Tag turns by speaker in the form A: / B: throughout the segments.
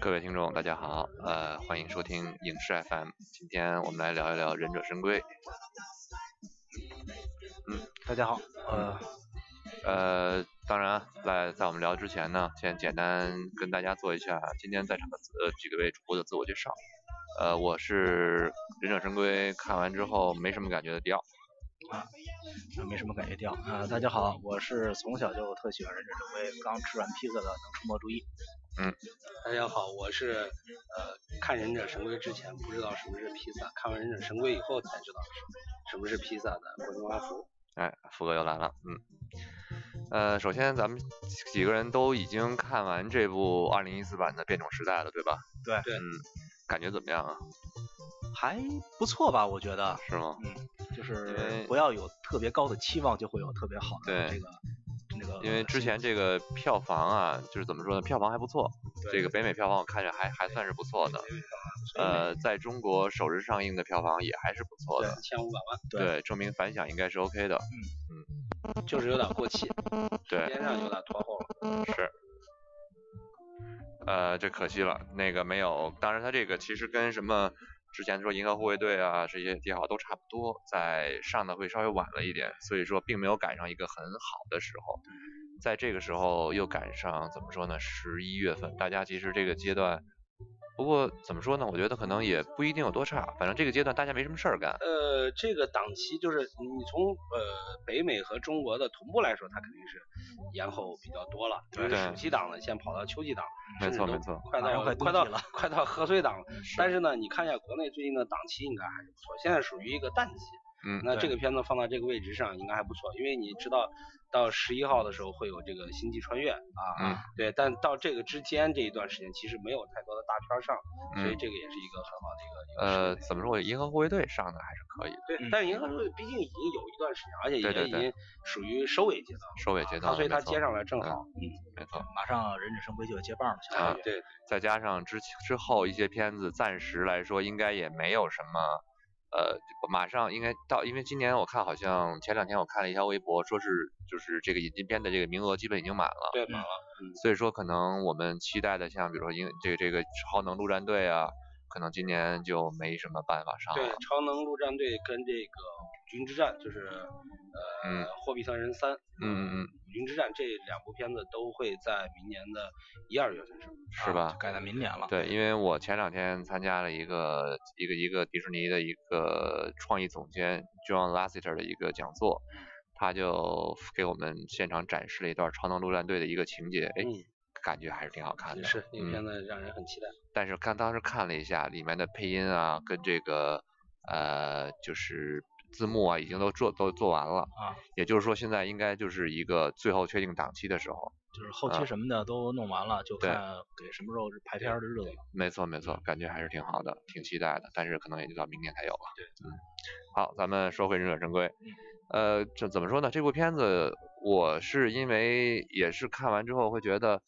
A: 各位听众，大家好，呃，欢迎收听影视 FM。今天我们来聊一聊《忍者神龟》。嗯，
B: 大家好，呃，
A: 呃，当然，在在我们聊之前呢，先简单跟大家做一下今天在场的呃几位主播的自我介绍。呃，我是《忍者神龟》看完之后没什么感觉的迪奥。
B: 啊，没什么感觉掉啊！大家好，我是从小就特喜欢忍者神龟，刚吃完披萨的能出没注意。
A: 嗯，
C: 大家好，我是呃看忍者神龟之前不知道什么是披萨，看完忍者神龟以后才知道什么是披萨的。我是阿福。
A: 哎，福哥又来了，嗯，呃，首先咱们几个人都已经看完这部二零一四版的《变种时代》了，对吧？
B: 对
C: 对
A: 嗯，感觉怎么样啊？
B: 还不错吧？我觉得，
A: 是吗？
B: 嗯，就
A: 因为
B: 是不要有特别高的期望，就会有特别好的
A: 对
B: 嗯这个嗯那个。
A: 因为之前这个票房啊，就是怎么说呢，票房还不错，
B: 对
A: 这个北美票房我看着还还算是不错的，呃，在中国首日上映的票房也还是不错的，
C: 一千五百万，
B: 对
A: 证明反响应该是 OK 的，
C: 就是有点过气，时
A: 对，
C: 间上有点拖后了。
A: 是。呃，这可惜了，那个没有。当然，它这个其实跟什么之前说《银河护卫队》啊这些也好都差不多，在上的会稍微晚了一点，所以说并没有赶上一个很好的时候。在这个时候又赶上怎么说呢？十一月份，大家其实这个阶段，不过怎么说呢？我觉得可能也不一定有多差，反正这个阶段大家没什么事儿干。
C: 呃，这个档期就是你从呃北美和中国的同步来说，它肯定是延后比较多了，因为
A: 对
C: 暑期档呢先跑到秋季档，
A: 没错
C: 甚至都
A: 没错，
C: 快
B: 马上
C: 到
B: 快
C: 快
B: 冬
C: 到
B: 季了
C: 快到贺岁档了。但
A: 是
C: 是呢，你看一下国内最近的档期应该还是不错，现在属于一个淡季。
A: 嗯
C: 那
B: 对
C: 这个片子放到这个位置上应该还不错，因为你知道到十一号的时候会有这个星际穿越啊，
A: 嗯
C: 对，但到这个之间这一段时间其实没有太多的大片儿上，所
A: 嗯
C: 以这个也是一个很好的一个一个
A: 呃，
C: 时机
A: 怎么说？我觉得《银河护卫队》上的还是可以的，
C: 对，
B: 嗯
C: 但是银河护卫队毕竟已经有一段时间，而
A: 对
C: 且也
A: 对
C: 已
A: 对
C: 经属于收尾阶段了，啊
A: 收尾阶
C: 它
A: 段，
C: 所以它
A: 没错
C: 接上来正
A: 嗯
C: 好，
A: 没错。
B: 马上忍者神龟就有接棒了，相当于
A: 啊
C: 对对
A: 再加上之之后一些片子，暂时来说应该也没有什么，呃，马上应该到，因为今年我看好像前两天我看了一条微博，说是就是这个引进片的这个名额基本已经满了，
C: 对，满了，
A: 所以说可能我们期待的像比如说英这个这个超能陆战队啊，可能今年就没什么办法上
C: 对
A: 了，，
C: 超能陆战队跟这个五军之战就是
A: 嗯
C: 呃霍比特人三，
A: 嗯嗯嗯，
C: 五军之战这两部片子都会在明年的一二月份上，啊
A: 是吧
B: 就？改到明年了。
A: 对，因为我前两天参加了一个一个一个迪士尼的一个创意总监 John Lasseter 的一个讲座，
C: 嗯
A: 他就给我们现场展示了一段超能陆战队的一个情节，哎，
C: 嗯
A: 感觉还是挺好看的。
C: 啊是那个
A: 嗯，
C: 片子让人很期待。
A: 但是看当时看了一下里面的配音啊，跟这个呃就是字幕啊，已经都做都做完了
B: 啊，
A: 也就是说现在应该就是一个最后确定档期的时候。
B: 就是后期什么的都弄完了，就
A: 啊对
B: 看给什么时候排片儿的日子了。
A: 没错没错，感觉还是挺好的，挺期待的，但是可能也就到明年才有了。对，嗯，好，咱们说回《忍者神龟》，呃，这怎么说呢？这部片子我是因为也是看完之后会觉得，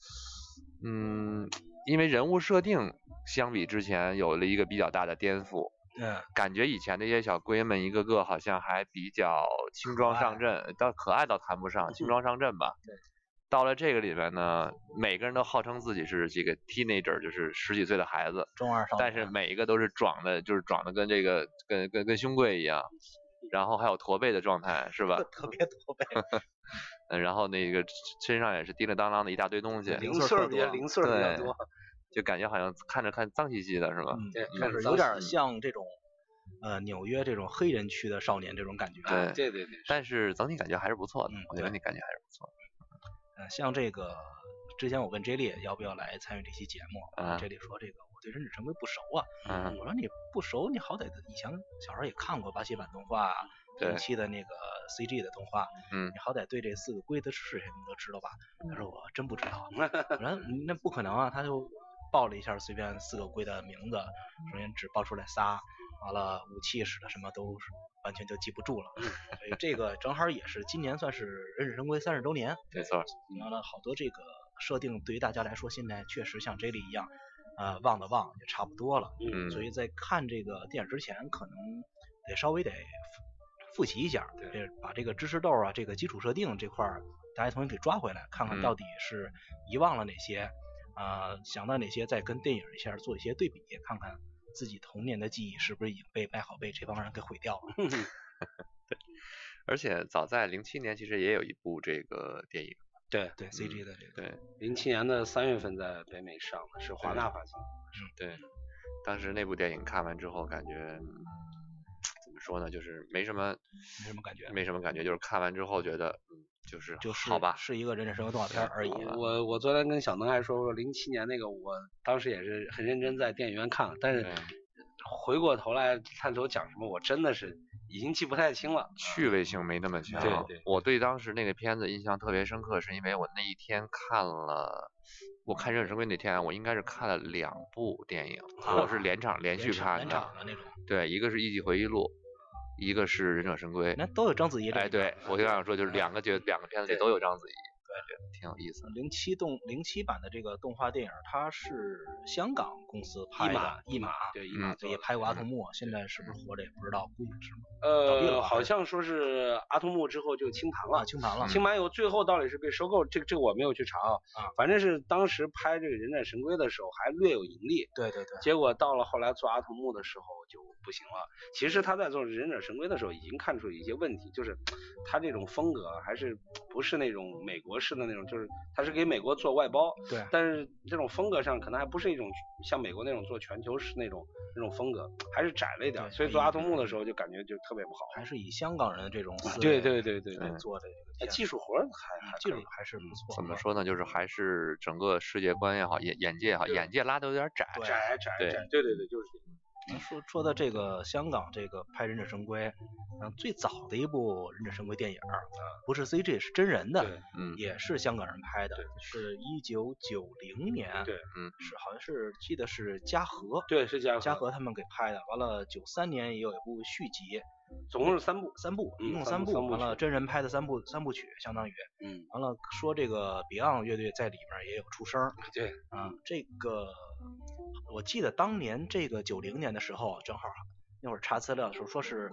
A: 嗯，因为人物设定相比之前有了一个比较大的颠覆，
B: 嗯，
A: 感觉以前的一些小龟们一个个好像还比较轻装上阵，倒可爱倒谈不上，轻装上阵吧。对。到了这个里边呢，每个人都号称自己是这个 teenager，就是十几岁的孩子，
B: 中二上，
A: 但是每一个都是壮的，就是壮的跟这个跟跟跟兄贵一样，然后还有驼背的状态，是吧？
C: 特别驼背，
A: 嗯然后那个身上也是叮了当啷的一大堆东西，
C: 零
B: 零碎
C: 碎
B: 儿
C: 儿比较
B: 多
C: 零碎儿比较
A: 对
C: 多，
A: 就感觉好像看着看脏兮兮的，是吧？
B: 嗯，
C: 对
B: 就
C: 看
B: 是
C: 着
B: 有
C: 脏
B: 点
C: 兮
B: 像这种呃纽约这种黑人区的少年这种感觉。啊
A: 对
C: 对对对，
A: 但是整体感觉还是不错的
B: 嗯，
A: 我觉得
B: 对
A: 你感觉还是不错。
B: 呃，像这个之前我问 J 莉要不要来参与这期节目
A: 啊
B: ，J 莉说这个我对忍者神龟不熟啊。
A: 嗯，
B: 我说你不熟，你好歹以前小时候也看过巴西版动画，
A: 对
B: 同期的那个 CG 的动画，
A: 嗯
B: 你好歹对这四个龟的是谁你都知道吧？
C: 嗯
B: 他说我真不知道，我说嗯那不可能啊，他就报了一下随便四个龟的名字，首先只报出来仨，完了武器使的什么都是完全就记不住了，
C: 嗯
B: 所以这个正好也是今年算是忍者神龟三十周年，
A: 没错，
B: 完了好多这个设定对于大家来说现在确实像 J 莉一样，呃忘的忘也差不多了。
A: 嗯，
B: 所以在看这个电影之前，可能得稍微得复复习一下，
C: 对
B: 这把这个知识豆啊，这个基础设定这块儿，大家重新给抓回来，看看
A: 嗯
B: 到底是遗忘了哪些，啊、想到哪些，再跟电影一下做一些对比，看看自己童年的记忆是不是已经被麦好贝这帮人给毁掉了。
A: 而且早在零七年其实也有一部这个电影，嗯
C: 对，
B: 对 CG 的这个，
A: 对
C: 零七年的三月份在北美上的是华纳发行，
A: 对，当时那部电影看完之后感觉嗯怎么说呢，就是没什么
B: 没什么感觉，
A: 没什么感觉，就是看完之后觉得嗯就是
B: 就是
A: 好吧，
B: 是一个忍者神龟动画片儿而已。
C: 我我昨天跟小能还说过，零七年那个我当时也是很认真在电影院看了，但是
A: 对
C: 回过头来探头讲什么，我真的是已经记不太清了。
A: 趣味性没那么强。
C: 对对
A: 我对当时那个片子印象特别深刻，是因为我那一天看了，我看《忍者神龟》那天，啊我应该是看了两部电影，我是连场连续
B: 啊连场连
A: 看的哎
B: 场。的那种，
A: 对，一个是《一季回忆录》，一个是《忍者神龟
B: 那》。都有章子怡。
A: 哎，对，我就想说，就是两个角，两个片子
B: 嗯
A: 里
B: 对
A: 都有章子怡，感觉挺有意思的。
B: 零七动零七版的这个动画电影，它是香港公司拍的，一马
C: 对一码
A: 嗯
C: 做
B: 也
C: 的嗯
B: 拍过阿童木，现在是不是活着也不知道，估计是倒闭了
C: 呃，
B: 吧
C: 好像说是阿童木之后就清盘
B: 啊
C: 了。
B: 清盘了。
C: 清盘以后，最后到底是被收购，这个这个我没有去查啊
B: 啊。
C: 反正是当时拍这个《忍者神龟》的时候还略有盈利，
B: 对对对，
C: 结果到了后来做阿童木的时候就不行了。其实他在做忍者神龟的时候已经看出有一些问题，就是他这种风格还是不是那种美国式的那种，就是他是给美国做外包，
B: 对
C: 但是这种风格上可能还不是一种像美国那种做全球式那种那种风格，还是窄了一点儿。
B: 对
C: 所以
B: 还
C: 做
B: 有
C: 阿
B: 一
C: 童木的时候就感觉就特别不好。
B: 还是以香港人的这种思维
C: 啊对对对对
B: 来
C: 对，
B: 做的这个
C: 哎
B: 片子
C: 技术活儿还还
B: 技
C: 可
B: 术
C: 以嗯
B: 还是不错。
A: 怎么？说呢？就是还是整个世界观也好，眼眼界也好，
C: 对
A: 眼界拉的有点窄。
B: 对
C: 窄窄
A: 对
C: 窄，对对对，就是这个。
B: 说说到这
C: 嗯
B: 个香港这个拍《忍者神龟》，嗯，最早的一部《忍者神龟》电影儿，不是 CG 是真人的
C: 对，
A: 嗯，
B: 也是香港人拍的
C: 对，
B: 是一九九零年，
C: 对
A: 嗯
B: 是好像是记得是嘉禾，
C: 对是嘉禾
B: 嘉禾他们给拍的。完了，九三年也有一部续集，
C: 总共是三部。
B: 三部，
C: 嗯
B: 一共
C: 三部
B: 部，
C: 三部
B: 完了
C: 曲
B: 真人拍的三部三部曲，相当于。
C: 嗯，
B: 完了，说这个 Beyond 乐队在里面也有出声儿
C: 对，
B: 啊。这个我记得当年这个九零年的时候，正好那会儿查资料的时候说是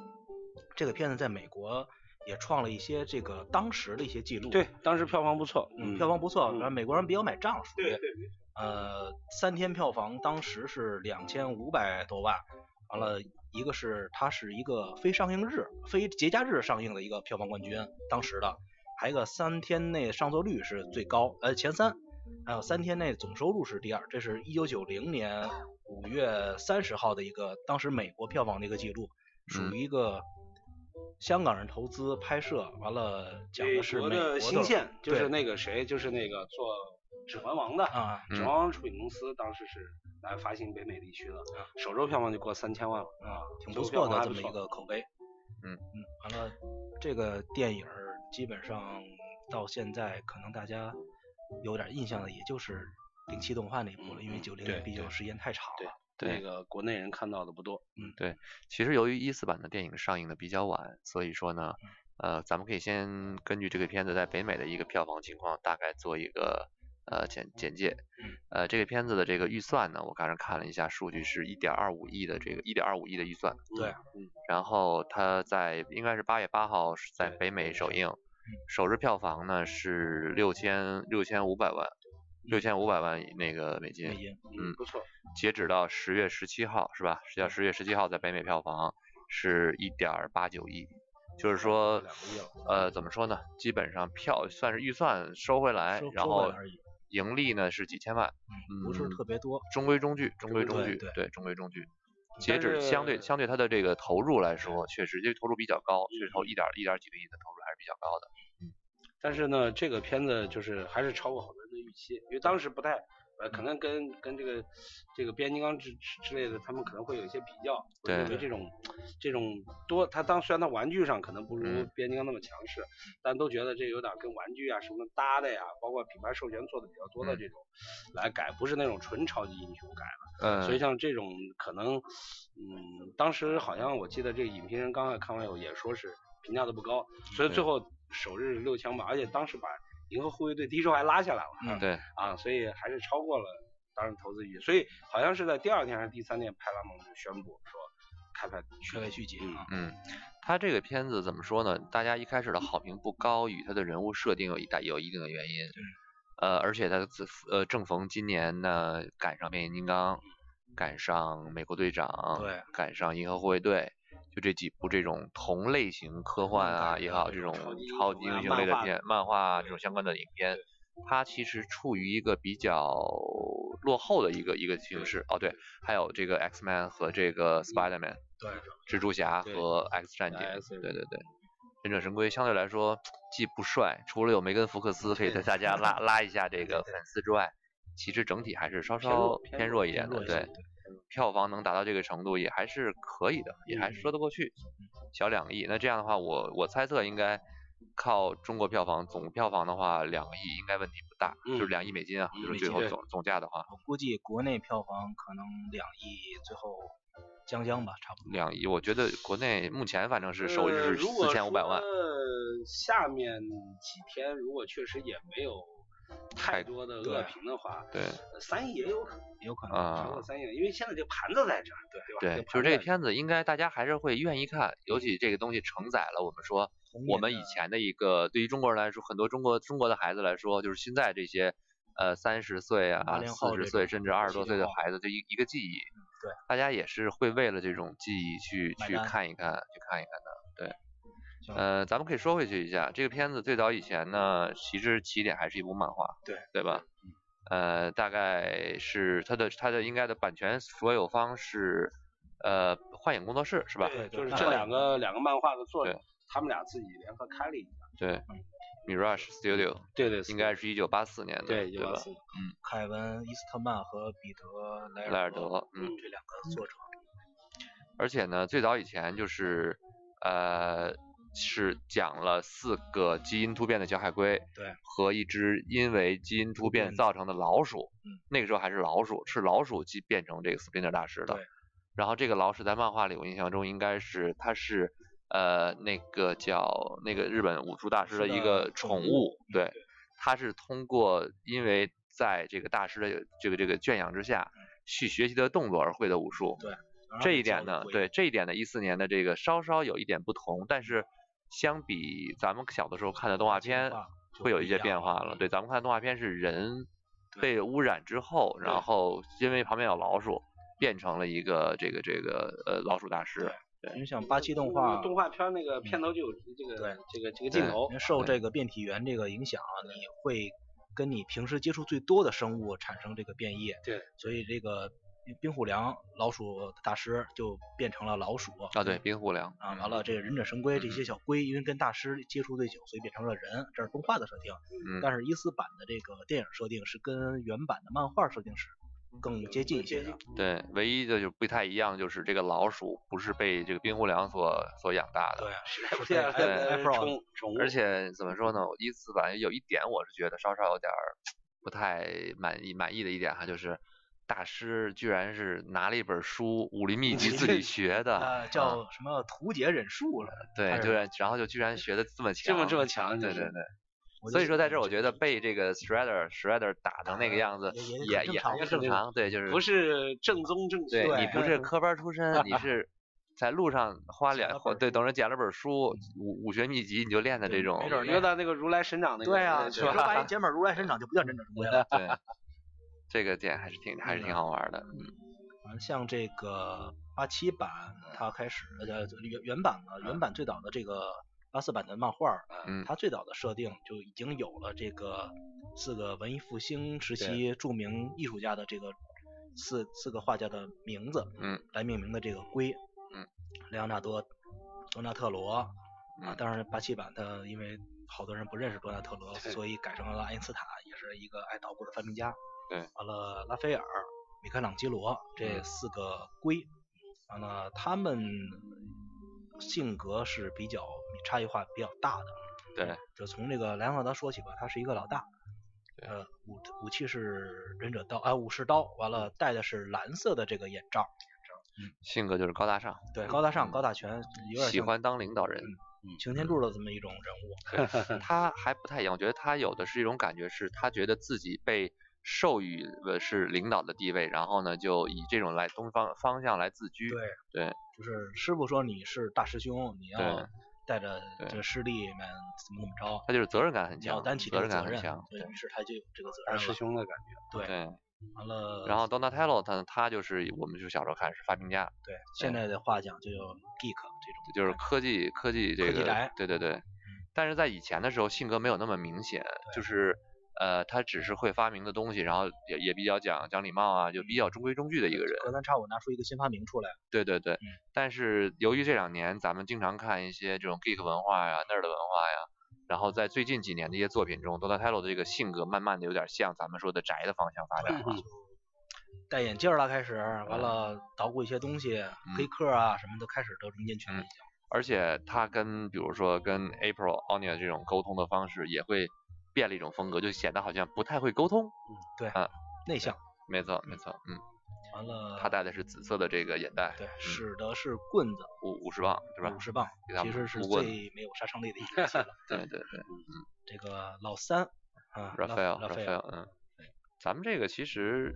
B: 这个片子在美国也创了一些这个当时的一些记录。
C: 对，当时票房不错，
B: 嗯，票房不错，
C: 嗯
B: 然后美国人比较买账，属于。
C: 对对
B: 呃，三天票房当时是两千五百多万，完了，一个是它是一个非上映日、非节假日上映的一个票房冠军，当时的，还有一个三天内上座率是最高，呃，前三，还有三天内总收入是第二，这是一九九零年五月三十号的一个当时美国票房的一个记录，属
A: 嗯
B: 于一个。香港人投资拍摄完了，讲的是美
C: 美
B: 国
C: 的新线，就
B: 对
C: 是那个谁，就是那个做《指环王》的，
B: 啊，
C: 指环王》出品公司当时是来发行北美地区的，首周票房就过三千嗯万了
B: 啊，挺
C: 周
B: 不
C: 票
B: 错
C: 房
B: 的
C: 还
B: 这
C: 不
B: 么一
C: 错
B: 个口碑。
A: 嗯
B: 嗯，完了，这个电影儿基本上到现在可能大家有点印象的，也就是零七动画那一部了，因为
C: 嗯嗯
B: 九零
C: 对
B: 年毕竟
C: 对
B: 时间太长了。
C: 那
A: 对。
C: 个国内人看到的不多。
A: 其实由于一四版的电影上映的比较晚，所以说呢，呃，咱们可以先根据这个片子在北美的一个票房情况，大概做一个呃简简介。呃，这个片子的这个预算呢，我刚才看了一下数据，是一点二五亿的这个一点二五亿的预算。
B: 对
C: 嗯，
A: 然后它在应该是八月八号是在
C: 对
A: 北美首映，首日票房呢是六千六千五百万，六千五百万那个美金
B: 美。音
C: 嗯，不错，
A: 截止到十月十七号是吧？是到十月十七号，在北美票房是一点八九亿，就是说
C: 两个亿了，
A: 呃，怎么说呢？基本上票算是预算收回来，
B: 收
A: 然
B: 收回
A: 后
B: 来而已
A: 盈利呢是几千万，
B: 嗯不是特别多。
A: 中规中矩，中规中
B: 中
A: 矩，
B: 规对
A: 中规中矩。截
C: 但
A: 止相对
C: 是
A: 相对它的这个投入来说，确实这个投入比较高，确实投一点一点几个亿的投入还是比较高的。
C: 但是呢，这个片子就是还是超过好多人的预期，因为当时不太呃，
A: 嗯
C: 可能跟跟这个这个变形金刚之之之类的，他们可能会有一些比较，
A: 对
C: 因为这种这种多，他当虽然他玩具上可能不如
A: 嗯
C: 变形金刚那么强势，但都觉得这有点跟玩具啊什么搭的呀，包括品牌授权做的比较多的这种、来改，不是那种纯超级英雄改了。
A: 嗯，
C: 所以像这种可能，嗯，当时好像我记得这个影评人刚才看完以后也说是评价都不高，
B: 嗯
C: 所以
A: 对
C: 最后首日六强吧，而且当时把银河护卫队第一周还拉下来了。
B: 嗯
A: 对，
C: 啊，所以还是超过了当时投资预期，所以好像是在第二天还是第三天，派拉蒙就宣布说开拍
B: 开拍续集
C: 嗯
B: 啊，
A: 嗯，他这个片子怎么说呢？大家一开始的好评不高，与他的人物设定有一大有一定的原因。呃，而且他自呃正逢今年呢，赶上变形金刚，赶上美国队长，
B: 对，
A: 赶上银河护卫队，就这几部这种同类型科幻啊
C: 感
A: 也
C: 觉
A: 好，
C: 这
A: 这
C: 种
A: 种
C: 超级英
A: 超级
C: 雄啊
A: 英雄
C: 漫
A: 类的
C: 画
A: 片、
C: 的
A: 漫画啊这种相关的影片。它其实处于一个比较落后的一个一个形式哦，对，还有这个 X Man 和这个 Spider Man，
B: 对，
A: 蜘蛛侠
C: 对
A: 和 X 战警，
C: X
A: 对对对，忍者神龟相对来说既不帅，除了有梅根福克斯可以带大家拉拉一下这个粉丝之外，其实整体还是稍
C: 偏弱
A: 稍
C: 偏
A: 偏弱
C: 弱
A: 一
B: 偏
A: 点的，
B: 弱一些
A: 对，票房能达到这个程度也还是可以的，也还是说得过去，小两亿。那这样的话，我我猜测应该靠中国票房总票房的话，两个亿应该问题不大，就是
C: 嗯
A: 两亿美金啊，
C: 嗯
A: 就是
C: 美
A: 最
C: 金
A: 后
C: 对
A: 总总价的话，
B: 我估计国内票房可能两亿，最后将将吧，差不多。
A: 两亿，我觉得国内目前反正是首
C: 呃
A: 日是
C: 如果
A: 四千五百万
C: 说，下面几天如果确实也没有
A: 太
C: 太多的
B: 对
C: 恶评的话，
A: 对。
C: 呃三亿也有可能
B: 也有可能。
C: 超
A: 啊
C: 过，三亿，因为现在这个盘子在这儿，对吧？
A: 对，就
C: 个
A: 是
C: 盘
A: 这个
C: 子在
A: 片子，应该大家还是会愿意看，尤其这个东西承载了我们说
B: 童年
A: 我
B: 啊
A: 们
B: 的
A: 以前的一个，对于中国人来说，很多中国中国的孩子来说，就是现在这些呃三十岁啊、
B: 80
A: 四
B: 后
A: 十
B: 这
A: 岁
B: 种
A: 甚至二十
B: 70
A: 多岁的
B: 后嗯
A: 孩子，这一一个记忆，
B: 对，
A: 大家也是会为了这种记忆去
B: 买
A: 去
B: 单
A: 看一看，去看一看的。
B: 行
A: 呃，咱们可以说回去一下，这个片子最早以前呢，其实起点还是一部漫画，
B: 对
A: 对吧？呃，大概是它的它的应该的版权所有方是呃幻影工作室是吧？
C: 对，
B: 对
C: 就是
B: 对
C: 这
B: 对
C: 两个两个漫画的作者
A: 对，
C: 他们俩自己联合开了一家，
A: 对，Mirage Studio
C: 对对，
A: 应该是一九八四年的，对
C: 对有
A: 吧？
B: 凯文·伊斯特曼和彼得·莱
A: 莱尔德，嗯，
B: 这两个作者，
A: 而且呢，最早以前就是呃是讲了四个基因突变的小海龟，
B: 对，
A: 和一只因为基因突变
B: 变
A: 造成的老鼠，
B: 嗯，
A: 那个时候还是老鼠，是老鼠基变成这个 Splinter 大师的
B: 对。
A: 然后这个老鼠在漫画里，我印象中应该是它是呃那个叫那个日本武术大师
B: 是
A: 的一
B: 的
A: 个
B: 宠
A: 宠
B: 物
A: 物，
B: 嗯
A: 对，它是通过因为在这个大师的这个这个圈养之下去学习的动作而会的武术，
B: 嗯对然后
A: 嗯这
B: 还
A: 一
B: 教
A: 点
B: 了
A: 呢，
B: 鬼
A: 对这一点呢，一四年的这个稍稍有一点不同，但是相比咱们小的时候看的动画片，
B: 化就
A: 会有
B: 不
A: 一
B: 一
A: 些
B: 样
A: 变
B: 了嗯
A: 化了。对，咱们看的动画片是人
B: 对
A: 被污染之后，然
C: 对
A: 后因为旁边有老鼠，变成了一个这个这个呃老鼠大师。
B: 因为像八七动
C: 嗯
B: 画，
C: 动画片那个片头就有这个
B: 对
C: 这个这个镜
A: 对
C: 头
B: 因为，受
A: 对
B: 这个变体源这个影响啊，你会跟你平时接触最多的生物产生这个变异。
C: 对，
B: 所以这个冰虎良老鼠大师就变成了老鼠
A: 啊，对，冰护梁
B: 啊，完了，这个忍者神龟这些小龟，因为跟大师接触最久，所以变成了人，这是动画的设定。
A: 嗯
B: 但是伊斯版的这个电影设定是跟原版的漫画设定是
C: 嗯
B: 更接近一些啊的。
A: 对，唯一的就不太一样，就是这个老鼠不是被这个冰护梁所所养大的，
B: 对，啊
C: 不是来
B: 哎
A: 对
C: 来宠宠物，
A: 而且怎么说呢，一四版有一点我是觉得稍稍有点儿不太满意满意的一点哈，就是大师居然是拿了一本书《武林秘籍》自己学的，
B: 呃，
A: 啊
B: 叫什么图解忍术了？还
A: 对，
B: 是
A: 居然然后就居然学的这么
C: 这
A: 强，
C: 么这么强，
A: 对
C: 就
A: 对
C: 是
A: 对。
B: 我就嗯
A: 所以
B: 是
A: 说，在这儿我
B: 这
A: 觉得被这个 Shredder Shredder 打成那个样子
B: 也也很正
A: 也也
B: 常
A: 很
B: 也
A: 正
C: 很
A: 常，对，就是
C: 不是正宗正
A: 对
C: 宗
A: 你不是科班出身，你是在路上花
B: 捡
A: 两
B: 了本
A: 对，
B: 书
A: 等着捡了本书武武学秘籍，你就练的
B: 对
A: 这种，
B: 没准儿
C: 有点那个如来神掌那个，
B: 对啊，
C: 是
B: 你说
C: 吧？
B: 把你剪本如来神掌就不叫忍者神龟了。
A: 对，这个点还是挺还是挺好玩儿的，嗯，
B: 嗯，像这个八七版，它开始呃原原版的原版最早的这个八四版的漫画儿，
A: 嗯
B: 它最早的设定就已经有了这个四个文艺复兴时
A: 对
B: 期著名艺术家的这个四四个画家的名字，
A: 嗯，
B: 来命名的这个龟，
A: 嗯，
B: 莱昂纳多、多纳特罗啊
A: 嗯，
B: 当然八七版它因为好多人不认识多纳特罗，所以改成了爱因斯坦，也是一个爱捣鼓的发明家。
A: 对
B: 完了拉斐尔、米开朗基罗这
A: 嗯
B: 四个龟，完了他们性格是比较差异化比较大的。
A: 对，
B: 就从这个莱昂纳德说起吧，他是一个老大，
A: 对
B: 呃，武武器是忍者刀，啊、武士刀，完
A: 嗯
B: 了戴的是蓝色的这个眼罩，
A: 性格就是高大上，
B: 对，高大上，
A: 嗯
B: 高大全，有点
A: 喜
B: 像嗯
A: 欢当领导人。嗯
B: 擎天柱的这么一种人物。
A: 他还不太一样，我觉得他有的是一种感觉，是他觉得自己被授予的是领导的地位，然后呢，就以这种来东方方向来自居。
B: 对
A: 对
B: 就是师傅说你是大师兄，你要
A: 对
B: 带着
A: 对
B: 这个师弟们怎么怎么着，
A: 他就是责任感很
B: 你要
A: 强，
B: 担起这个
A: 责任
B: 责
A: 感很
B: 任，
A: 强。
B: 对，于是他就有这个责
C: 大
B: 任
C: 师
B: 了。
C: 兄的感觉。
B: 对，
A: 对，
B: 完了，
A: 然后 Donatello 他他就是我们就小时候看是发明家，
B: 对现在的话讲就有 geek 这种，
A: 就是科技科技这
B: 科技
A: 个
B: 宅，嗯
A: 对对对。但是在以前的时候，性格没有那么明显，就是呃，他只是会发明的东西，然后也也比较讲讲礼貌啊，就比较中规中矩的一个人。
B: 隔三差五拿出一个新发明出来，
A: 对对
B: 嗯
A: 对，但是由于这两年咱们经常看一些这种 geek 文化呀、nerd 文化呀，然后在最近几年的一些作品中，Donatello 的这个性格慢慢的有点向咱们说的宅的方向发展了。
B: 嗯戴眼镜儿了开始，完
A: 嗯
B: 了捣鼓一些东西，黑客啊什么的开始都融进去
A: 嗯
B: 了已经。
A: 而且他跟比如说跟 April Onia 这种沟通的方式也会变了一种风格，就显得好像不太会沟通。
B: 对
A: 啊，
B: 内向。
A: 没错没错，嗯，
B: 完了，
A: 他戴的是紫色的这个眼带，
B: 对
A: 嗯
B: 使的是棍子
A: 五五十磅是吧
B: 五？十磅
A: 给他，
B: 其实
A: 们
B: 是
A: 五棍
B: 最没有杀伤力的一个游戏 了。
A: 对对对
B: 这个老三啊，拉菲
A: Raphael
B: 拉菲
A: Raphael，嗯，咱们这个其实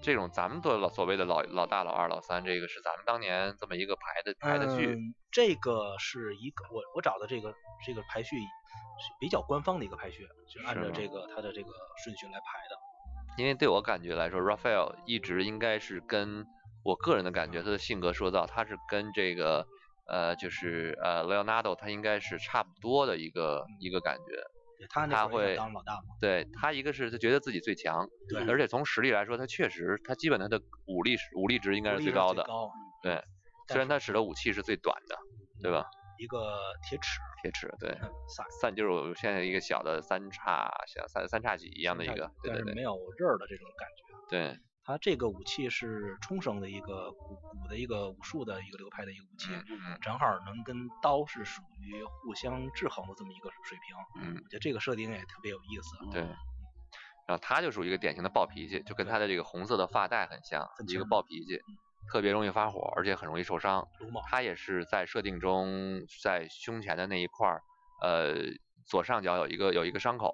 A: 这种咱们的老所谓的老老大、老二、老三，这个是咱们当年这么一个排的排的剧，
B: 嗯，这个是一个我我找的这个这个排序是比较官方的一个排序，就是按
A: 是
B: 照
A: 吗
B: 这个它的这个顺序来排的。
A: 因为对我感觉来说，Raphael 一直应该是跟我个人的感觉，他的性格说到，他是跟这个呃，就是呃，Leonardo 他应该是差不多的一个一个感觉。
B: 对他
A: 他
B: 那会儿
A: 会
B: 也想当老大嘛，
A: 对他，一个是他觉得自己最强，
B: 对
A: 而且从实力来说，他确实，他基本他的武力是武力值应该
B: 武力
A: 是最
B: 是
A: 高的，
B: 高嗯
A: 对。虽然他使的武器是嗯最短的，对吧？
B: 一个铁尺，
A: 铁尺，对，
B: 嗯萨
A: 三就是我现在一个小的三叉，像三三叉戟一样的一个，对
B: 但
A: 对
B: 是
A: 对
B: 没有刃儿的这种感觉。
A: 对，
B: 它这个武器是冲绳的一个古古的一个武术的一个流派的一个武器，
A: 嗯嗯
B: 正好能跟刀是属于互相制衡的这么一个水平。
A: 嗯
B: 我觉得这个设定也特别有意思，啊
A: 对。然后他就属于一个典型的暴脾气，就跟他的这个红色的发带很像，
B: 很
A: 一个
B: 像
A: 暴脾气，特别容易发火，而且很容易受伤。
B: 鲁莽。
A: 他也是在设定中，在胸前的那一块儿，呃，左上角有一个有一个伤口，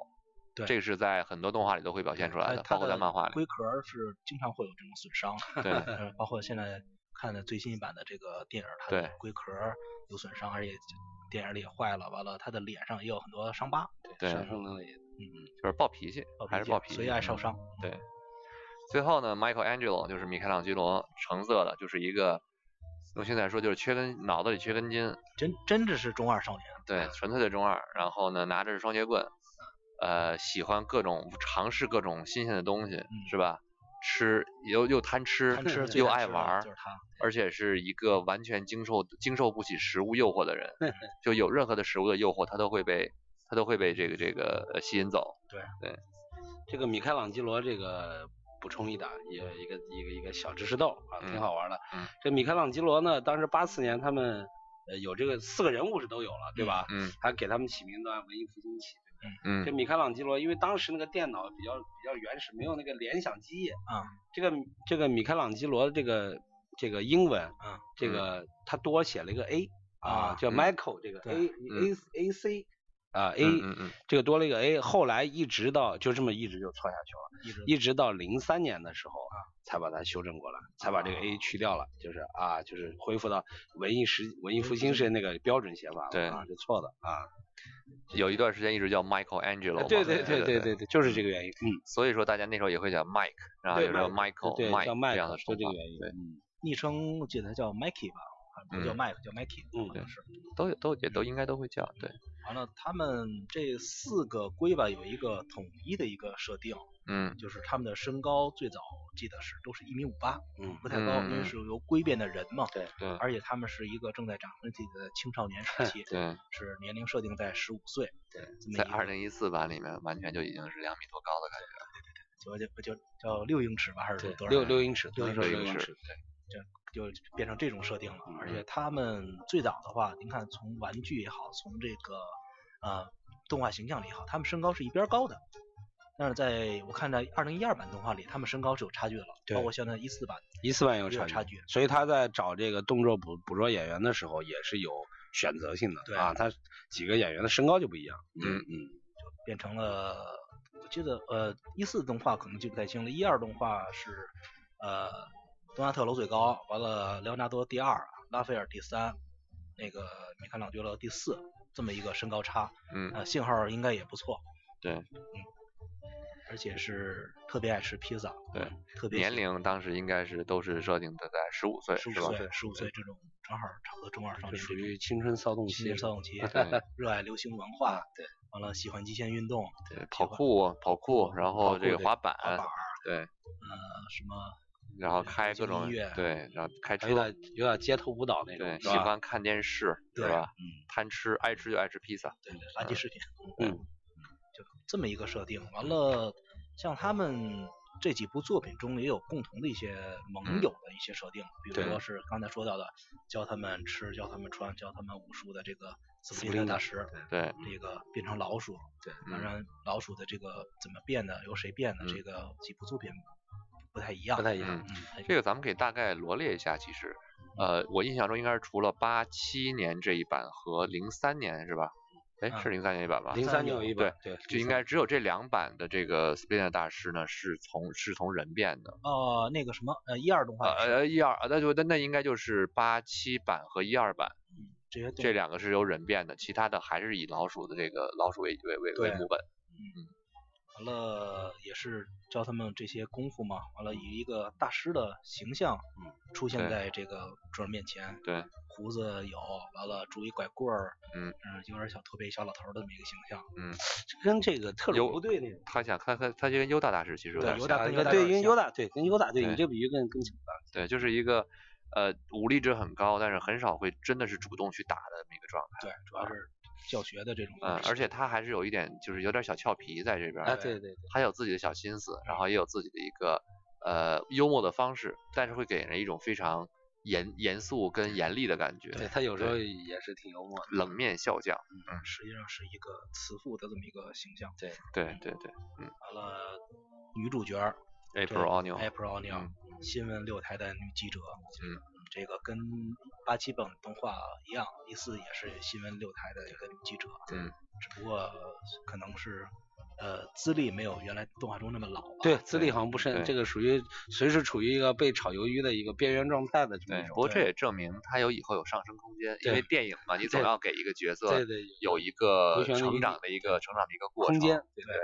B: 对
A: 这个是在很多动画里都会表现出来
B: 它
A: 的，
B: 它
A: 包括在漫画 里。
B: 龟壳儿是经常会有这种损伤，
A: 对
B: 呃包括现在看的最新一版的这个电影儿，它
A: 对
B: 的龟壳儿有损伤，而且电影儿里也坏了，完了他的脸上也有很多伤疤，
A: 对，
C: 上升了也
B: 嗯，
A: 就是暴 脾气，还是暴脾气，
B: 所以爱受
A: 嗯
B: 伤。
A: 对，最后呢，Michelangelo 就是米开朗基罗，橙色的，就是一个用现在说就是缺根脑子里缺根筋，
B: 真真的是中二少年，
A: 对，纯粹的中二。然后呢，拿着双截棍，呃，喜欢各种尝试各种新鲜的东西，是吧？吃又又贪吃，
B: 贪吃最
A: 又
B: 贪
A: 爱
B: 吃的
A: 玩儿
B: 就是他，
A: 而且是一个完全经受经受不起食物诱惑的人，就有任何的食物的诱惑，他都会被他都会被这个这个呃吸引走。
C: 这个米开朗基罗这个补充一点，一个一个一个一个小知识豆啊，
A: 嗯
C: 挺好玩的。
A: 嗯
C: 这米开朗基罗呢，当时八四年他们呃有这个四个人物是都有了，对吧？
A: 嗯
C: 还给他们起名字按文艺复兴起。
A: 嗯
C: 这，米开朗基罗，因为当时那个电脑比较比较原始，没有那个联想基因
A: 嗯
B: 啊。
C: 这个这个米开朗基罗这个这个英文
B: 啊，
C: 这个他多写了一个 A 啊
B: 啊，
C: 叫
A: 嗯
C: Michael 这个
B: 对
C: A A A C 啊 A
A: 嗯嗯嗯
C: 这个多了一个 A，后来一直到就这么一直就错下去了。
B: 一直
C: 一直到零三年的时候啊，才把它修正过来，才把这个 A 去掉了，就是啊，就是恢复到文艺时文艺复兴时那个标准写法
A: 对
C: 了啊，是错的啊，呃
A: 有一段时间一直叫 Michelangelo 嘛。
C: 对
A: 对
C: 对
A: 对
C: 对对，就是这个原因，嗯，
A: 所以说大家那时候也会讲 Mike，然后
C: 对
A: 有时候
C: Michael，
A: Michael、
C: 对
A: Mike
C: 叫 Mike，
A: 这样的
C: 就
A: 说
C: 这
A: 法
C: 个原因，嗯，
B: 昵称我记得他叫 Mikey 吧，啊不叫
A: 嗯
B: Mike 叫 Mikey，
C: 嗯
B: 好像是。
A: 都有都也都应该都会叫，对，
B: 完了，他们这四个龟吧有一个统一的一个设定，
A: 嗯，
B: 就是他们的身高最早记得是都是一米五八，
C: 嗯
B: 不太高，
A: 嗯
B: 因
A: 嗯
B: 为是由龟变的人嘛。
C: 对
A: 对
B: 而且他们是一个正在长身体的青少年时期，
A: 对，
B: 是年龄设定在十五岁。
C: 对
B: 这么
A: 在
B: 一个
A: 二零一四版里面完全就已经是两米多高的感觉了，
B: 就就就叫六英尺吧，还是
C: 对
B: 多，少啊
C: 六
B: 来着
C: 六英尺，
B: 六英
C: 那时候
B: 尺
C: 六
B: 六
C: 英
B: 英
C: 尺，
B: 尺
C: 对，
B: 就变成这种设定了。而且
C: 嗯
B: 他们最早的话，您看从玩具也好，从这个呃动画形象里也好，他们身高是一边儿高的。但是在我看在二零一二版动画里，他们身高是有差距了，包
C: 对
B: 括现在一四版
C: 一四万有
B: 有
C: 差
B: 差距。
C: 所以他在找这个动作捕捕捉演员的时候也是有选择性的
B: 对
C: 啊，他几个演员的身高就不一样。
A: 嗯
C: 嗯，
B: 变成了，我记得呃一四动画可能记不太清了，一二动画是呃东亚特楼最高，完了莱昂纳多第二，拉斐尔第三，那个米开朗基罗第四，这么一个身高差，
A: 嗯
B: 呃信号应该也不错，
A: 对
B: 嗯，而且是特别爱吃披萨，嗯
A: 对，
B: 特别
A: 年龄当时应该是都是设定的在十五岁
B: 十
A: 是
B: 五
A: 吧？
B: 岁十五岁这种正好差不多中二少年
C: 这属
B: 这
C: 于
B: 种
C: 青春骚动
B: 青
C: 期
B: 年。少有期，
A: 对
B: 热爱流行文化，对，完了喜欢极限运动，
A: 对
B: 喜
A: 跑
B: 欢
A: 酷跑酷，然后
C: 酷
A: 这个
C: 对
A: 滑板，
B: 滑板儿，
A: 对，
B: 呃什么。
A: 然后
B: 对
A: 开
B: 流
A: 各
B: 行
A: 种
B: 音乐
A: 对，然后开
C: 还
A: 车
C: 有，点有点街头舞蹈哎那
A: 对
C: 种，，是
A: 喜
C: 吧
A: 欢看电视，是
B: 对
A: 吧？
B: 嗯
A: 贪吃，爱吃就爱吃披萨，
B: 对，垃圾食品，
C: 嗯，
B: 就这么一个设定。完了，像他们这几部作品中也有共同的一些盟
A: 嗯
B: 友的一些设定，比如
A: 对
B: 说是刚才说到的教他们吃、教他们穿、教他们武术的这个斯普林
C: Splinter，
B: 大师，
A: 对，
B: 这个变成老鼠，对，当
A: 嗯
B: 然老鼠的这个怎么变的，由谁变的，
A: 嗯
B: 这个几部作品不太一样，
C: 不太一
B: 样，
C: 样
A: 嗯。
B: 嗯，还
A: 这个咱们可以大概罗列一下，其实。呃，我印象中应该是除了八七年这一版和零三年是吧？哎，
B: 啊
A: 是零三年一版吧？
C: 零三年有一版，对，
A: 就应该只有这两版的这个 Splinter 大师呢，是从是从人变的。
B: 哦、那个什么呃一二动画
A: 呃
B: 也是
A: 呃，一二，呃那就那那应该就是八七版和一二版
B: 嗯这些动
A: 这两个是由人变的，其他的还是以老鼠的这个老鼠为为为为
B: 对
A: 母本。
B: 完了也是教他们这些功夫嘛，完了以一个大师的形象，嗯，出现
A: 对
B: 在这个主人面前，
A: 对，
B: 胡子有，完了拄一拐棍儿，
A: 嗯
B: 有点小驼背小老头儿的这么一个形象，
C: 跟这个特种
A: 有
C: 部队那种。
A: 他想他他他就跟优大大师其实有
B: 对
A: 点
B: 尤
A: 像
B: 大，跟
C: 啊
B: 达有
C: 对，
B: 点
C: 跟
B: 像
C: 尤达对，跟尤达对
A: 对
C: 你这比喻更更强了。
A: 对，就是一个呃武力值很高，但是很少会真的是主动去打的那么一个状态。
B: 对，主要是教学的这种，
A: 嗯，啊而且他还是有一点就是有点小俏皮在这边儿。
C: 啊，对对对，
A: 他有自己的小心思，然后也有自己的一个呃幽默的方式，但是会给人一种非常严严肃跟严厉的感觉。
C: 对他有时候
A: 对嗯
C: 也是挺幽默的。
A: 冷面笑匠，
B: 实际上是一个慈父的这么一个形象。
C: 对
A: 对对对
B: 完了，女主角儿这
A: ，April o n e i l
B: April o n e i 新闻六台的女记者，
A: 嗯，
B: 这个跟八七本动画一样，一四也是新闻六台的一个女记者，
A: 嗯，
B: 只不过可能是呃资历没有原来动画中那么老吧，
C: 对，资历好像不深，
A: 对
C: 这个属于随时处于一个被炒鱿鱼的一个边缘状态的这
A: 对
C: 么一，
A: 不
C: 种。
A: 过这也证明他有以后有上升空间，因为
C: 对
A: 电影嘛，你总
C: 对
A: 要给一个角色
C: 对对，
A: 有一
C: 回
A: 个
C: 旋的
A: 成
C: 余
A: 长
C: 地
A: 的一个成长的一个过程。
C: 空间，对
A: 对，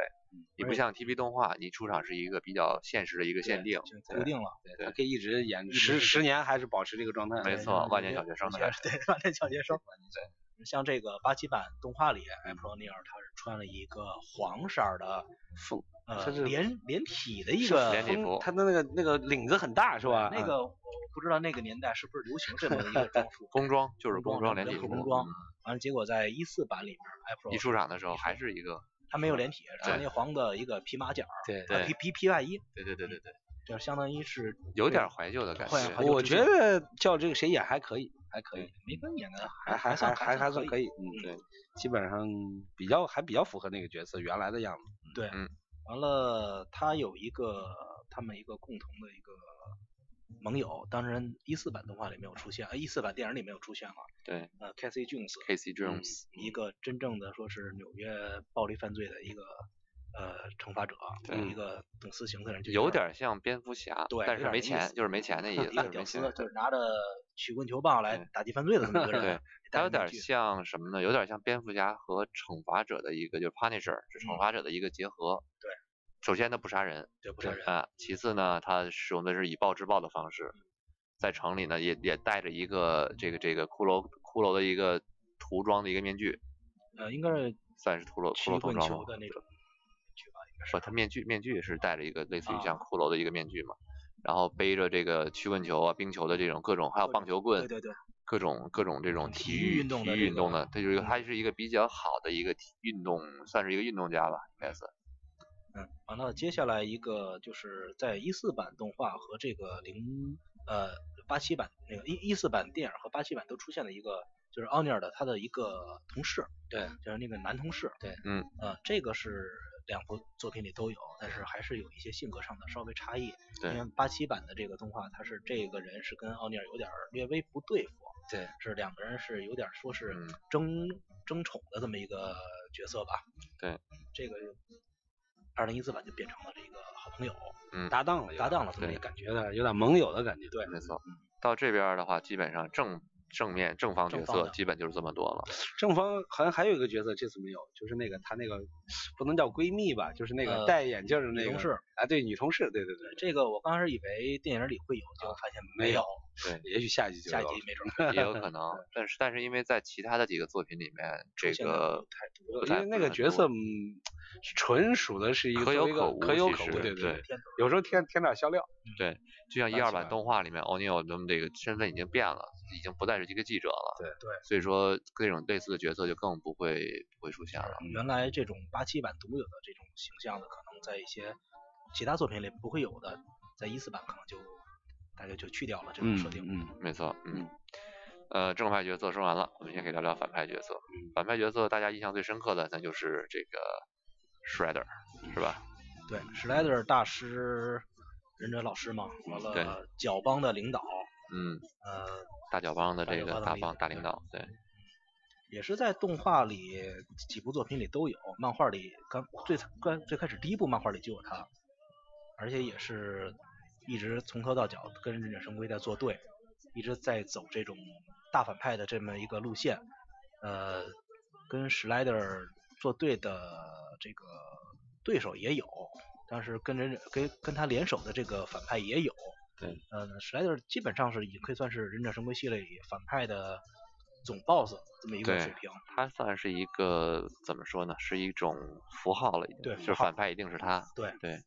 A: 你不像 TV 动画，你出场是一个比较现实的一个限定
B: 已。经固定了，
C: 对，
A: 对
C: 他可以一直演
B: 直是
C: 十十年还是保持这个状态。
A: 没
B: 对
A: 错
B: 让
A: 万
B: 这些
A: 年小学生的
B: 一些
A: 感觉
B: 对，万年小学生，对。像这个八七版动画里，April o n e i 她是穿了一个黄色儿的
C: 风
B: 呃
C: 她是
B: 连连体的一
C: 是
B: 个
A: 连体
C: 风
A: 服，
C: 他的那个那个领子很大是吧？
B: 那个我不知道那个年代是不是流行这么一个装束
A: 工装就是
B: 工
A: 工
B: 装
A: 装连体服，
B: 工装
A: 嗯
B: 完了，结果在一四版里面，April
A: 一出场的时候
B: 一出
A: 还是一个，
B: 他没有连体，穿了
A: 对
B: 一黄的一个皮马甲儿，
C: 对
B: 啊
A: 对
B: 皮皮皮外衣，
A: 对对对对对，
B: 就是相当于是
A: 有点怀旧的感
B: 换
A: 觉
B: 怀。旧
C: 啊我
B: 之
C: 觉
B: 前
C: 得叫这个谁演还可以，还可以
B: 对，没跟演的
C: 还还
B: 算
C: 还还还算可
B: 以，
C: 以，嗯，对，基本上比较还比较符合那个角色原来的样子。
B: 对
A: 嗯。
B: 完了，他有一个他们一个共同的一个盟友，当然一四版动画里没有出现，呃一四版电影里没有出现啊。
A: 对，
B: 呃，Casey Jones 嗯
A: Casey Jones，
B: 一个真正的说是纽约暴力犯罪的一个呃惩罚者，
A: 对
B: 一个懂私刑的人，就
A: 有点像蝙蝠侠，
B: 对
A: 但
B: 有
A: 是
B: 点那
A: 没
B: 意
A: 钱，
B: 思
A: 就是没钱的意 思，
B: 一
A: 就
B: 个
A: 是
B: 屌
A: 没
B: 丝
A: 钱。，
B: 就是拿着曲棍球棒来
A: 对
B: 打击犯罪的这么一个人。啊
A: 对，
B: 戴
A: 他
B: 着
A: 有点
B: 面具
A: 像什么呢？有点像蝙蝠侠和惩罚者的一个，就是 Punisher，是惩
B: 嗯
A: 罚者的一个结合。
B: 对，
A: 首先他不杀人，
B: 对不杀人，嗯
A: 啊，其次呢，他使用的是以暴制暴的方式，在城里呢也也带着一个这个这个骷髅骷髅的一个涂装的一个面具，
B: 呃，应该是
A: 算是骷髅骷
B: 曲
A: 髅头
B: 棍
A: 装
B: 球
A: 吗
B: 的？那种剧吧，应该
A: 不，
B: 是。
A: 他面具面具也是戴着一个类似于
B: 啊
A: 像骷髅的一个面具嘛，然后背着这个曲棍球啊、冰球的这种各种，还有棒球棍，
B: 对对对，
A: 各种各种这种
B: 体育
A: 体育
B: 运动
A: 体
B: 的
A: 育
B: 这嗯
A: 运动
B: 个
A: 的，他就是一个他是一个比较好的一个体运动，算是一个运动家吧，应该是。
B: 嗯，完了，接下来一个就是在一四版动画和这个零呃八七版那个一一四版电影和八七版都出现了一个，就是奥尼尔的他的一个同事，
C: 对，
B: 就是那个男同事，
C: 对，
A: 嗯，
B: 呃，这个是两部作品里都有，但是还是有一些性格上的稍微差异，
A: 对
B: 因为八七版的这个动画，它是这个人是跟奥尼尔有点儿略微不对付，
C: 对，
B: 是两个人是有点儿说是
A: 嗯
B: 争、争宠的这么一个角色吧，
A: 对
B: 嗯，这个二零一四版就变成了这个好朋友，
C: 搭档了有点，
B: 搭档了，这么一
A: 对
B: 个感
C: 觉得有点盟友的感觉。对，
A: 没错。
B: 嗯
A: 到这边儿的话，基本上正正面正方角
B: 正方
A: 色
B: 的
A: 基本就是这么多了。
C: 正方好像还有一个角色这次没有，就是那个她那个不能叫闺蜜吧，就是那个
B: 呃
C: 戴眼镜儿的那
B: 女
C: 个
B: 同事
C: 啊，对，女同事，对对对
B: 觉。这个我刚开始以为电影里会有，结果发现没有，
A: 对，
C: 也许下一集就
B: 下一
C: 有
B: 集
C: 了
B: 没准儿
A: 也有可能，但是但是因为在其他的几个作品里面，这
B: 出现的
A: 个
B: 不太多，
A: 不
C: 因
A: 太
C: 为那个角色，嗯，纯属的是一个
A: 可
C: 作为
A: 有
C: 一个
A: 可无
C: 可有
A: 其
C: 可无，
A: 实
C: 对
A: 对
C: 对。有时候添添点儿笑料，
A: 就像一
C: 想
A: 二
C: 起
A: 版
C: 来
A: 动画里面，哦奥尼尔的这个身份已经变了，已经不再是一个记者了。
C: 对
B: 对，
A: 所以说这种类似的角色就更不会不会出现了。
B: 原来这种八七版独有的这种形象的，可能在一些其他作品里不会有的，在一四版可能就大概就去掉了这种设定。
C: 嗯，
A: 没错，嗯，呃，正派角色说完了，我们现在可以聊聊反派角色。
B: 嗯
A: 反派角色大家印象最深刻的，那就是这个 Shredder，是吧？
B: 对，史莱德大师、忍者老师嘛，完
A: 对
B: 了角帮的领导，
A: 嗯，
B: 呃，
A: 大脚帮的
B: 大
A: 这
B: 脚
A: 个
B: 帮的
A: 大
B: 领
A: 帮
B: 导
A: 大领
B: 对
A: 导，对，
B: 也是在动画里几部作品里都有，漫画里刚最刚最开始第一部漫画里就有他，而且也是一直从头到脚跟忍者神龟在作对，一直在走这种大反派的这么一个路线，呃，跟史莱德尔作对的这个对手也有，但是跟忍者跟跟他联手的这个反派也有，
A: 对，
B: 呃，史莱德尔基本上是也可以算是忍者神龟系列里反派的总 boss 这么一个
A: 对
B: 水平。
A: 他算是一个怎么说呢？是一种符号了，已经，
B: 对
A: 就
B: 符
A: 是
B: 号
A: 反派一定是他，
B: 对
A: 对，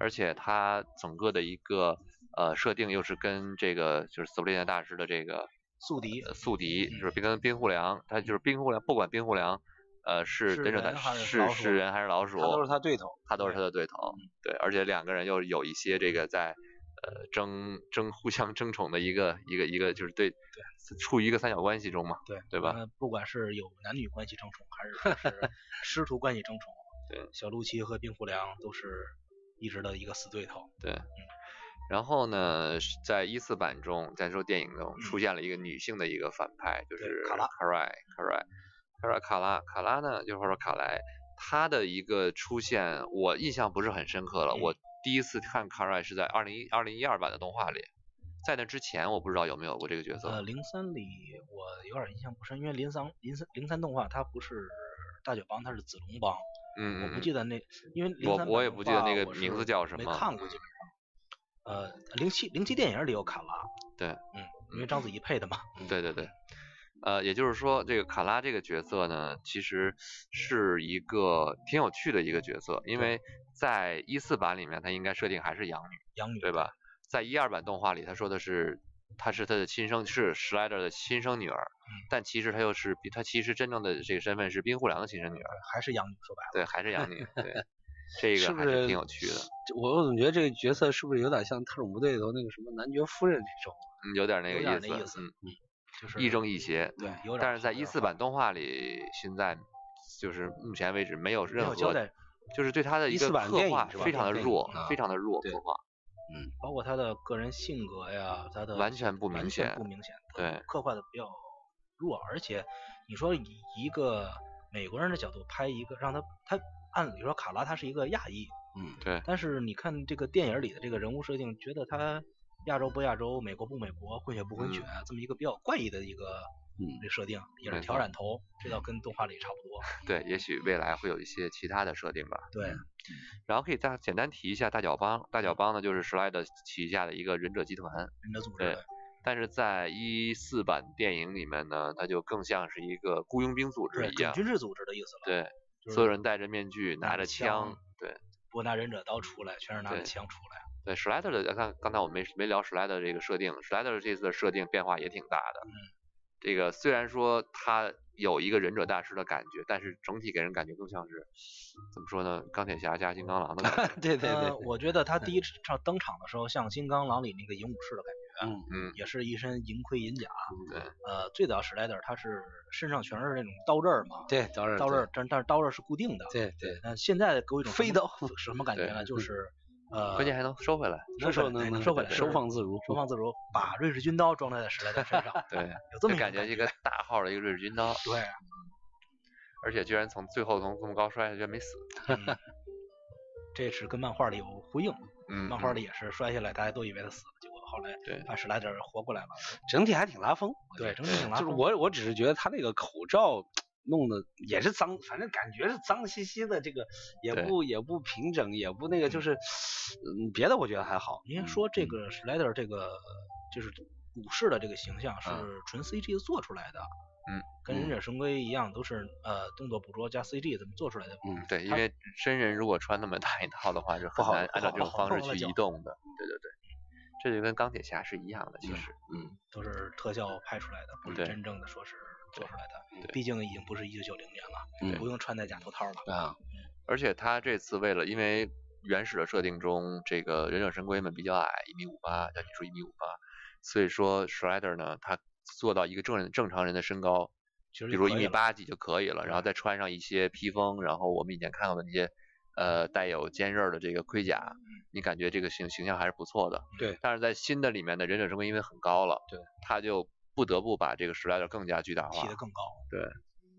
A: 而且他整个的一个呃设定又是跟这个就是斯普林大师的这个
B: 宿敌
A: 呃宿敌，
B: 嗯
A: 就是跟冰护良，他就是冰护良，不管冰护良呃是
B: 是
A: 忍者
B: 人
A: 大
B: 还是
A: 是
B: 老
A: 是
B: 鼠
A: 人还是老鼠，
C: 他都是他对头，
A: 他都是他的对
B: 嗯
A: 头，对，而且两个人又有一些这个在呃争争互相争宠的一个一个一个就是对处于一个三角关系中嘛，
B: 对
A: 对吧？
B: 呃不管是有男女关系争宠，还是说 是师徒关系争宠，
A: 对，
B: 小陆奇和冰户良都是一直的一个死对头。
A: 对。然后呢，是在一四版中，在这部电影中出现了一个女性的一个反派，
B: 嗯
A: 就
B: 对
A: 是
B: 卡拉
A: 卡瑞卡瑞卡瑞卡拉卡拉呢，就是说卡莱，她的一个出现我印象不是很深刻了。
B: 嗯
A: 我第一次看卡瑞是在二零二零一二版的动画里，在那之前我不知道有没有过这个角色。嗯
B: 呃，零三里我有点印象不深，因为零三零三零三动画它不是大九帮，它是子龙帮，
A: 嗯
B: 我
A: 嗯
B: 不
A: 嗯，
B: 记得那，因为03
A: 我
B: 版
A: 我也
B: 动
A: 不记得
B: 画
A: 那个
B: 我
A: 名
B: 是
A: 字叫什
B: 没
A: 么嗯
B: 看过基本上。呃，零七零七电影里有卡拉，
A: 对
B: 嗯，因为章子怡配的嘛，
A: 对对对，呃，也就是说，这个卡拉这个角色呢，其实是一个挺有趣的一个角色，因为在一四版里面，他应该设定还是养女，
B: 养女
A: 对？吧？在一二版动画里，他说的是她是他的亲生，是史莱德的亲生女儿，但其实她又是比她其实真正的这个身份是冰户良的亲生女儿，
B: 还是养女说白了。
A: 对，还是养女，对，这
C: 是
A: 个
C: 不
A: 还是
C: 是
A: 挺有趣的，
C: 就我我总觉得这个角色是不是有点像特种部队里头那个什么男爵夫人那种？
A: 嗯，有点那
B: 有
A: 个
B: 点那
A: 意
B: 意
A: 思，
B: 思
A: 嗯，
B: 就是
A: 亦正亦邪，
B: 对，有点
A: 但是在
B: 有
A: 一
B: 点
A: 四版动画里，现在就是目前为止没有
B: 没
A: 任
B: 有
A: 何
B: 交代
A: 就是对他的一个
C: 14版
A: 刻
C: 电
A: 画
C: 影是吧
A: 非常的
C: 电影
A: 弱
C: 啊，
A: 非常的弱
C: 对
A: 刻画。
B: 包括他的个人性格呀，他的
A: 嗯完全不明
B: 完全
A: 显
B: 不明显，
A: 对，
B: 刻画的比较弱，而且你说以一个美国人的角度拍一个，让他他按理说卡拉他是一个亚裔，
C: 嗯，
A: 对
B: 但是你看这个电影里的这个人物设定，觉得他亚洲不亚洲，美国不美国，混血不混血，啊这么一个比较怪异的一个。
C: 嗯。
B: 这设定也
A: 嗯没
B: 是挑
A: 错
B: 染头，这倒跟动画里差不多。
A: 对，也许未来会有一些其他的设定吧。嗯
B: 对，
A: 然后可以大简单提一下大脚帮，大脚帮呢就是史莱德旗下的一个忍者集团，
B: 忍者组织
A: 对
B: 的
A: 但是在一四版电影里面呢，它就更像是一个雇佣兵组织
B: 对
A: 一
B: 准
A: 样，
B: 军事组织的意思了。
A: 对，
B: 就是
A: 所有人戴着面具，拿
B: 拿
A: 着
B: 着
A: 枪
B: 枪，
A: 对
B: 不拿忍者刀出来，全是拿着
A: 对
B: 枪出来。
A: 对。史莱德的，刚刚才我没没聊史莱德这个设定，史莱德这次的设定变化也挺大的。这个虽然说他有一个忍者大师的感觉，但是整体给人感觉更像是怎么说呢？钢铁侠加金刚狼的感觉
C: 对对对
B: 呃，我觉得他第一场登场的时候，像《金刚狼》里那个银武士的感觉，
C: 嗯
A: 嗯，
B: 也是一身银盔银甲。
A: 对，
B: 呃，最早时代的他是身上全是那种刀刃儿嘛，
C: 对，刀刃
B: 刀刃儿，但但是刀刃儿是固定的。
C: 对嗯对，
B: 嗯，现在给我一种
C: 飞
B: 什么
C: 刀
B: 什么感觉呢？
A: 对
B: 就是呃，
A: 关键还能收回来。
B: 收回来
C: 能
B: 哎能
C: 能
B: 收回来，
C: 收放自如，
B: 收放自如，把瑞士军刀装在时代的身上，
A: 对，
B: 有啊这
A: 就
B: 么一种
A: 感觉一个大号的一个瑞士军刀，
B: 对，
A: 而且居然从最后从这么高摔下去没死。
B: 嗯这是跟漫画里有呼应，
A: 嗯，
B: 漫画
A: 嗯
B: 里也是摔下来，大家都以为他死了，结果后来
A: 对
B: 把史莱德尔活过来了。
C: 整体还挺拉风。我觉
B: 对，
C: 得
B: 整体挺拉
C: 就是
B: 风
C: 我我只是觉得他那个口罩弄得也是脏，反正感觉是脏兮兮的，这个也
A: 对
C: 不也不平整，也不那个，就是嗯，别的我觉得还好。
B: 您说
C: 嗯
B: 这个史莱德尔这个就是武士的这个形象是
A: 嗯
B: 纯 CG 做出来的，
A: 嗯，
B: 跟
A: 嗯
B: 忍者神龟一样，都是呃动作捕捉加 CG 怎么做出来的。
C: 嗯，
A: 对，因
B: 它
A: 为真人如果穿那么大一套的话，是
C: 不
A: 很
C: 好
A: 难
C: 不
A: 按照
C: 好
A: 这种
C: 不好
A: 方式
B: 不好
A: 去
B: 叫
A: 移动的。对对对，这就跟钢铁侠是一样的，其
C: 嗯
A: 实，嗯，
B: 都是特效拍出来的，不是
A: 对
B: 真正的说是做出来的
A: 对。
B: 毕竟已经不是一九九零年了，
C: 嗯
B: 不用穿戴假头套了。
C: 啊，
A: 而且他这次为了，因为原始的设定中，这个忍者神龟们比较矮，一米五八，像你说一米五八，所以说 Shredder 呢，他做到一个正人正常人的身高，
B: 其实
A: 比
B: 就
A: 如
B: 可
A: 一
B: 以
A: 米
B: 了嗯
A: 八几就可以了，然后再穿上一些披风，然后我们以前看到的那些呃带有尖刃儿的这个盔甲，
B: 嗯
A: 你感觉这个形形象还是不错的。
C: 对，
A: 但是在新的里面的忍者神龟因为很高了，
C: 对，
A: 他就不得不把这个 Shredder 更加巨大
B: 提
A: 化
B: 得，更高。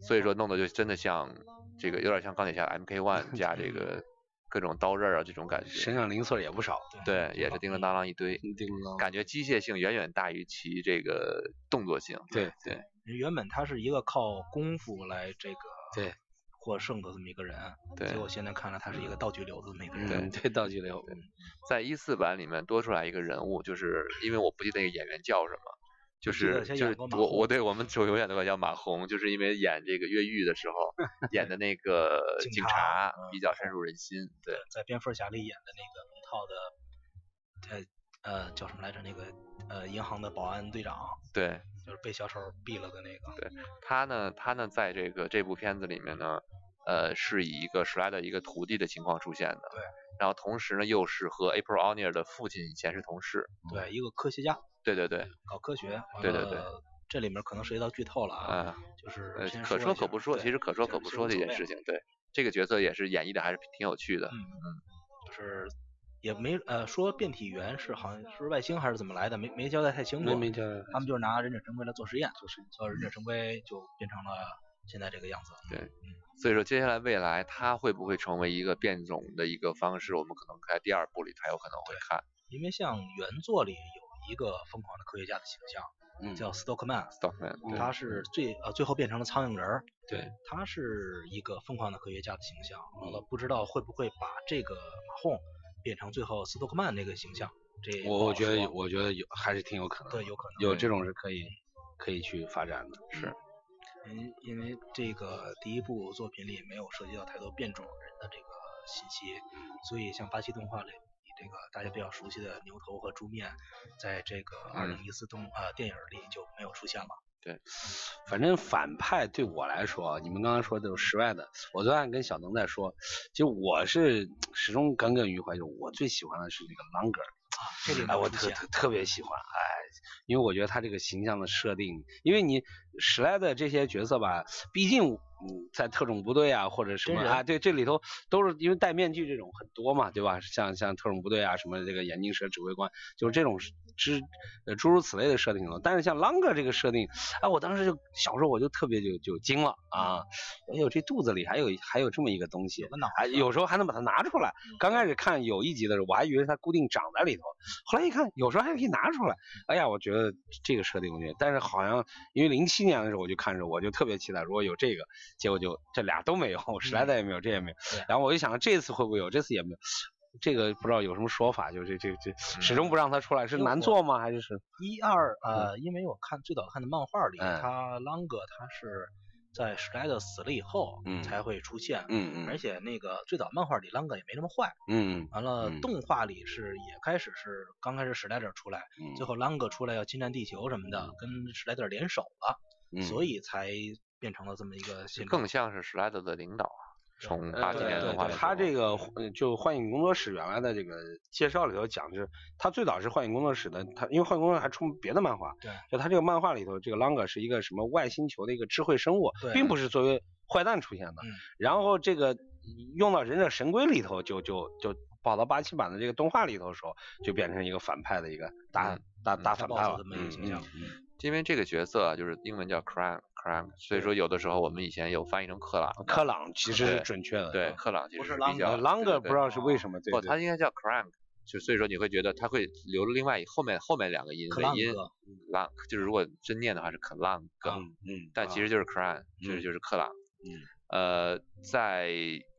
A: 所以说弄得就真的像这个有点像钢铁侠 MK One 加这 个各种刀刃儿啊这种感
C: 身
A: 觉，
C: 上零碎儿也不少。
A: 对，也是叮叮当当一堆，
C: 叮
B: 嗯
C: 当
A: 感觉机械性远远大于其这个动作性。
C: 对
A: 对，
B: 原本他是一个靠功夫来这个
C: 对
B: 获胜的这么一个人，
A: 对
B: 结果现在看来他是一个道具流子那个人。
C: 嗯对，道具流，
A: 在一四版里面多出来一个人物，就是因为我不记得那个演员叫什么，就
B: 记得
A: 是
B: 以前
A: 就
B: 演
A: 是
B: 过马
A: 我我
B: 红
A: 对我们就永远都管叫马红，就是因为演这个越狱的时 候演的那个
B: 警
A: 警
B: 察
A: 察
B: 嗯
A: 比较深入人心，对
B: 在蝙蝠侠里演的那个龙套的，呃呃叫什么来着？那个呃银行的保安队长，
A: 对。
B: 就是被小丑毙了的那个。
A: 他呢，他呢，在这个这部片子里面呢，呃，是以一个史莱的一个徒弟的情况出现的。
B: 对。
A: 然后同时呢，又是和 April O'Neil 的父亲以前是同事。
B: 对，一个科学家
A: 对对对，
B: 搞科学。完
A: 对对对
B: 了。这里面可能涉及到剧透了啊，
A: 啊、
B: 就是
A: 呃，
B: 先
A: 可
B: 说
A: 说
B: 一下
A: 可不说，
B: 对
A: 其实可说可不说的一件事。
B: 就是
A: 情。对，这个角色也是演绎的还是挺有趣的。
B: 嗯就是也没呃说变体猿是好像是外星还是怎么来的，没没交代太清楚。
C: 没没这
B: 他们就是拿忍者神龟来做实验，做实验，所以忍者神龟就变成了现在这个样子。
A: 所以说，接下来未来他会不会成为一个变种的一个方式，我们可能在第二部里才有可能会看。
B: 因为像原作里有一个疯狂的科学家的形象，
C: 嗯，
B: 叫斯托克曼，
A: Stockman，对
B: 他是最呃最后变成了苍蝇人儿，
C: 对，
B: 他是一个疯狂的科学家的形象。完
C: 嗯
B: 了，不知道会不会把这个马哄变成最后斯托克曼那个形象？这也不
C: 我我
B: 好
C: 觉得
B: 说
C: 有，我觉得有还是挺有可能的，
B: 对有可能
C: 有这种是可以可以去发展的。嗯
A: 是
B: 因因为这个第一部作品里没有涉及到太多变种人的这个信息，
C: 嗯
B: 所以像巴西动画里这个大家比较熟悉的牛头和猪面，在这个
C: 嗯
B: 二零一四动呃电影里就没有出现了。
C: 反正反派对我来说啊，你们刚刚说这种室外的，我昨晚跟小能在说，就我是始终耿耿于怀，就我最喜欢的是那个朗格尔，
B: 这里
C: 哎，
B: 面
C: 我
B: 出
C: 特
B: 现
C: 特特别喜欢，哎，因为我觉得他这个形象的设定，因为你史莱的这些角色吧，毕竟嗯在特种部队啊或者什么
B: 真人
C: 啊，对，这里头都是因为戴面具这种很多嘛，对吧？像像特种部队啊什么这个眼镜蛇指挥官，就是这种之呃诸如此类的设定了。但是像朗格这个设定，哎，我当时就小时候我就特别就就惊了啊，哎呦这肚子里还有还有这么一个东西，
B: 有个脑
C: 哎，有时候还能把它拿出来。刚开始看有一集的时候，我还以为它固定长在里头，后来一看，有时候还可以拿出来。哎呀，我觉得这个设定我觉得，但是好像因为零七年的时候我就看着，我就特别期待，如果有这个，结果就这俩都没有，史莱德也没有，这也没有
B: 对。
C: 然后我就想这次会不会有，这次也没有。这个不知道有什么说法，就这这这始终不让它出来，是
B: 因为
C: 难
B: 我
C: 做吗？还是是
B: 一二
A: 嗯
B: 呃，因为我看最早看的漫画里，
C: 嗯
B: 他朗哥他是在史莱德死了以后
C: 嗯
B: 才会出现，
C: 嗯
B: 而且那个最早漫画里朗哥也没那么坏，
C: 嗯
B: 完了
C: 嗯
B: 动画里是也开始是刚开始史莱德出来。
C: 嗯
A: 嗯
C: 嗯
B: 最后朗哥出来要侵占地球什么的，跟史莱德尔联手了，所
C: 以
B: 以才变成了这么一个现状。
A: 更像是史莱德的领导啊，从
C: 呃
A: 八几
C: 对
A: 年
C: 对
A: 文化
C: 对
A: 的时
C: 他
A: 候
C: 这个呃就幻影工作室原来的这个介绍里头讲，就是他最早是幻影工作室的，他因为幻影工作室还出别的漫画，
B: 对，
C: 就他这个漫画里头，这个 Langa 是一个什么外星球的一个智慧生物
B: 对，
C: 并不是作为坏蛋出现的，
B: 嗯
C: 然后这个用到忍者神龟里头就，就就跑到八七版的这个动画里头的时候，就变成一个反派的一个大、
A: 嗯
C: 大
A: 嗯
C: 大
B: 大
C: 反
B: boss
C: 派了
B: 这，么一个形
C: 嗯
B: 象。
A: 因为这个角色啊，就是英文叫 Crank Crank，所以说有的时候我们以前有翻译成克朗，
C: 克朗其实是
A: 对
C: 准确的，
A: 对，克朗其
B: 不
A: 实
B: 是
A: 比
B: Langa，
A: 较
C: 呃，Langa 不知道是为
A: 么，
C: 什么，对
A: 不，
C: 对
A: 他应该叫 Crank，就所以说你会觉得他会留了另外一后面后面两个音
B: 克
A: 尾
B: 朗
A: 音
B: 哥
A: Lang，就是如果真念的话是 Clank，
C: 嗯嗯，
A: 但其
C: 啊
A: 实就是 Cran，其实
C: 嗯
A: 就是克朗。
C: 嗯。
A: 呃，在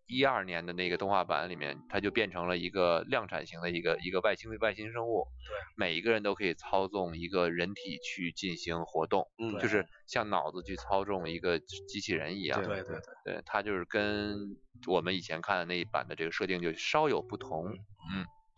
A: 一二年的那个动画版里面，它就变成了一个量产型的一个一个外星外星生物。
B: 对。
A: 每一个人都可以操纵一个人体去进行活动，
C: 嗯
A: 就
C: 对
A: 是像脑子去操纵一个机器人一样。
B: 对对对，
A: 嗯对，它就是跟我们以前看的那一版的这个设定就稍有不
B: 嗯
A: 同，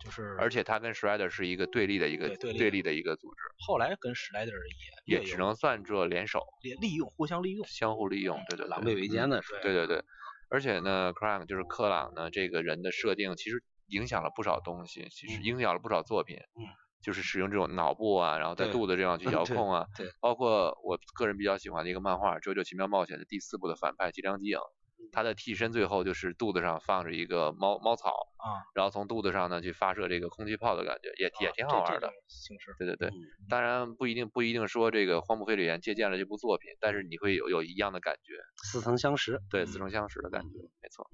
B: 就是
A: 而且它跟 Shredder 是一个对立的一个
B: 对对立
A: 对
B: 的
A: 立的一个组织，
B: 后来跟史莱德尔也
A: 也
B: 略
A: 只
B: 有
A: 能算作联手，
B: 利利用互相利用。
A: 相互利用。对对对，
C: 狼狈为
A: 嗯
C: 奸的时候，
A: 对对对，而且呢，Crank 就是克朗呢这个人的设定，其实影响了不少东西，其实影响了不少作品。
C: 嗯。
A: 就是使用这种脑部啊，然后在
C: 对
A: 肚子这样去遥
C: 对
A: 控啊，
C: 对
A: 包括我个人比较喜欢的一个漫画《JoJo 奇妙冒险》的第四部的反派吉良吉影，
C: 嗯
A: 他的替身最后就是肚子上放着一个猫猫草
B: 啊，
A: 然后从肚子上呢去发射这个空气炮的感觉，也也
B: 啊
A: 挺
B: 这
A: 好
B: 这
A: 玩的
B: 种。形式。
A: 对对对
C: 嗯，
A: 当然不一定不一定说这个荒木飞吕彦借鉴了这部作品，但是你会有有一样的感觉，
C: 似曾相识，
A: 对，似曾相识的感觉，没错。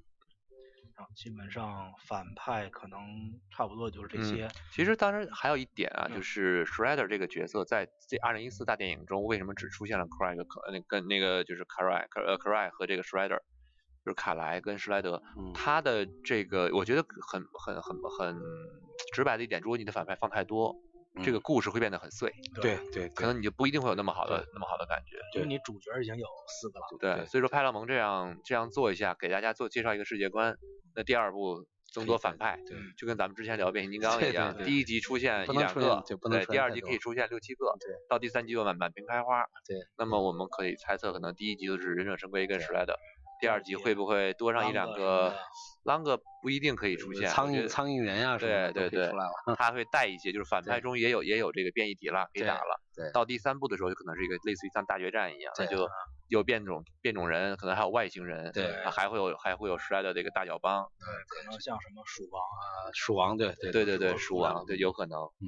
B: 啊，基本上反派可能差不多就是这
A: 嗯
B: 些。
A: 其实当时还有一点啊，就
B: 嗯
A: 是 Shredder 这个角色在这二零一四大电影中，为什么只出现了 Cry 和那跟那个就是 Cry 呃 Cry 和这个 Shredder，就是卡莱跟施莱德，
C: 嗯
A: 他的这个我觉得很很很很直白的一点，如果你的反派放太多，嗯这个故事会变得很碎，
C: 对嗯对，
A: 可能你就不一定会有那么好的那么好的感觉。
B: 因为你主角已经有四个了，
A: 对，所以说派拉蒙这样这样做一下，给大家做介绍一个世界观，那第二部增多反派，
B: 嗯
C: 对
A: 就跟咱们之前聊变形金刚
C: 对
A: 一样，
C: 对对
A: 第一集出现
C: 不
A: 一
C: 能
A: 两
C: 出
A: 个
C: 现对，不能
A: 对，
C: 出
A: 第
C: 现
A: 二
C: 太
A: 集可
C: 多
A: 以出现六七个，
C: 对，
A: 到第三集就满满屏开花，
C: 对。
A: 那么我们可以猜测，可能第一集就是忍者神龟跟史莱德，第二集
B: 对
A: 会不会多上
B: 啷
A: 一两
B: 个什么
A: 个
B: 的
A: 啷个不一定可以出现，
C: 苍
A: 我觉
C: 蝇
A: 得
C: 苍蝇人呀什么
A: 对对
C: 的都可以
A: 对
C: 出来了，
A: 他会带一些，就是反派
C: 对
A: 中也有也有这个变异体了，可以
C: 对
A: 打了。
C: 对
A: 到第三部的时候，就可能是一个类似于像大决战一样，那
C: 对
A: 就有变种变种人，可能还有外星人，
C: 对
A: 啊还会有还会有时代的这个大脚帮，
B: 对，可能像什么鼠王啊，
C: 呃鼠王对对
A: 对对对，
B: 都
A: 鼠
B: 出来
A: 王，对，有可能。
C: 嗯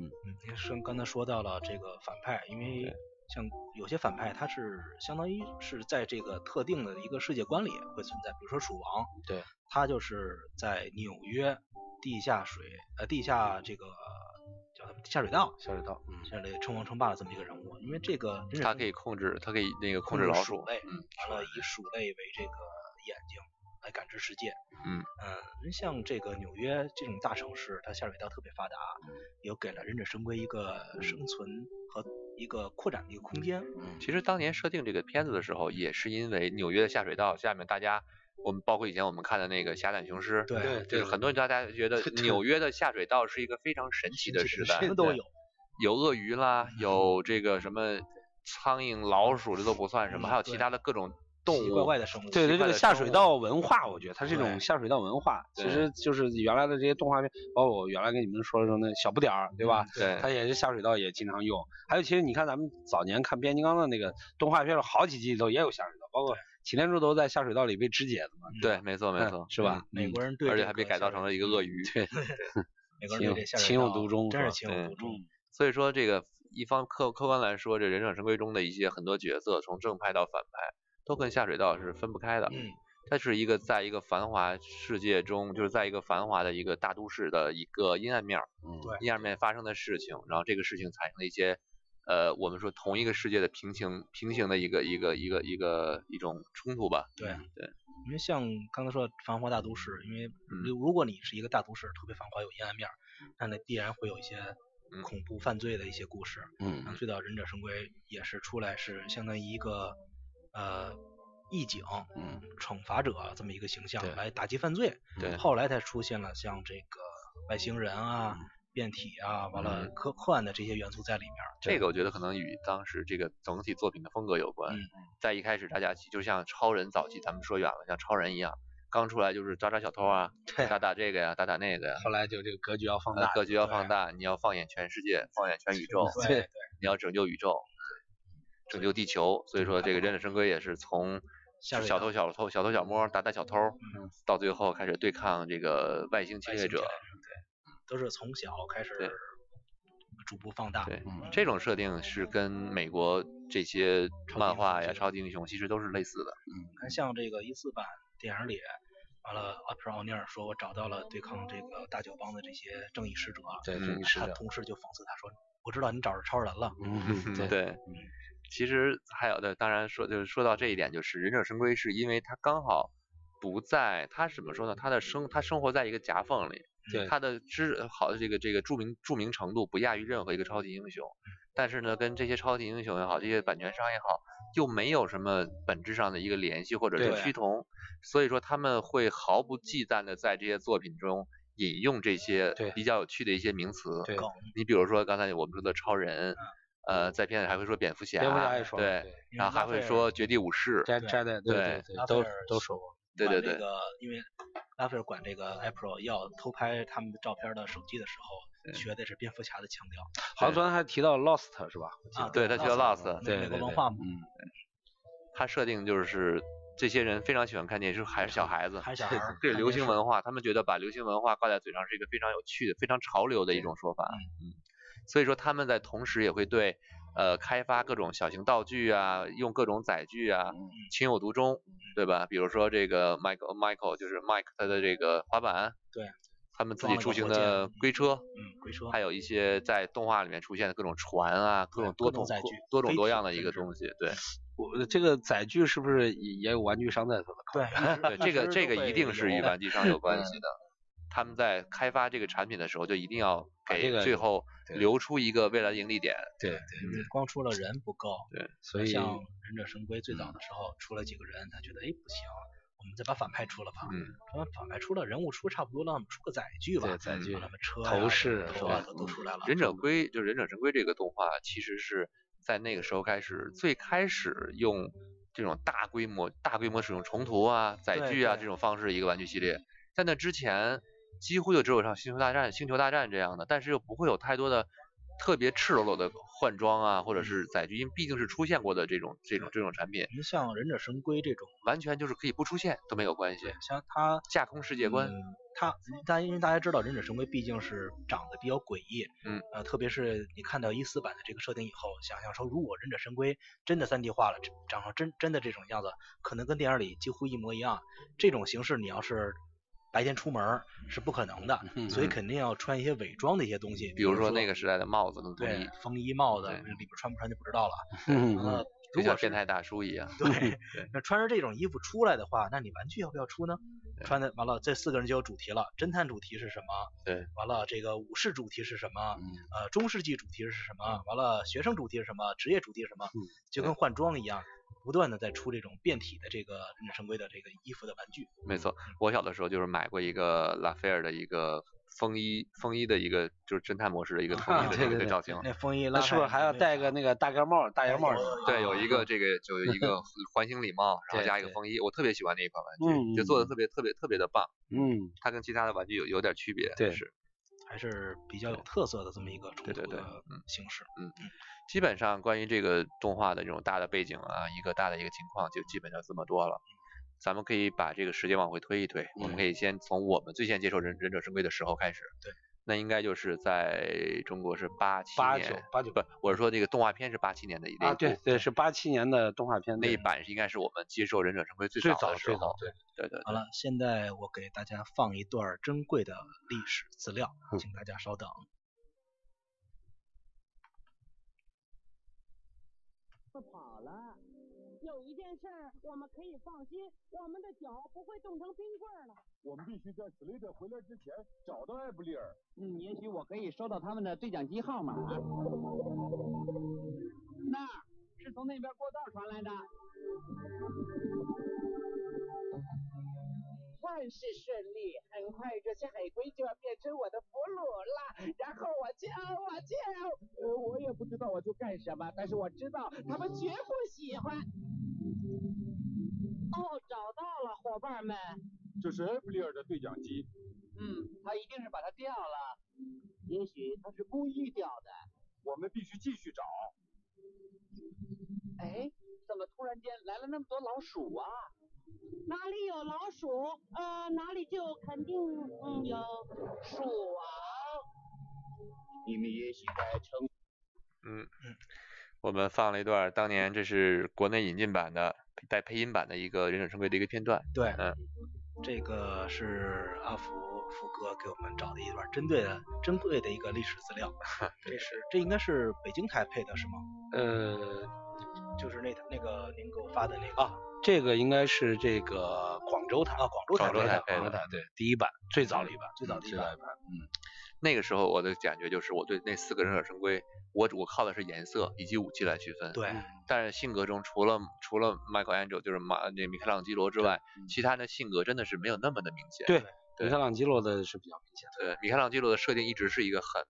C: 嗯
B: 嗯，因为是刚才说到了这个反派，因为像有些反派他是相当于是在这个特定的一个世界观里会存在，比如说鼠王，
C: 嗯对，
B: 他就是在纽约地下水呃地下这个叫什么地下水道
C: 小水道，嗯
B: 这里称王称霸的这么一个人物，因为这个忍者
A: 他
B: 神
A: 可以控制，他可以那个
B: 控
A: 控制
B: 制
A: 老
B: 鼠
A: 鼠，
B: 类
A: 嗯，
B: 完了以鼠类为这个眼睛来感知世界。
A: 嗯
B: 嗯，像这个纽约这种大城市，它下水道特别发达，
A: 嗯
B: 有给了忍者神龟一个生存和一个扩展的一个空间。
A: 其实当年设定这个片子的时候，也是因为纽约的下水道下面，大家我们包括以前我们看的那个《侠胆雄狮》，
B: 对
C: 对
A: 就是很多人大家觉得纽约的下水道是一个非常神奇的时代
B: 什，么都
A: 对
B: 有。
A: 有鳄鱼啦，有这个什么苍蝇、老鼠，这都不算什么，
B: 嗯
A: 还有其
B: 对
A: 他的各种动
B: 奇
A: 物。
B: 怪怪的生物，
C: 对
A: 奇
C: 对，这
A: 怪
C: 个
A: 的
C: 下
A: 生
C: 水
A: 物
C: 道文化，我觉得它是一
A: 对
C: 种下水道文化，其
A: 对
C: 实就是原来的这些动画片，包括我原来跟你们说的时候，那小不点儿，对吧？
A: 嗯对
C: 它也是下水道也经常用，还有其实你看咱们早年看变形金刚的那个动画片儿，好几集里头也有下水道，包括擎天柱都在下水道里被肢解的嘛，
A: 对，没错没
C: 嗯
A: 错，
C: 是吧？
B: 美
C: 嗯
B: 国人对
A: 而且
B: 这
A: 还被
B: 个
A: 改
B: 下
A: 造
B: 水嗯
A: 成了一个鳄鱼。
C: 对，
B: 美国人
C: 情
B: 对
C: 有
B: 这下
C: 情
B: 水
C: 有
B: 道
C: 独钟
B: 真
C: 是
B: 是情
C: 吧
B: 有独
A: 对
B: 钟。
A: 所以说这个一方客客观来说，这《忍者神龟》中的一些很多角色，从正派到反派，都跟下水道是分不开的。
B: 嗯，
A: 它是一个在一个繁华世界中，就是在一个繁华的一个大都市的一个阴暗面儿，
C: 嗯
B: 对
A: 阴暗面发生的事情，然后这个事情产生了一些，呃，我们说同一个世界的平行平行的一个一个一个一个一种冲突吧。
B: 对啊
C: 嗯
A: 对，
B: 因为像刚才说的繁华大都市，因为如如果你是一个大都市特别繁华有阴暗面儿，
C: 嗯
B: 那那必然会有一些
A: 嗯
B: 恐怖犯罪的一些故事。
C: 嗯
B: 然后最早忍者神龟也是出来是相当于一个呃义警、
C: 嗯
B: 惩罚者这么一个形象
C: 对嗯
B: 来打击犯罪。
A: 对
C: 嗯
B: 后来才出现了像这个外星人啊，变体啊，完了科科幻的这些元素在里面。
A: 这个我觉得可能与当时这个整体作品的风格有关
B: 嗯。
A: 在一开始，大家就像超人早期，咱们说远了，像超人一样，刚出来就是抓抓小偷啊，
B: 对
A: 打打这个呀，打打那个呀，
C: 后来就这个格局要放
A: 呃
C: 大，
A: 格局要
C: 对
A: 放大，你要放眼全世界，放眼全宇宙，
B: 对
C: 对，
A: 你要拯救宇宙，拯救地球。所以说，这个忍者神龟也是从
B: 下水
A: 小
B: 道
A: 偷小偷小偷小摸打打小偷，
B: 嗯
A: 到最后开始对抗这个外星侵
B: 外
A: 略
B: 星之类
A: 者啊
B: 的。对，都是从小开始
A: 对
B: 逐步放大。
A: 对
B: 嗯，
A: 这种设定是跟美国这些
B: 超级英
A: 漫
B: 雄
A: 画
B: 这
A: 呀、
B: 种
A: 超级英雄其实都是类似的。
B: 你看像这个一四版电影里，完了阿普奥尼尔说我找到了对抗这个大酒帮的这些正义使者，
C: 对，
A: 嗯
C: 这个是
B: 他
C: 的，
B: 同事就讽刺他说我知道你找着超人了，
C: 嗯，对，
A: 对，其实还有的，当然说就是说到这一点，就是忍者神龟是因为他刚好不在，他怎么说呢？他的生他生活在一个夹缝里，
C: 对
A: 他的知好的这个这个著名著名程度不亚于任何一个超级英雄，但是呢，跟这些超级英雄也好，这些版权商也好，又没有什么本质上的一个联系或者
B: 对
A: 是趋同，所以说他们会毫不忌惮的在这些作品中引用这些
C: 对
A: 比较有趣的一些名词。
C: 对，
A: 你比如说刚才我们说的超人，
B: 嗯
A: 呃，在片子里还会说蝙蝠侠，
C: 蝙蝠侠也说了
A: 对，
C: 啊对
A: 然后还会说绝地武士，
C: 摘
B: 对
C: 摘的，对
A: 对
C: 对
B: 拉，斐
C: 都
B: 尔
C: 都说过，
A: 对对
B: 管
A: 对
B: 这，个因为拉斐尔管这个 April 要偷拍他们的照片的手机的时候，
A: 对
B: 学的是蝙蝠侠的腔调
C: 好像昨天还提到 Lost 是吧？我记
B: 啊
A: 对
C: 得
A: 他提到 Lost，
C: 对
B: 美
C: 对
B: 国文
C: 对
B: 化嘛，
C: 嗯，
A: 他设定就是这些人非常喜欢看电视，还是小孩子，
B: 还是小孩儿
A: 对
B: 看
A: 流
B: 电
A: 行
B: 视
A: 文化，他们觉得把流行文化挂在嘴上是一个非常有趣的、非常潮流的一种说法。嗯，所以说他们在同时也会对呃开发各种小型道具啊，用各种载具
B: 嗯
A: 啊，情有独钟，对吧？比如说这个 Michael Michael 就是 Mike 他的这个滑板，
B: 对，
A: 他们自
B: 装
A: 己
B: 了
A: 出
B: 个
A: 行
B: 火箭
A: 的龟车，
B: 嗯，鬼车
A: 还有一些在动画里面出现的各种船啊，各
B: 对
A: 种
B: 各
A: 多
B: 种
A: 种
B: 载
A: 多
B: 具
A: 多种
B: 飞
A: 多
B: 艇
A: 样的一
B: 甚
A: 个
B: 至
A: 东西，对。
C: 我这个载具是不是也也有玩具商在做的考
B: 对
C: 虑？
A: 对，这个这个一定是与
B: 吧？
A: 玩具商有关系的。他们在开发这个产品的时候，就一定要
C: 把这
A: 给
C: 个
A: 最后
C: 对
A: 留出一个未来盈利点。
C: 对对，
B: 你光出了人不够，
C: 所以
B: 像忍者神龟最早的时候出了几个人，他觉得哎不行，我们再把反派出了吧，
A: 嗯，
B: 出完反派出了人物出差不多了，我们出个载具吧，
C: 对载具
B: 把他们车呀
C: 头饰
B: 头啊
C: 是吧
B: 都都出来了，
A: 嗯忍者龟就忍者神龟这个动画，其实是在那个时候开始，最开始用这种大规模大规模使用重图啊、载
B: 对
A: 具啊
B: 对
A: 这种方式的一个玩具系列。在那之前，几乎就只有像星球大战、星球大战这样的，但是又不会有太多的特别赤裸裸的换装啊，或者是载具，因为毕竟是出现过的这种这种这种产品。
B: 您像忍者神龟这种，
A: 完全就是可以不出现都没有关系，
B: 像他
A: 架空世界观，
B: 嗯他大家因为大家知道忍者神龟毕竟是长得比较诡异，
A: 嗯，
B: 呃，特别是你看到一四版的这个设定以后，想象说如果忍者神龟真的三 D 化了，真长成真真的这种样子，可能跟电影里几乎一模一样。这种形式你要是白天出门儿是不可能的，所以
A: 嗯
B: 肯定要穿一些伪装的一些东西，
A: 比如说那个时代的帽子 跟风
B: 对
A: 衣，
B: 风衣帽子，
A: 对
B: 里边穿不穿就不知道了。
C: 嗯嗯
B: 呃，
A: 就
B: 如
A: 像
B: 果是
A: 变态大叔一样。
B: 对，那穿着这种衣服出来的话，那你玩具要不要出呢？
A: 对
B: 穿的完了，这四个人就有主题了。侦探主题是什么？
A: 对，
B: 完了这个武士主题是什么？
C: 嗯
B: 呃，中世纪主题是什么？完了学生主题是什么？职业主题是什么？
C: 嗯
B: 就跟换装一样，不断的在出这种变体的这个忍者神龟的这个衣服的玩具。
A: 没错，我小的时候就是买过一个拉斐尔的一个风衣，风衣的一个就是侦探模式的一个风衣
C: 啊
A: 的
C: 对
A: 一
C: 对
A: 个
C: 对
A: 造型。
B: 嗯那风衣
C: 那
B: 拉
C: 是不是
B: 开
C: 还要
B: 没有
C: 戴个
B: 啥
C: 那个大盖帽、大檐帽什么的？
A: 对，有一个这个就有一 个环形礼帽，然后
C: 对
A: 加一个
C: 对
A: 风衣，我特别喜欢那一款玩
C: 嗯
A: 具，就做的特别特别特别的棒。
C: 嗯，
A: 它跟其他的玩具有有点区别，
C: 对
A: 是
B: 还是比较有特色的这么一个冲
A: 对对
B: 突
A: 对
B: 的
A: 嗯
B: 形式。
A: 基本上关于这个动画的这种大的背景啊，一个大的一个情况就基本就这么多了。咱们可以把这个时间往回推一推，我
C: 嗯
A: 们可以先从我们最先接受忍忍者神龟的时候开始。
B: 对，
A: 那应该就是在中国是八七
C: 八九
A: 年，
C: 八九
A: 不，我是说这个动画片是八七年的一
C: 啊，对
A: 部
C: 对，是八七年的动画片
A: 那
C: 对
A: 一版是应该是我们接受忍者神龟最
C: 最
A: 早
C: 早
A: 的时
C: 最早
A: 候。
C: 对，
A: 对对
B: 好了，现在我给大家放一段珍贵的历史资料，
C: 嗯
B: 请大家稍等。
D: 跑了。有一件事儿我们可以放心，我们的脚不会冻成冰棍儿了。
E: 我们必须在斯雷特回来之前找到艾布利尔。
D: 嗯，也许我可以收到他们的对讲机 号码。那儿是从那边过道传来的。快万事顺利，很快这些海龟就要变成我的俘虏了。然后我就我就、呃我也不知道我就干什么，但是我知道他们绝不喜欢。哦，找到了，伙伴们。
E: 这是埃布利尔的对讲机，
D: 嗯，他一定是把它掉了，也许他是故意掉的。
E: 我们必须继续找。
D: 哎，怎么突然间来了那么多老鼠啊？哪里有老鼠，呃，哪里就肯定嗯有鼠王。
F: 你们也许该称
A: 嗯
C: 嗯
A: 我们放了一段儿当年这是国内引进版的带配音版的一个忍者神龟的一个片段，
B: 对，
A: 嗯
B: 这个是阿福福哥给我们找的一段针对的珍贵的一个历史资 料，这是这应该是北京台配的是吗？
C: 呃，
B: 就是那那个您给我发的那个
C: 啊这个应该是这个广州台
B: 啊，广州台
A: 广州
B: 配
A: 台
B: 的
A: 配
B: 啊
C: 广州台对第一版最早的一版，
B: 最早的一
C: 最
B: 版
C: 早一版，嗯，
A: 那个时候我的感觉就是我对那四个忍者神龟，我我靠的是颜色以及武器来区分，
B: 对，
C: 嗯
A: 但是性格中除了除了迈克尔· e l 就是马那米开朗基罗之外，其他的性格真的是没有那么的明显。
C: 嗯对
A: 对
C: 米开朗基罗的是比较明显的。
A: 对，米开朗基罗的设定一直是一个很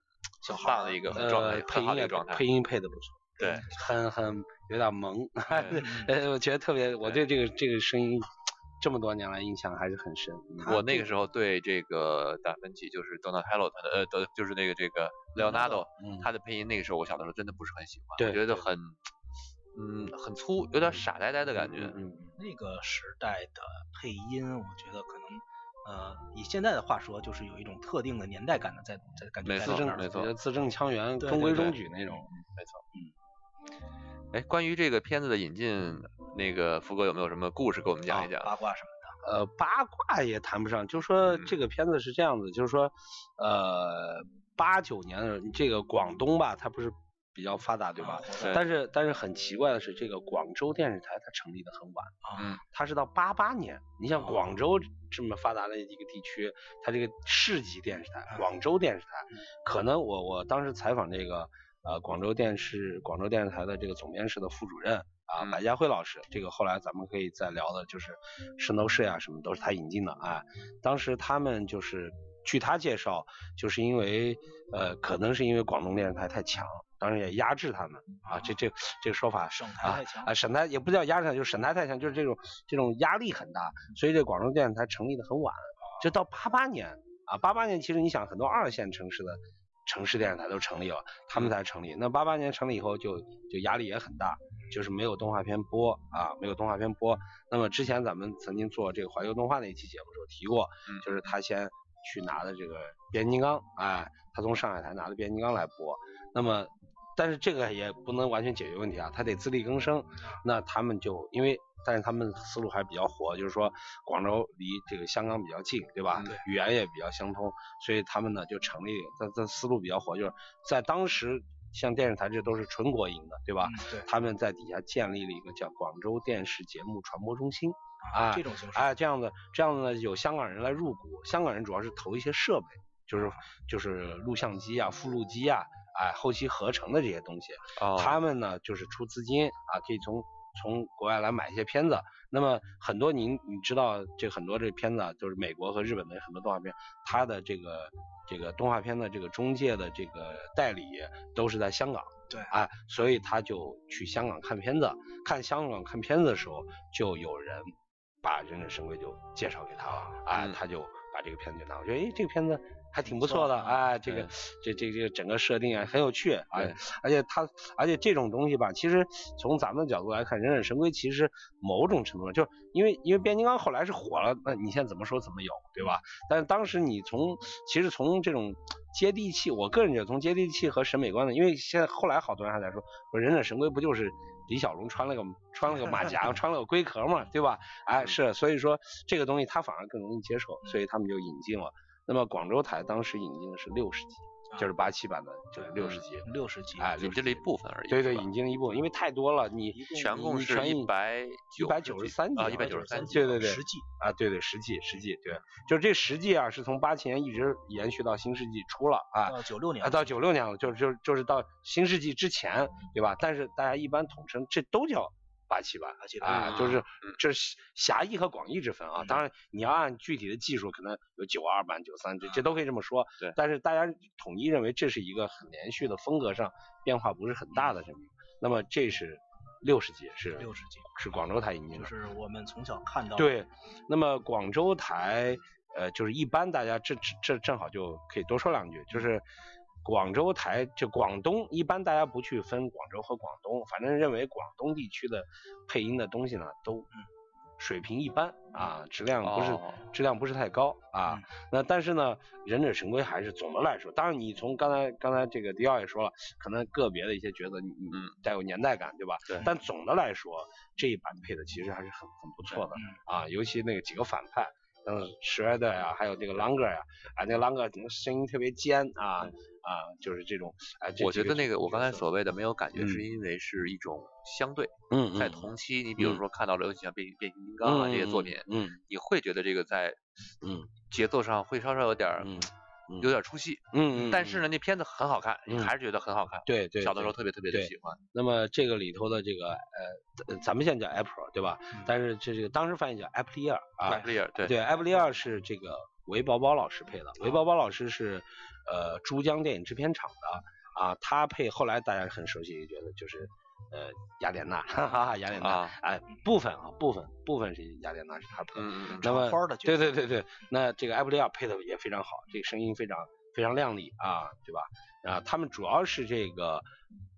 B: 小
A: 很
B: 孩
A: 棒
B: 儿
A: 的一个很状态，
C: 呃，配
A: 很好的
C: 音
A: 一
C: 也
A: 个状态。
C: 配音配的不错，
A: 对，
C: 很很有点萌，
A: 对
C: 呃，我觉得特别，我
A: 对
C: 对这个这个声音这么多年来印象还是很深。嗯
A: 我那个时候对这个达芬奇就是 Donatello 他的呃，德就是那个这个 Leonardo
C: 嗯
A: 他的配音，那个时候我小的时候真的不是很喜欢，我
C: 对
A: 觉得
C: 对
A: 很嗯很粗，有点傻呆呆的感觉。
C: 嗯，
B: 那个时代的配音，我觉得可能呃，以现在的话说，就是有一种特定的年代感的在在感觉
A: 没
B: 在
A: 错
B: 里
C: 字正
B: 面儿
A: 没错
C: 我觉得字正腔圆，
B: 对啊
C: 中规
A: 对对
C: 中矩那种。嗯
A: 哎，关于这个片子的引进，那个福哥有没有什么故事给我们讲一讲？
B: 八卦什么的，
C: 呃，八卦也谈不上，就说
A: 嗯
C: 这个片子是这样子，就是说，呃，八九年的这个广东吧，它不是比较发达对吧？
A: 对
C: 但是但是很奇怪的是，这个广州电视台它成立的很晚，啊
A: 嗯
C: 它是到八八年。你像
B: 哦
C: 广州这么发达的一个地区，它这个市级电视台，
B: 嗯
C: 广州电视台，可能我我当时采访这个呃广州电视广州电视台的这个总编室的副主任啊、
A: 嗯
C: 白家辉老师，这个后来咱们可以再聊的，就是圣斗士呀、什么都是他引进的啊。当时他们就是据他介绍，就是因为呃可能是因为广东电视台太强，当然也压制他们啊，这这这个说法
B: 省台太强
C: 啊，审台也不叫压力，就是审台太强，就是这种这种压力很大，所以这广州电视台成立的很晚，就到八八年啊，八八年其实你想很多二线城市的城市电视台都成立了，他们才成立。那八八年成立以后就就压力也很大，就是没有动画片播啊，没有动画片播。那么之前咱们曾经做这个环球动画那一期节目时候提过，
A: 嗯
C: 就是他先去拿的这个变形金刚，哎，他从上海台拿的变形金刚来播。那么，但是这个也不能完全解决问题啊，他得自力更
A: 嗯
C: 生。那他们就因为，但是他们思路还比较活，就是说广州离这个香港比较近，对吧？
A: 嗯对
C: 语言也比较相通，所以他们呢就成立，他他思路比较活，就是在当时像电视台这都是纯国营的，对吧？
B: 嗯对，
C: 他们在底下建立了一个叫广州电视节目传播中心啊，
B: 这种形式，
C: 哎，这样子，这样子呢，有香港人来入股，香港人主要是投一些设备，就是就是录像机啊、复录机啊，哎，后期合成的这些东西，
A: 哦，
C: 他们呢就是出资金啊，可以从从国外来买一些片子。那么很多您你知道，这很多这片子啊，就是美国和日本的很多动画片，它的这个这个动画片的这个中介的这个代理都是在香港。
B: 对
C: 啊，所以他就去香港看片子，看香港看片子的时候，就有人把《忍者神龟》就介绍给他了，啊，
A: 嗯
C: 他就把这个片子就拿过去，哎，这个片子还
B: 挺
C: 挺不
B: 不错
C: 错的，
B: 嗯
C: 啊，这
A: 对
C: 个这这这个整个设定啊很有趣，啊
A: 对，
C: 而且它而且这种东西吧，其实从咱们的角度来看，《忍者神龟》其实某种程度上，就是因为因为变形金刚后来是火了，那你现在怎么说怎么有，对吧？但是当时你从其实从这种接地气，我个人觉得从接地气和审美观的，因为现在后来好多人还在说，说《忍者神龟》不就是李小龙穿了个穿了个马甲，穿了个龟壳嘛，对吧？哎，是，所以说这个东西他反而更容易接受，所以他们就引进了。那么广州台当时引进的是六十集，就是八七版的，就是六十集。
B: 六十集，
C: 哎，
A: 引进了一部分而已。
C: 对对，
A: 是吧
C: 引进了一部，因为太多了，你
A: 全共是
C: 一
A: 190
C: 一百九十三集
A: 啊
B: 193集
C: 对对对，
B: 实际
C: 啊，对对，十季十季，对，就是这十季啊，是从八七年一直延续到新世纪出了啊，
B: 到九六年
C: 啊，到九六年了，就是就是就是到新世纪之前，对吧？但是大家一般统称这都叫八七版。
B: 啊，记得
C: 啊，就
A: 嗯
C: 是这是狭义和广义之分啊。
A: 嗯
C: 当然，你要按具体的技术，可能有九二版、九三，这这都可以这么说。
A: 对
C: 但是大家统一认为这是一个很连续的风格上变化不是很大的这么一个。那么这是六十集，是
B: 六十集，
C: 是广州台引进
B: 就
C: 的。
B: 是我们从小看到的
C: 对，那么广州台，呃，就是一般大家这这这正好就可以多说两句，就是广州台就广东，一般大家不去分广州和广东，反正认为广东地区的配音的东西呢都水平一般啊，质量不是、
A: 嗯哦
C: 质量不是太高啊。
B: 嗯
C: 那但是呢，忍者神龟还是总的来说，当然你从刚才刚才这个迪奥也说了，可能个别的一些角色你你
A: 嗯
C: 带有年代感，对吧？
A: 对
C: 但总的来说，这一版配的其实还是很很不错的。
B: 嗯，
C: 啊，尤其那个几个反派，像史莱德呀，还有这个狼哥呀，啊，那个狼哥声音特别尖啊啊，就是这种，哎，这
A: 我觉得那个我刚才，
C: 这
A: 所谓的没有感觉，
C: 嗯
A: 是因为是一种相对，
C: 角色嗯，
A: 在
C: 嗯
A: 同期，你比如
C: 嗯
A: 说看到了有像变变形金刚啊这些作品，
C: 嗯
A: 你会觉得这个在
C: 嗯
A: 节奏上会稍稍有点儿
C: 嗯嗯
A: 有点儿出戏，
C: 嗯嗯，
A: 但是呢，那片子很好看，你
C: 嗯
A: 还是觉得很好看。
C: 对对，
A: 小的时候
C: 对
A: 特别特别的
C: 对
A: 喜欢。
C: 那么这个里头的这个呃，咱们现在叫 April 对吧？但是这这个当时翻译叫 April 啊，
A: 嗯对，利尔对，
C: 对，艾布利尔是这个韦宝宝老师配的，韦宝宝老师是呃珠江电影制片厂的啊，他配后来大家很熟悉一个角色就是呃雅典娜，哈哈哈，雅典娜，
A: 啊
C: 哎，部分啊部分部分是雅典娜是他配的，
A: 嗯嗯嗯，
C: 那么
B: 插花的角
C: 对
B: 色
C: 对对对，那这个艾布利尔配的也非常好，这个声音非常非常亮丽啊，对吧？啊，他们主要是这个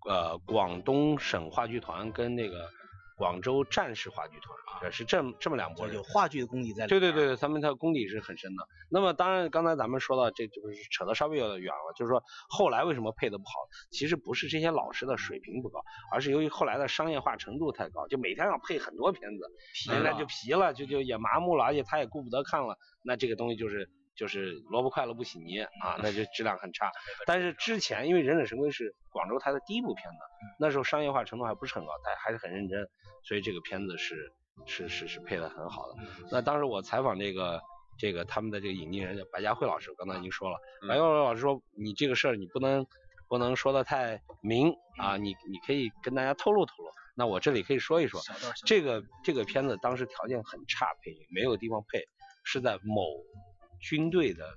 C: 呃广东省话剧团跟那个广州战士话剧团啊，是这么这么两拨
B: 就是
C: 人
B: 有。话剧的功底在里
C: 对对
B: 边儿，
C: 对，他们的功底是很深的。那么当然，刚才咱们说到这，就是扯得稍微有点远了，就是说后来为什么配的不好，其实不是这些老师的水平不高，而是由于后来的商业化程度太高，就每天要配很多片子，
B: 皮
C: 人家
B: 了
C: 就皮了，就就也麻木了，而且他也顾不得看了，那这个东西就是。就是萝卜快乐不洗泥
B: 嗯
C: 啊，那就质量很 差。但是之前因为《忍者神龟》是广州台的第一部片子，
B: 嗯
C: 那时候商业化程度还不是很高，但还是很认真，所以这个片子是是是是配的很好的。那当时我采访这个这个他们的这个引进人叫白佳慧老师，我刚才已经说了，
A: 嗯
C: 白佳慧老师说你这个事儿你不能不能说的太明啊，你你可以跟大家透露透露。那我这里可以说一说，
B: 小段儿小
C: 这个这个片子当时条件很差，配音没有地方配，是在某军队的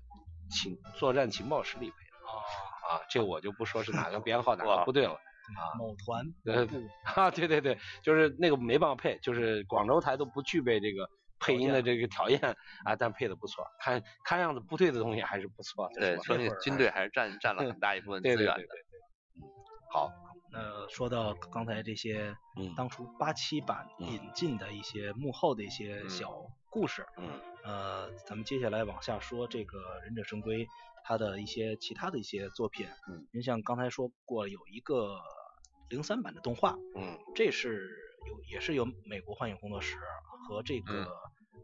C: 情作战情报室里配的
B: 段儿啊，
C: 啊，这个我就不说是哪个编号哪个
A: 哇
C: 部队了。
B: 某团
C: 呃，啊，对对对，就是那个没办法配，就是广州台都不具备这个配音的这个条件啊，但配的不错，看看样子部队的东西还是不错的，
A: 对，
C: 是吧
A: 说明
B: 那会儿
A: 军队还是占占了很大一部分资
C: 对对对
A: 源
C: 对
A: 的。
C: 对，嗯，好，
B: 那说到刚才这些，
C: 嗯
B: 当初八七版
C: 嗯
B: 引进的一些幕后的一些
A: 嗯
B: 小故事，
C: 嗯，
B: 呃，咱们接下来往下说这个《忍者神龟》它的一些其他的一些作品，
C: 嗯，
B: 您像刚才说过有一个零三版的动画，
C: 嗯
B: 这是有也是由美国幻影工作室和这个、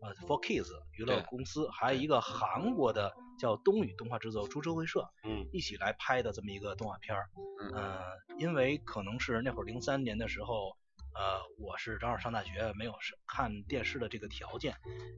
B: 呃 For Kids 娱乐
A: 对
B: 公司，还有一个韩国的叫东宇动画制作株洲会社，
C: 嗯
B: 一起来拍的这么一个动画片儿。
A: 嗯
B: 呃，因为可能是那会儿零三年的时候，呃，我是正好上大学，没有是看电视的这个条件，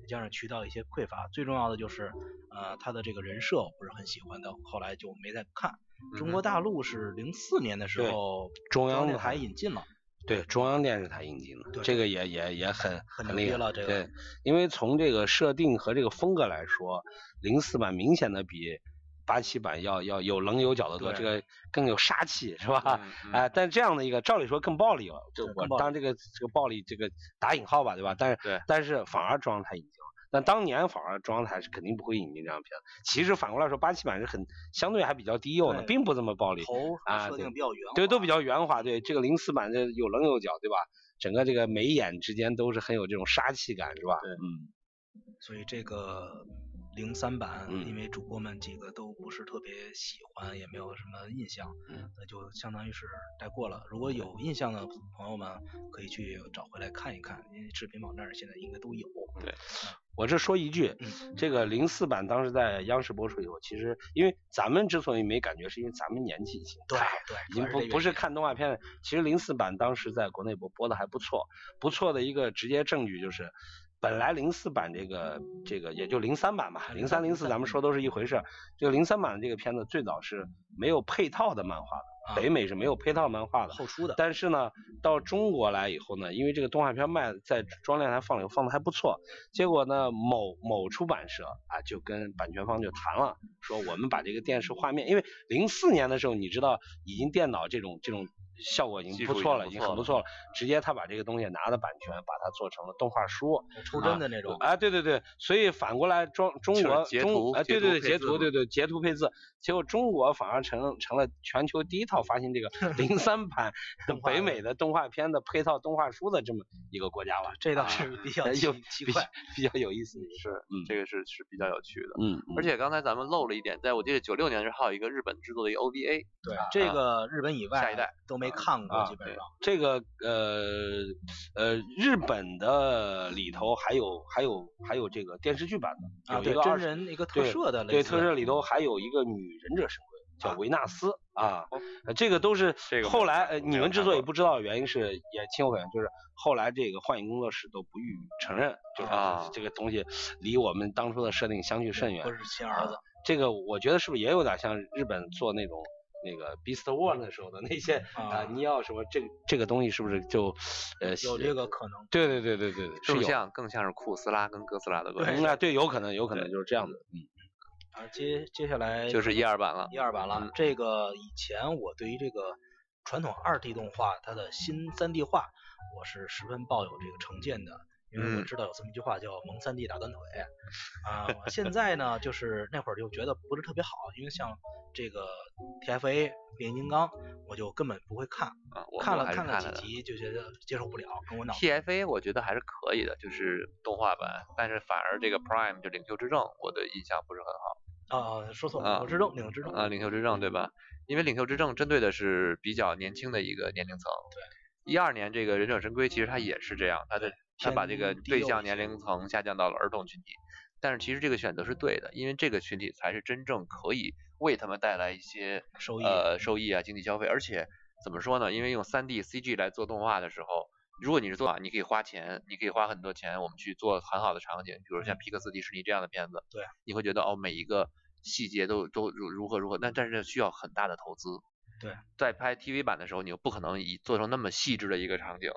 B: 加上渠道一些匮乏，最重要的就是呃他的这个人设我不是很喜欢的，后来就没再看。
A: 嗯
B: 中国大陆是零四年的时
C: 对
B: 候，
C: 中央
B: 电
C: 的
B: 台引进了，
C: 对，中央电视台引进的，
B: 对
C: 这个也也也很
B: 很
C: 很
B: 牛
C: 厉
B: 逼
C: 害
B: 了这个
C: 对，因为从这个设定和这个风格来说，零四版明显的比八七版要要有棱有角的多，
B: 对
C: 这个更有杀气，是吧？
A: 嗯嗯
C: 哎，但这样的一个，照理说更暴力了，就
B: 对
C: 我
B: 更暴力
C: 当然这个这个暴力这个打引号吧，对吧？但是
A: 对
C: 但是反而中央台引进了。但当年反而中央台是肯定不会引进这样的片子。其实反过来说，八七版是很相对还比较低幼的，
B: 对
C: 并不这么暴力。
B: 头
C: 啊
B: 设
C: 对
B: 定比较圆滑，
C: 对，都比较圆滑。对，这个零四版的有棱有角，对吧？整个这个眉眼之间都是很有这种杀气感，是吧？
A: 对
C: 嗯，
B: 所以这个零三版，
C: 嗯
B: 因为主播们几个都不是特别喜欢，也没有什么印象，
C: 嗯
B: 那就相当于是带过了。如果有印象的朋友们，可以去找回来看一看，因为视频网站现在应该都有。
A: 对
C: 我这说一句，
B: 嗯
C: 这个零四版当时在央视播出以后，其实因为咱们之所以没感觉，是因为咱们年纪已经
B: 对
C: 大了
B: 对，
C: 已经
B: 主要这
C: 不不是
B: 原因
C: 看动画片了。其实零四版当时在国内播播的还不错，不错的一个直接证据就是，本来零四版这个这个也就零三版吧，零三零四咱们说都是一回事儿。这个零三版的这个片子最早是没有配套的漫画的，
B: 啊
C: 北美是没有配套漫画的。
B: 后出的，
C: 但是呢，到中国来以后呢，因为这个动画片卖在中央电视台放了以后放的还不错，结果呢，某某出版社啊就跟版权方就谈了，说我们把这个电视画面，因为零四年的时候你知道已经电脑这种这种效果已
A: 技
C: 经
A: 术
C: 不
A: 已
C: 错
A: 经
C: 了，
A: 不
C: 已经
A: 错
C: 很不
A: 了
C: 错了，直接他把这个东西拿了版权，把它做成了动画书，
B: 抽真的那种，
C: 啊，对对对，所以反过来中中
A: 就是
C: 国
A: 截
C: 中
A: 图
C: 啊，对
A: 截图
C: 对对，
A: 配
C: 截
A: 字
C: 图，
A: 嘛
C: 对对截图配字，结果中国反而成成了全球第一套发 行这个零三版
B: 动画
C: 北
B: 的
C: 美的动画片的配套动画书的这么一个国家了，
B: 这倒
C: 啊
B: 是比 较
C: 哎
B: 奇
C: 呦
B: 奇
C: 比较
B: 怪。
C: 比较有意思，
A: 是，
C: 嗯
A: 这个是是比较有趣的。
C: 嗯，
A: 而且刚才咱们漏了一点，在我记得九六年的时候还有一个日本制作的一个 OVA，
B: 对，这个日本以
A: 下
B: 外
A: 一代
B: 都没看过，
C: 啊
B: 基本上
C: 这个呃呃日本的里头还有还有还有这个电视剧版的，
B: 啊，
C: 有一
B: 对
C: 个
B: 真
C: 二十
B: 人一个特摄的类
C: 对，
B: 似
C: 特摄里头还有一个女忍者神龟，叫
B: 啊
C: 维纳斯啊
A: 哦，
C: 呃这个都是
A: 这个没
C: 后
A: 有看
C: 来呃
A: 过
C: 你
A: 没有
C: 们之
A: 看
C: 所以
A: 过
C: 不知道的原因是也情有可原，就是后来这个幻影工作室都不予承认，就是
A: 啊
C: 这个东西离我们当初的设定相去甚远啊
B: 不。是亲儿子，
C: 这个我觉得是不是也有点像日本做那种。那个 Beast War 那时候的那些
B: 啊
C: 啊，你要什么这个这个东西是不是就呃
B: 有这个可能。
C: 对对对对对对是
A: 更
C: 有
A: 像更像是库斯拉跟哥斯拉的关
C: 嗯
A: 系，
C: 啊对有可能有可能就是这样的
B: 啊，接接下来
A: 就是一二版了。
B: 一二版了
A: 嗯。
B: 这个以前我对于这个传统二 D 动画它的新三 D 化，我是十分抱有这个成见的，因为我
A: 嗯
B: 知道有这么一句话叫“萌三 D 打断腿”。啊，我现在呢，就是那会儿就觉得不是特别好，因为像这个 TFA 变形金刚，我就根本不会看，
A: 啊，我
B: 看
A: 我
B: 了
A: 还是
B: 看
A: 看
B: 了
A: 了
B: 几
A: 的。
B: 集就觉得接受不了，跟我脑
A: TFA 我觉得还是可以的，就是动画版，但是反而这个 Prime 就领袖之证，我的印象不是很好。
B: 啊说错
A: 啊
B: 了，我知道，领知道
A: 啊，领袖之证对吧？因为领袖之证针对的是比较年轻的一个年龄层。对。一二年这个忍者神龟其实它也是这样，它的它把这个
B: 偏低
A: 对
B: 幼
A: 象
B: 一
A: 年
B: 些
A: 龄层下降到了儿童群体，但是其实这个选择是对的，因为这个群体才是真正可以为他们带来一些
B: 收益
A: 呃收益啊、经济消费，而且怎么说呢？因为用 3D CG 来做动画的时候，如果你是做啊，你可以花钱，你可以花很多钱，我们去做很好的场景，比如像皮克斯、迪士尼这样的片子，
B: 嗯对，
A: 你会觉得哦，每一个细节都都如如何如何，那但是需要很大的投资。
B: 对，
A: 在拍 TV 版的时候，你又不可能以做成那么细致的一个场景，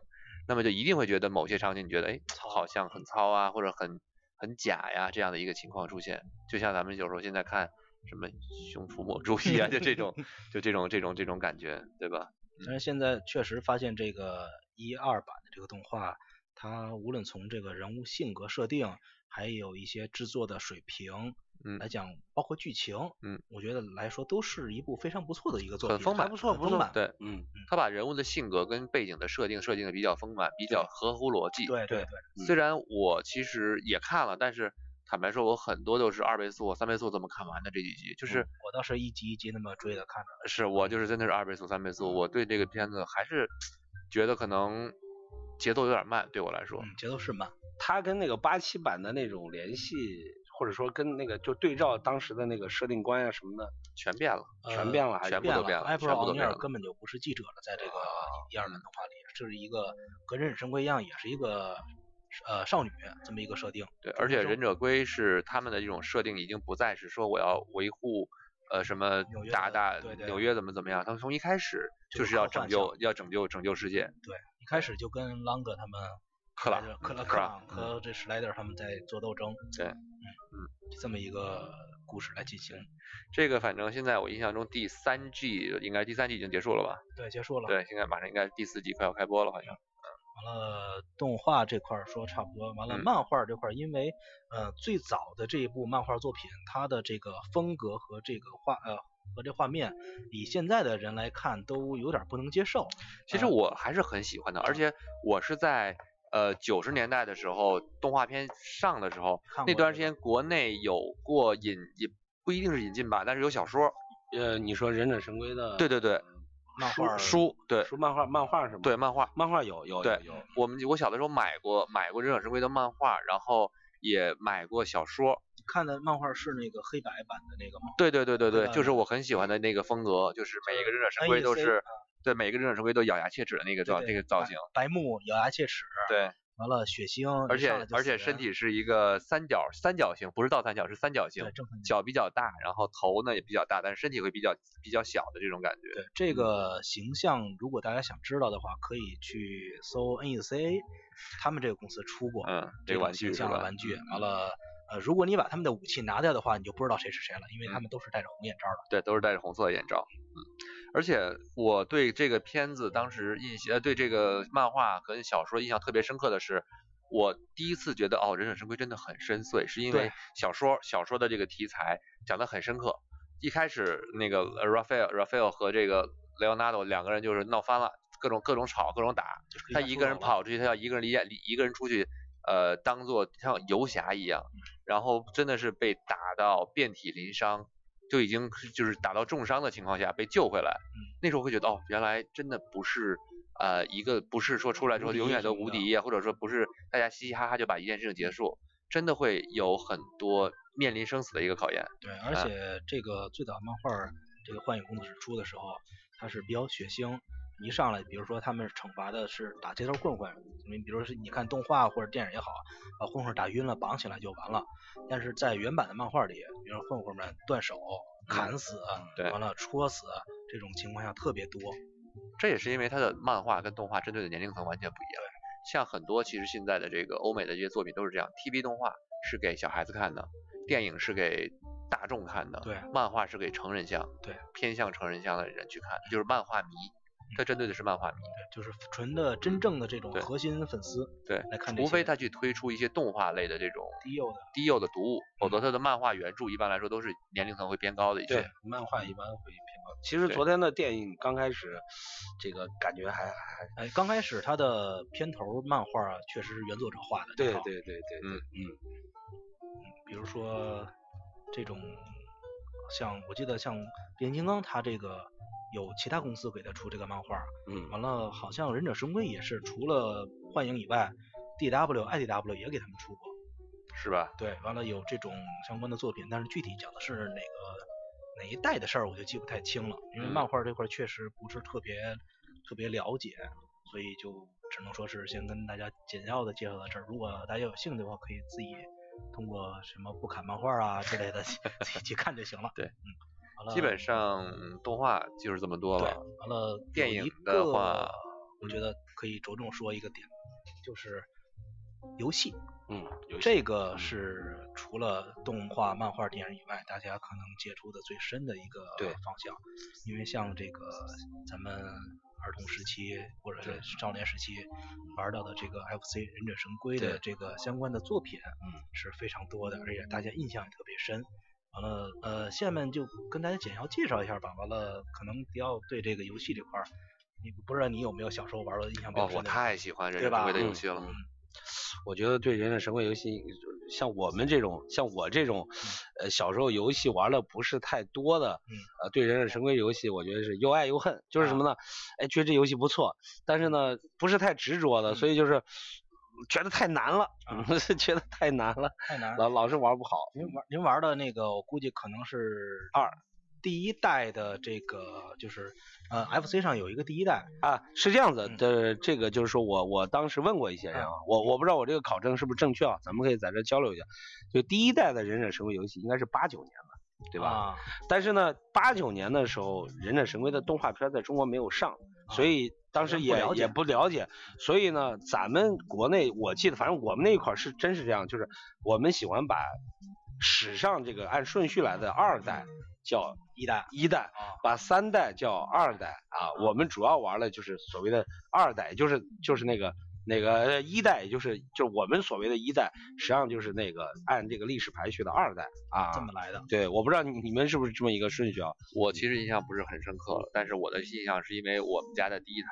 A: 那么就一定会觉得某些场景你觉得哎，好像很糙啊，或者很很假呀这样的一个情况出现。就像咱们有时候现在看什么《熊出没》朱熹啊，就这种就这种这种这种感觉，对吧？
B: 但是现在确实发现这个一二版的这个动画，它无论从这个人物性格设定，还有一些制作的水平
A: 嗯
B: 来讲，包括剧情，
A: 嗯，
B: 我觉得来说都是一部非常不错的一个作品，
A: 很丰
B: 还
A: 满，
B: 不错，
A: 很
B: 不错
A: 丰满。对，
C: 嗯
A: 他把人物的性格跟背景的设定设定的比较丰满，比较合乎逻辑。
B: 对对对，
A: 虽然我其实也看了，但是坦白说，我很多都是二倍速、三倍速这么看完的这几集，就是、
B: 嗯我倒是一集一集那么追的看着，
A: 是我就是真的是二倍速、三倍速，我对这个片子还是觉得可能节奏有点慢，对我来说。
B: 嗯，节奏是慢，
C: 它跟那个八七版的那种联系，或者说跟那个就对照当时的那个设定观呀、什么的，
A: 全变了，
C: 全变了还
B: 呃全
A: 全部都变了
B: 艾普
A: 全部
B: 奥
A: 都
B: 尼
A: 变
B: 尔
A: 了啊嗯
B: 根本就不是记者了，在这个一二版动画里，这是一个跟忍者神龟一样，也是一个呃少女这么一个设定。
A: 对，而且
B: 这种
A: 忍者龟是他们的一种设定，已经不再是说我要维护呃什么
B: 纽约
A: 大
B: 的
A: 大
B: 对对
A: 纽约怎么怎么样，他们从一开始
B: 就
A: 就是是要
B: 科
A: 拯
B: 幻向
A: 救要拯救拯救世界，
B: 对，一开始就跟朗格他们、
A: 克朗
B: 克拉
A: 嗯
B: 克
A: 克
B: 朗
A: 朗
B: 和这史莱德他们在做斗争。
A: 对
B: 嗯这么一个故事来进行。
A: 这个反正现在我印象中第三季应该第三季已经结束了吧？
B: 对，结束了。嗯
A: 对，现在马上应该第四季快要开播了，好像。
B: 完了，动画这块儿说差不多，完了，
A: 嗯
B: 漫画这块儿，因为呃最早的这一部漫画作品，它的这个风格和这个画呃和这画面，以现在的人来看都有点儿不能接受。
A: 其实
B: 嗯
A: 我还是很喜欢的，而且我是在呃九十年代的时候动画片上的时候
B: 看，
A: 那
B: 过
A: 段
B: 这
A: 时间国内有过引引不一定是引进吧，但是有小说，
C: 呃，你说忍者神龟的，
A: 对对对，
B: 嗯漫画儿
A: 书对
C: 书漫画漫画是吗？
A: 对，漫画。
C: 漫画有有有
A: 对
C: 有，
A: 我们我小的时候买过买过《忍者神龟》的漫画，然后也买过小说。
B: 看的漫画是那个黑白版的那个吗？
A: 对对对对对，
B: 嗯
A: 就是我很喜欢的那个风格，就是每一个忍者神龟都
B: NEC
A: 是对每个忍者神龟都咬牙切齿的那个造
B: 啊对哎
A: 那个造型。
B: 白白目咬牙切齿，
A: 对
B: 完了血腥，
A: 而且
B: 嗯上来就
A: 而且
B: 死
A: 身
B: 人
A: 体是一个三角三角形，不是倒三角，是三角
B: 对
A: 形，
B: 正常
A: 脚比较大，然后头呢也比较大，但是身体会比较比较小的这种感觉。
B: 对这个形象，如果大家想知道的话，可以去搜 NEC，他们这个公司出过
A: 嗯，
B: 这
A: 这个
B: 种
A: 玩具
B: 形
A: 是
B: 象的
A: 吧？嗯
B: 玩具。完了，呃，如果你把他们的武器拿掉的话，你就不知道谁是谁了，因
A: 嗯
B: 为他们都是戴着红眼罩的。
A: 对，都是戴着红色的眼罩。嗯，而且我对这个片子当时印象，呃，对这个漫画和小说印象特别深刻的是，我第一次觉得哦，《忍者神龟》真的很深邃，是因为
B: 对
A: 小说小说的这个题材讲得很深刻。一开始那个呃 Raphael Raphael 和这个 Leonardo 两个人就是闹翻了，各种各种吵，各种打，
B: 就是
A: 他
B: 下
A: 一
B: 出
A: 个
B: 手了，
A: 人跑出去，他要一个人离家离一个人出去，呃，当做像游侠一样，
B: 嗯
A: 然后真的是被打到遍体鳞伤，就已经是就是打到重伤的情况下被救回来。
B: 嗯
A: 那时候会觉得哦，原来真的不是呃一个不是说出来之
B: 无
A: 后
B: 敌
A: 永远
B: 什
A: 都
B: 么
A: 无
B: 的
A: 敌啊，或者说不是大家嘻嘻哈哈就把一件事情结束，真的会有很多面临生死的一个考验。
B: 对，而
A: 嗯
B: 且这个最早漫画儿这个幻影工作室出的时候，它是比较血腥。一上来，比如说他们惩罚的是打街头混混，你比如说你看动画或者电影也好，把混混打晕了绑起来就完了。但是在原版的漫画里，比如说混混们断手、砍死、
A: 嗯对
B: 完了戳死这种情况下特别多。
A: 这也是因为它的漫画跟动画针对的年龄层完全不一样。像很多其实现在的这个欧美的这些作品都是这样，TV 动画是给小孩子看的，电影是给大众看的，
B: 对
A: 漫画是给成人向，
B: 对，嗯
A: 偏向成人向的人去看，就是漫画迷，它针对的是漫画迷。
B: 就是纯的真正的这种
A: 对
B: 核心粉丝
A: 对
B: 来看这
A: 除非
B: 些
A: 他去推出一些动画类的这种
B: 低幼的，嗯
A: 低幼的读物，否则他的漫画原著一般来说都是年龄层会偏高的一些
C: 对。，漫画一般会偏高。其实昨天的电影刚开始，这个感觉还还还
B: 哎，刚开始他的片头漫画啊确实是原作者画的，
C: 对
B: 这套
C: 对对对对，
A: 嗯
B: 比如说这种像我记得像变形金刚，它这个有其他公司给他出这个漫画，
C: 嗯
B: 完了好像忍者神龟也是除了幻影以外，DW、IDW 也给他们出过，
A: 是吧？
B: 对，完了有这种相关的作品，但是具体讲的是哪个哪一代的事儿，我就记不太清了，因为
A: 嗯
B: 漫画这块确实不是特别特别了解，所以就只能说是先跟大家简要的介绍到这儿。如果大家有兴趣的话，可以自己通过什么不砍漫画啊之类的 自己去看就行了。
A: 对
B: 嗯，完了，
A: 基本上动画就是这么多
B: 对，
A: 了。
B: 完了有
A: 电
B: 一
A: 影
B: 个
A: 的话，
B: 我觉得可以着重说一个点，就是游戏。
C: 嗯，有
B: 这个是除了动画、漫画、电影以外，大家可能接触的最深的一个
C: 对
B: 方向，因为像这个咱们儿童时期或者是少年时期玩到的这个 FC 忍者神龟的
C: 对
B: 这个相关的作品，嗯，是非常多的，而且大家印象也特别深。完了，呃，下面就跟大家简要介绍一下吧。完了，可能迪奥对这个游戏这块儿，你不知道你有没有小时候玩过印象比较
A: 哦，
B: 深
A: 我
B: 的？
A: 太喜欢《忍
B: 对
A: 者神龟》
B: 吧
A: 的游
C: 嗯
A: 戏了。
C: 嗯我觉得对忍者神龟游戏，像我们这种，像我这种，呃，小时候游戏玩的不是太多的，
B: 嗯啊
C: 呃，对忍者神龟游戏，我觉得是又爱又恨，就是什么呢？哎，觉得这游戏不错，但是
B: 嗯
C: 呢，不是太执着的，所以就是觉得太难了，
B: 啊
C: 觉得太难了，
B: 太难了。
C: 老老是玩不好。
B: 您玩您玩的那个，我估计可能是
C: 二
B: 第一代的这个，就是呃 FC 上有一个第一代，
C: 啊，是这样子
B: 嗯
C: 的，这个就是说我我当时问过一些人啊，我我不知道我这个考证是不是正确啊，咱们可以在这交流一下。就第一代的忍者神龟游戏应该是八九年的，对吧？
B: 啊
C: 但是呢，八九年的时候忍者神龟的动画片在中国没有上，所以当时
B: 啊不
C: 也
B: 了解
C: 也不了解，所以呢，咱们国内我记得，反正我们那一块儿是真是这样，就是我们喜欢把史上这个按顺序来的二代叫
B: 一代
C: 一代，
B: 啊
C: 把三代叫二代啊。我们主要玩的就是所谓的二代，就是就是那个那个呃一代，也就是就是我们所谓的一代，实际上就是那个按这个历史排序的二代
B: 这
C: 啊
B: 么。来的。
C: 对，我不知道你你们是不是这么一个顺序啊？
A: 我其实印象不是很深刻了，但是我的印象是因为我们家的第一台，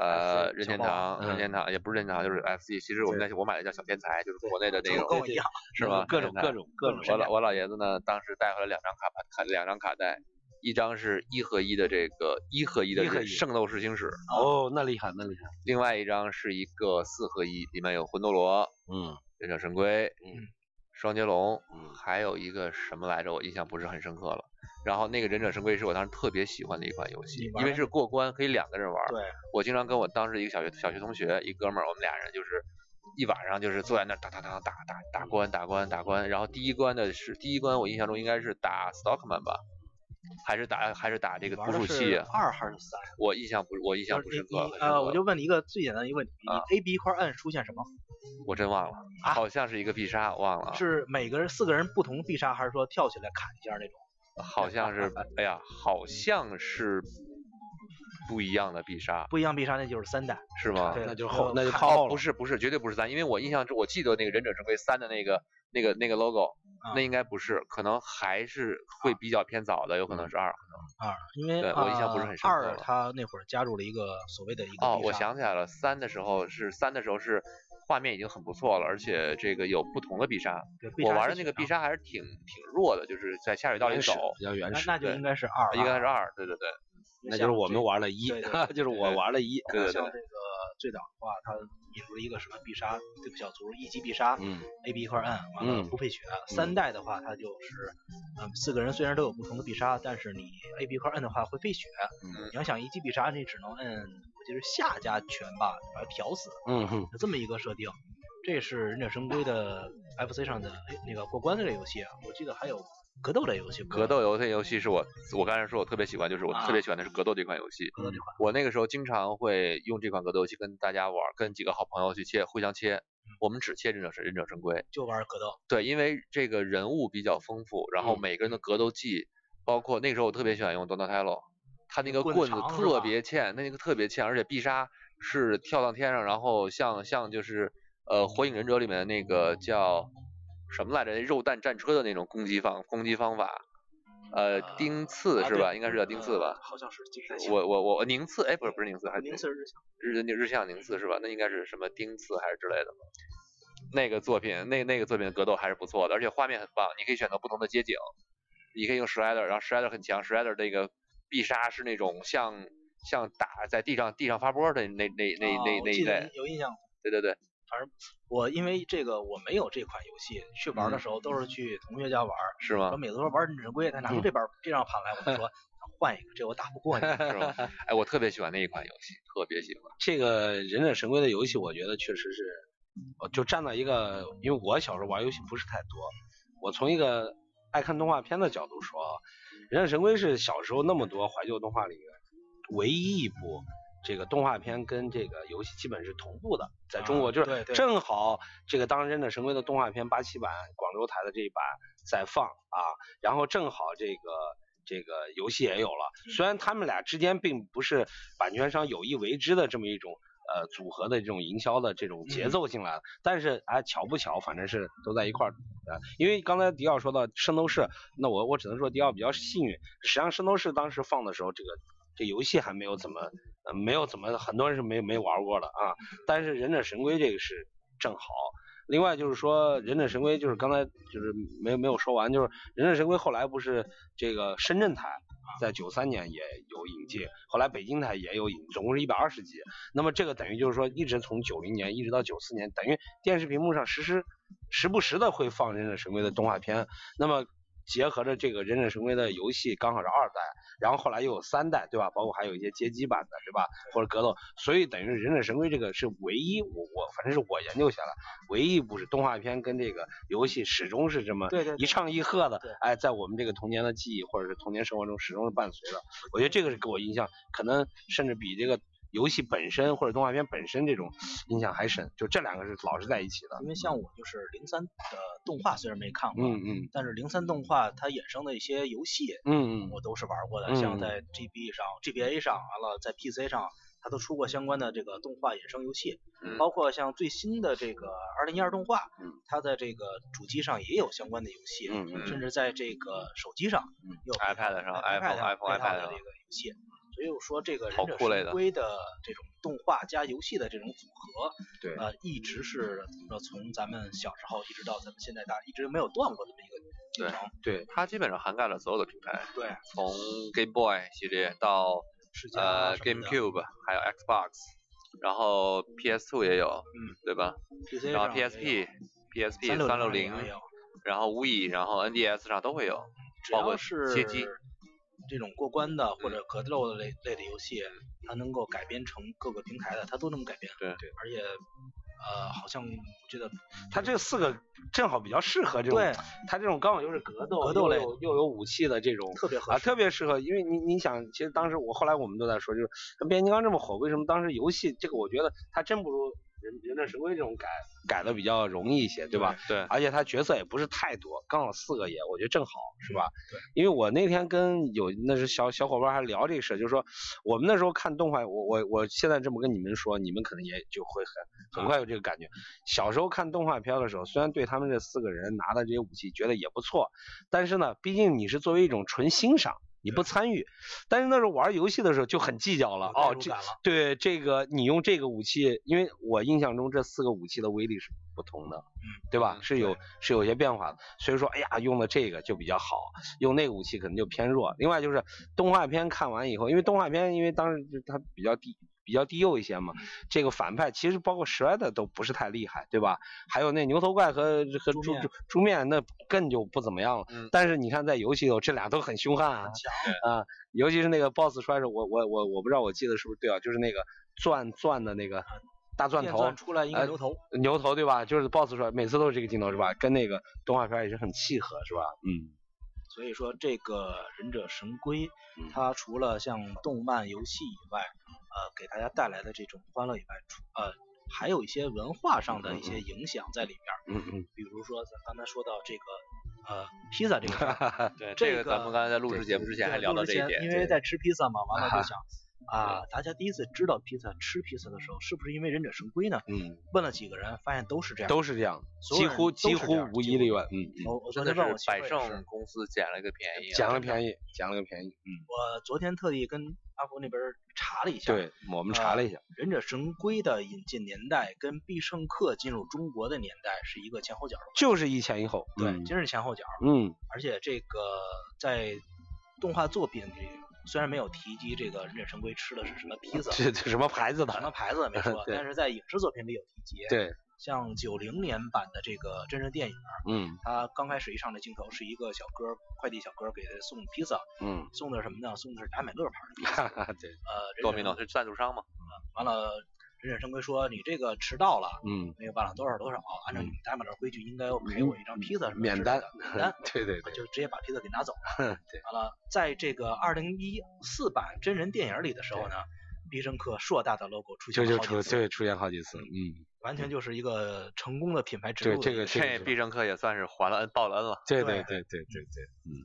A: 呃，
B: FC
A: 任
B: 小
A: 天
B: 霸
A: 堂，
C: 王
A: 任
C: 嗯
A: 天堂也不是任天堂，就是 FC。其实我们家我买的叫小天才，就是国内的那
B: 跟
A: 种，
B: 我跟我 一样，嗯
A: 是吧？
C: 各种
A: 小天才
C: 各种各种
A: 我老我老爷子呢，当时带回来两张卡牌，卡两张卡带，一张是一合一的这个一合一的
C: 一合
A: 这
C: 一
A: 圣斗士星矢，
B: 啊
C: 哦，那厉害，那厉害。
A: 另外一张是一个四合一，里面有魂斗罗、
C: 嗯
A: 忍者神龟、
C: 嗯
A: 双截龙，
C: 嗯
A: 还有一个什么来着，我印象不是很深刻了。然后那个忍者神龟是我当时特别喜欢的一款游戏
B: 你，玩
A: 因为
B: 了
A: 是过关可以两个人玩。
B: 对，
A: 我经常跟我当时一个小学小学同学一哥们儿，我们俩人就是一晚上就是坐在那儿打打打打打打关打关打关，然后第一关的是第一关，我印象中应该是打 Stockman 吧，还是打还是打这个捕
B: 玩的
A: 鼠器
B: 是
A: 啊？
B: 二还是三？
A: 我印象不我印象
B: 就
A: 不
B: 是
A: 深
B: 你
A: 刻了
B: 你，
A: 深刻
B: 呃，我
A: 了
B: 就问你一个最简单的一个问题：
A: 啊
B: 你 A、B 一块按出现什么？
A: 我真忘了，
B: 啊
A: 好像是一个必杀，忘了，
B: 是每个人四个人不同必杀，还是说跳起来砍一下那种？
A: 好像是哎呀，好像是不一样的必杀
B: 不一样必杀那就是三代，
A: 是吗？
B: 对
C: 那就是后
B: 呃
C: 那就
B: 砍
C: 靠
A: 哦，不
C: 了。
A: 是不是，绝对不是三，因为我印象中我记得那个忍者神龟三的那个那个那个 logo，、
B: 啊
A: 那应该不是，可能还是会比较偏早的，有可能是二。
B: 嗯二，因为
A: 对我印象不是
B: 呃
A: 很深刻
B: 二
A: 了
B: 他那会儿加入了一个所谓的一个
A: 哦，
B: 必
A: 我
B: 杀
A: 想起来了，三的时候是三的时候是画面已经很不错了，而且这个有不同的必杀，
B: 对必
A: 我
B: 杀
A: 玩
B: 是
A: 的那个
B: 选
A: 必杀还是挺挺弱的，就是在下水道里
C: 原始
A: 走，
C: 比较原
B: 那
C: 始，
B: 那就
A: 对
B: 应该是二了啊，
A: 应该是二，对对对，
C: 那就是我们玩了一
B: 对 对，
C: 就是我玩了一，
A: 对对
B: 像这个最早的话，它引入了一个什么必杀对付小卒一级必杀、
C: 嗯
B: a B 一块儿按，完了
C: 嗯
B: 不配血。三代的话，它就是，嗯，四个人虽然都有不同的必杀，但是你 A B 一块儿按的话会配血。
A: 嗯
B: 你要想一级必杀，你只能摁，我记得是下加拳吧，把它漂死，
C: 嗯哼，
B: 就这么一个设定。这是忍者神龟的 FC 上的哎那个过关的这个游戏啊，我记得还有格斗类游戏，
A: 格斗游戏游戏是我我刚才说我特别喜欢，就是我
B: 啊
A: 特别喜欢的是格斗这款游戏。
B: 格斗这款，
A: 我那个时候经常会用这款格斗游戏跟大家玩，跟几个好朋友去切，互相切。我们只切忍者神忍者神龟，
B: 就玩格斗，
A: 对，因为这个人物比较丰富，然后
B: 嗯
A: 每个人的格斗技，包括那个时候我特别喜欢用 Donatello，他那个
B: 棍子
A: 棍子
B: 长是吧
A: 特别欠，那个特别欠，而且必杀是跳到天上，然后像像就是呃火影忍者里面的那个叫什么来着，肉弹战车的那种攻击方攻击方法，呃
B: 呃
A: 钉刺
B: 啊
A: 是吧？
B: 对
A: 应该是叫钉刺
B: 呃
A: 吧？
B: 好像是金
A: 是
B: 闪星
A: 我我我宁刺，哎，不是不是宁刺，还是
B: 呃宁次日向
A: 日日向宁次是吧？那应该是什么丁次还是之类的吧？那个作品，那那个作品的格斗还是不错的，而且画面很棒。你可以选择不同的街景，你可以用 Shredder，然后 Shredder 很强，Shredder 那个必杀是那种像像打在地上地上发波的那那那
B: 啊
A: 那
B: 我
A: 那一
B: 记得
A: 类，
B: 有印象。
A: 对对对，
B: 我因为这个我没有这款游戏，去玩的
A: 嗯啊
B: 时候都是去同学家玩，
A: 是
B: 然后
A: 吗？
B: 每次都说玩忍者神龟，他拿出
A: 嗯
B: 这板这张盘来，我就 说换一个，这我打不过你。
A: 是吗？哎，我特别喜欢那一款游戏，特别喜欢。
C: 这个忍者神龟的游戏，我觉得确实是，呃就站在一个，因为我小时候玩游戏不是太多，我从一个爱看动画片的角度说，啊，忍者神龟是小时候那么多怀旧动画里面唯一一部这个动画片跟这个游戏基本是同步的，在中国
B: 啊
C: 就
B: 对
C: 是
B: 对
C: 正好这个当忍者神龟的动画片八七版广州台的这一版在放啊，然后正好这个。这个游戏也有了，虽然他们俩之间并不是版权商有意为之的这么一种呃组合的这种营销的这种节奏进来了，但是哎巧不巧，反正是都在一块儿啊。因为刚才迪奥说到圣斗士，那我我只能说迪奥比较幸运，实际上圣斗士当时放的时候，这个这游戏还没有怎么、呃没有怎么很多人是没没玩过的啊，但是忍者神龟这个是正好。另外就是说，忍者神龟就是刚才就是没没有说完，就是忍者神龟后来不是这个深圳台在九三年也有引进，后来北京台也有引，总共是一百二十集。那么这个等于就是说，一直从九零年一直到九四年，等于电视屏幕上实时时不时的会放忍者神龟的动画片。那么结合着这个忍者神龟的游戏，刚好是二代，然后后来又有三代，对吧？包括还有一些街机版的，对吧？或者格斗，所以等于忍者神龟这个是唯一，我我反正是我研究下来，唯一一部是动画片跟这个游戏始终是这么
B: 对对对
C: 一唱一和的
B: 对，
C: 哎，在我们这个童年的记忆或者是童年生活中始终是伴随的。我觉得这个是给我印象，可能甚至比这个游戏本身或者动画片本身这种印象还深。就这两个是老是在一起的。
B: 因为像我就是零三的动画虽然没看过，
C: 嗯嗯
B: 但是零三动画它衍生的一些游戏
C: 嗯嗯，
B: 我都是玩过的，
C: 嗯
B: 像在 GB 上、GBA 上，完了在 PC 上，它都出过相关的这个动画衍生游戏，
A: 嗯
B: 包括像最新的这个二零一二动画
C: 嗯，
B: 它在这个主机上也有相关的游戏，
C: 嗯嗯
B: 甚至在这个手机上
C: 嗯
B: 也有
A: iPad 上
B: iPad 上
A: iPhone- iPhone-
B: iPad 的
A: iPad 上
B: 这个游戏。所以我说这个忍
A: 好
B: 者
A: 酷类的
B: 神龟的这种动画加游戏的这种组合，
C: 对
B: 呃，一直是怎么说，从咱们小时候一直到咱们现在大，一直没有断过这么一个进
A: 对
B: 程。
C: 对，
A: 它基本上涵盖了所有的平台，
B: 对，
A: 从 Game Boy 系列到
B: 世界
A: 呃 GameCube，还有 Xbox，然后 PS2 也有，
B: 嗯，
A: 对吧？
B: PC
A: 然后
B: 上也有
A: PSP、PSP
B: 三
A: 三六
B: 零
A: 零，然后 Wii，然后 NDS 上都会有。
B: 只
A: 包
B: 要
A: 括
B: 是
A: 街机嗯
B: 这种过关的或者格斗的类类的游戏，它能够改编成各个平台的，它都能改编。
A: 对
B: 而且呃，好像我觉得
C: 他这四个正好比较适合这种，
B: 对，
C: 他这种刚好又是格斗，
B: 格斗类
C: 又有又有武器的这种。
B: 特别合
C: 啊，
B: 适。
C: 特别适合，因为你你想，其实当时我后来我们都在说，就是变形金刚这么火，为什么当时游戏这个我觉得它真不如忍忍者神龟这种改改的比较容易一些，对吧？
A: 对，
C: 而且他角色也不是太多，刚好四个也，我觉得正好，是吧？
B: 嗯对。
C: 因为我那天跟有那是小小伙伴还聊这个事儿，就是说我们那时候看动画，我我我现在这么跟你们说，你们可能也就会
B: 啊
C: 很很快有这个感觉。小时候看动画片的时候，虽然对他们这四个人拿的这些武器觉得也不错，但是呢，毕竟你是作为一种纯欣赏。你不参与，但是那时候玩游戏的时候就很计较了
B: 有代
C: 哦
B: 入，
C: 这
B: 感了
C: 对这个你用这个武器，因为我印象中这四个武器的威力是不同的，对吧？
A: 嗯
C: 是有
A: 对
C: 是有些变化的，所以说，哎呀，用了这个就比较好，用那个武器可能就偏弱。另外就是动画片看完以后，因为动画片因为当时就它比较低比较低幼一些嘛，
A: 嗯
C: 这个反派其实包括蛇的都不是太厉害，对吧？还有那牛头怪和和
B: 猪
C: 猪
B: 面
C: 猪猪面那更就不怎么样了。
A: 嗯
C: 但是你看在游戏里头，这俩都很凶悍啊啊，尤其是那个 BOSS 出来的时候，我我我我不知道我记得是不是对啊，就是那个钻钻的那个大钻
B: 电
C: 头，
B: 钻出来一个
C: 呃
B: 牛头，
C: 牛头对吧？就是 BOSS 出来，每次都是这个镜头是吧？跟那个动画片也是很契合是吧？嗯，
B: 所以说这个忍者神龟
C: 嗯，
B: 它除了像动漫、游戏以外，呃，给大家带来的这种欢乐以外，除呃，还有一些文化上
A: 嗯
B: 的一些影响在里面儿。
C: 嗯嗯，
B: 比如说咱刚才说到这个呃披萨这个事 儿，
A: 对，
B: 这
A: 啊这个咱
B: 个
A: 们刚才在录制节目之前还聊到这一
B: 对录之前
A: 点，
B: 因为在吃披萨嘛，完了就想。啊，大家第一次知道披萨吃披萨的时候，是不是因为忍者神龟呢？
C: 嗯，
B: 问了几个人，发现都是这样，
C: 都是这样，
B: 啊所有
C: 几
B: 人
C: 乎
B: 都
C: 几
B: 是这
C: 乎
B: 样
C: 无一例外，嗯，嗯
B: 我我昨
A: 真的
B: 天问我
A: 是
B: 媳妇儿
A: 百
B: 也是
A: 盛公司捡了一个便宜啊，
C: 捡了
A: 真的
C: 便宜，捡了个便宜，嗯，
B: 我昨天特地跟阿福那边儿查了一下，啊
C: 对，我们查了一下，
B: 忍者神龟的引进年代跟必胜客进入中国的年代是一个前后脚儿，
C: 就是一前一后，
B: 对，
C: 嗯
B: 真是前后脚儿。
C: 嗯
B: 而且这个在动画作品里虽然没有提及这个忍者神龟吃的是什么披萨，
C: 这这什么牌子
B: 什么
C: 的？，
B: 牌子也没说
C: 对
B: 但是在影视作品里有提及。，
C: 对，
B: 像九零年版的这个真人电影，啊
C: 嗯
B: 它刚开始一上来镜头是一个小哥儿快递小哥儿给他送披萨，
C: 嗯，
B: 送的什么呢？送的是达美乐牌儿的披萨。
C: 哈哈，对，
B: 呃，
A: 多
B: 忍
A: 米
B: 者
A: 诺是赞助商嘛，
B: 完了，忍者神龟说你这个迟到了。
C: 嗯，
B: 没有办了多少多少，按照你们达马的规矩，应该要赔我一张披萨什么
C: 免
B: 之类
C: 单，
B: 的免单 啊
C: 对对对，
B: 就直接把披萨给拿走。
C: 对，
B: 完了，在这个二零一四版真人电影里的时候呢，必胜客硕大的 logo 出
C: 就
B: 现
C: 就
B: 了好
C: 出
B: 几次，
C: 对出现好几次，嗯，
B: 完全就是一个成功的品牌植
C: 对
B: 入的
C: 这
B: 一
C: 个这个
A: 这
C: 是
A: 必胜客也算是还了恩报了恩了。
C: 对
B: 对
C: 对对对对对，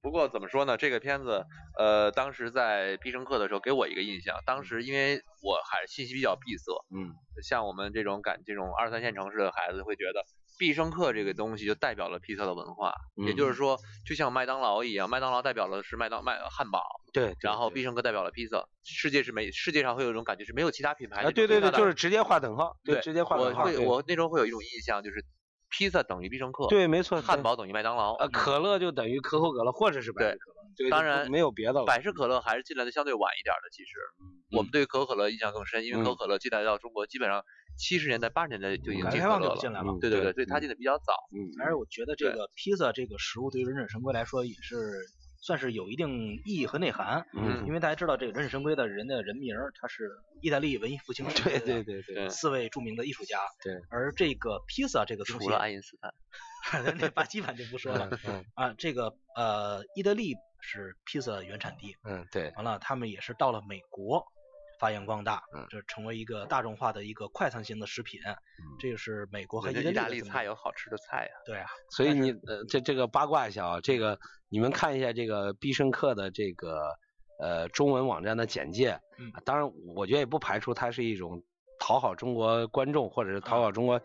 A: 不过怎么说呢，这个片子，呃，当时在必胜客的时候给我一个印象，当时因为我还信息比较闭塞，
C: 嗯
A: 像我们这种感这种二三线城市的孩子会觉得必胜客这个东西就代表了披萨的文化，也
C: 嗯
A: 就是说，就像麦当劳一样，麦当劳代表的是麦当麦汉堡，
C: 对，
A: 然后必
C: 必
A: 胜客代表了披萨，世界是没世界上会有一种感觉是没有其他品牌
C: 啊，
A: 这种
C: 对对
A: 披萨
C: 对，
A: 的
C: 就是直接划等号，
A: 对，
C: 直接划
A: 我
C: 等号，
A: 会
C: 对
A: 我那时候会有一种印象就是披萨等于必胜客，，
C: 对，没错，
A: 汉
C: 对
A: 堡等于麦当劳，嗯
C: 呃，可乐就等于可口可乐或者是百
A: 对
C: 事可乐，对，
A: 当
C: 就
A: 然
C: 没有别的了。
A: 百事可乐还是进来的相对晚一点儿的，其实
C: 嗯
A: 我们对可口可乐印象更深，因为可口可乐进来到中国基本上七十年代八十年代就已经
B: 改革
A: 进
B: 开
A: 可
B: 放就
A: 乐
B: 不进
A: 了，
B: 来了。
C: 嗯
A: 对对对，所以它进的比较早。
C: 嗯，
B: 而且我觉得这个披萨这个食物对于忍者神龟来说也是算是有一定意义和内涵，
C: 嗯
B: 因为大家知道这个忍者神龟的人的人名儿，他是意大利文艺复兴时期
C: 对
B: 的
C: 对对对
A: 对
B: 四位著名的艺术家。
C: 对，哎
B: 而这个披萨这个东西，
A: 除了爱因斯坦，
B: 那巴基版就不说了
C: 嗯嗯
B: 啊。这个呃，意大利是披萨原产地，
C: 嗯，对，
B: 完了他们也是到了美国发扬光大
C: 嗯，
B: 这成为一个大众化的一个快餐型的食品。这是美国和
A: 人
B: 意
A: 家嗯意大
B: 利
A: 利
B: 的分
A: 菜
B: 别
A: 有好吃的菜呀。
B: 对啊，
C: 所以你呃，这这个八卦一下啊，这个你们看一下这个必胜客的这个呃中文网站的简介，
B: 嗯
C: 啊当然我觉得也不排除它是一种讨好中国观众或者是讨好中国。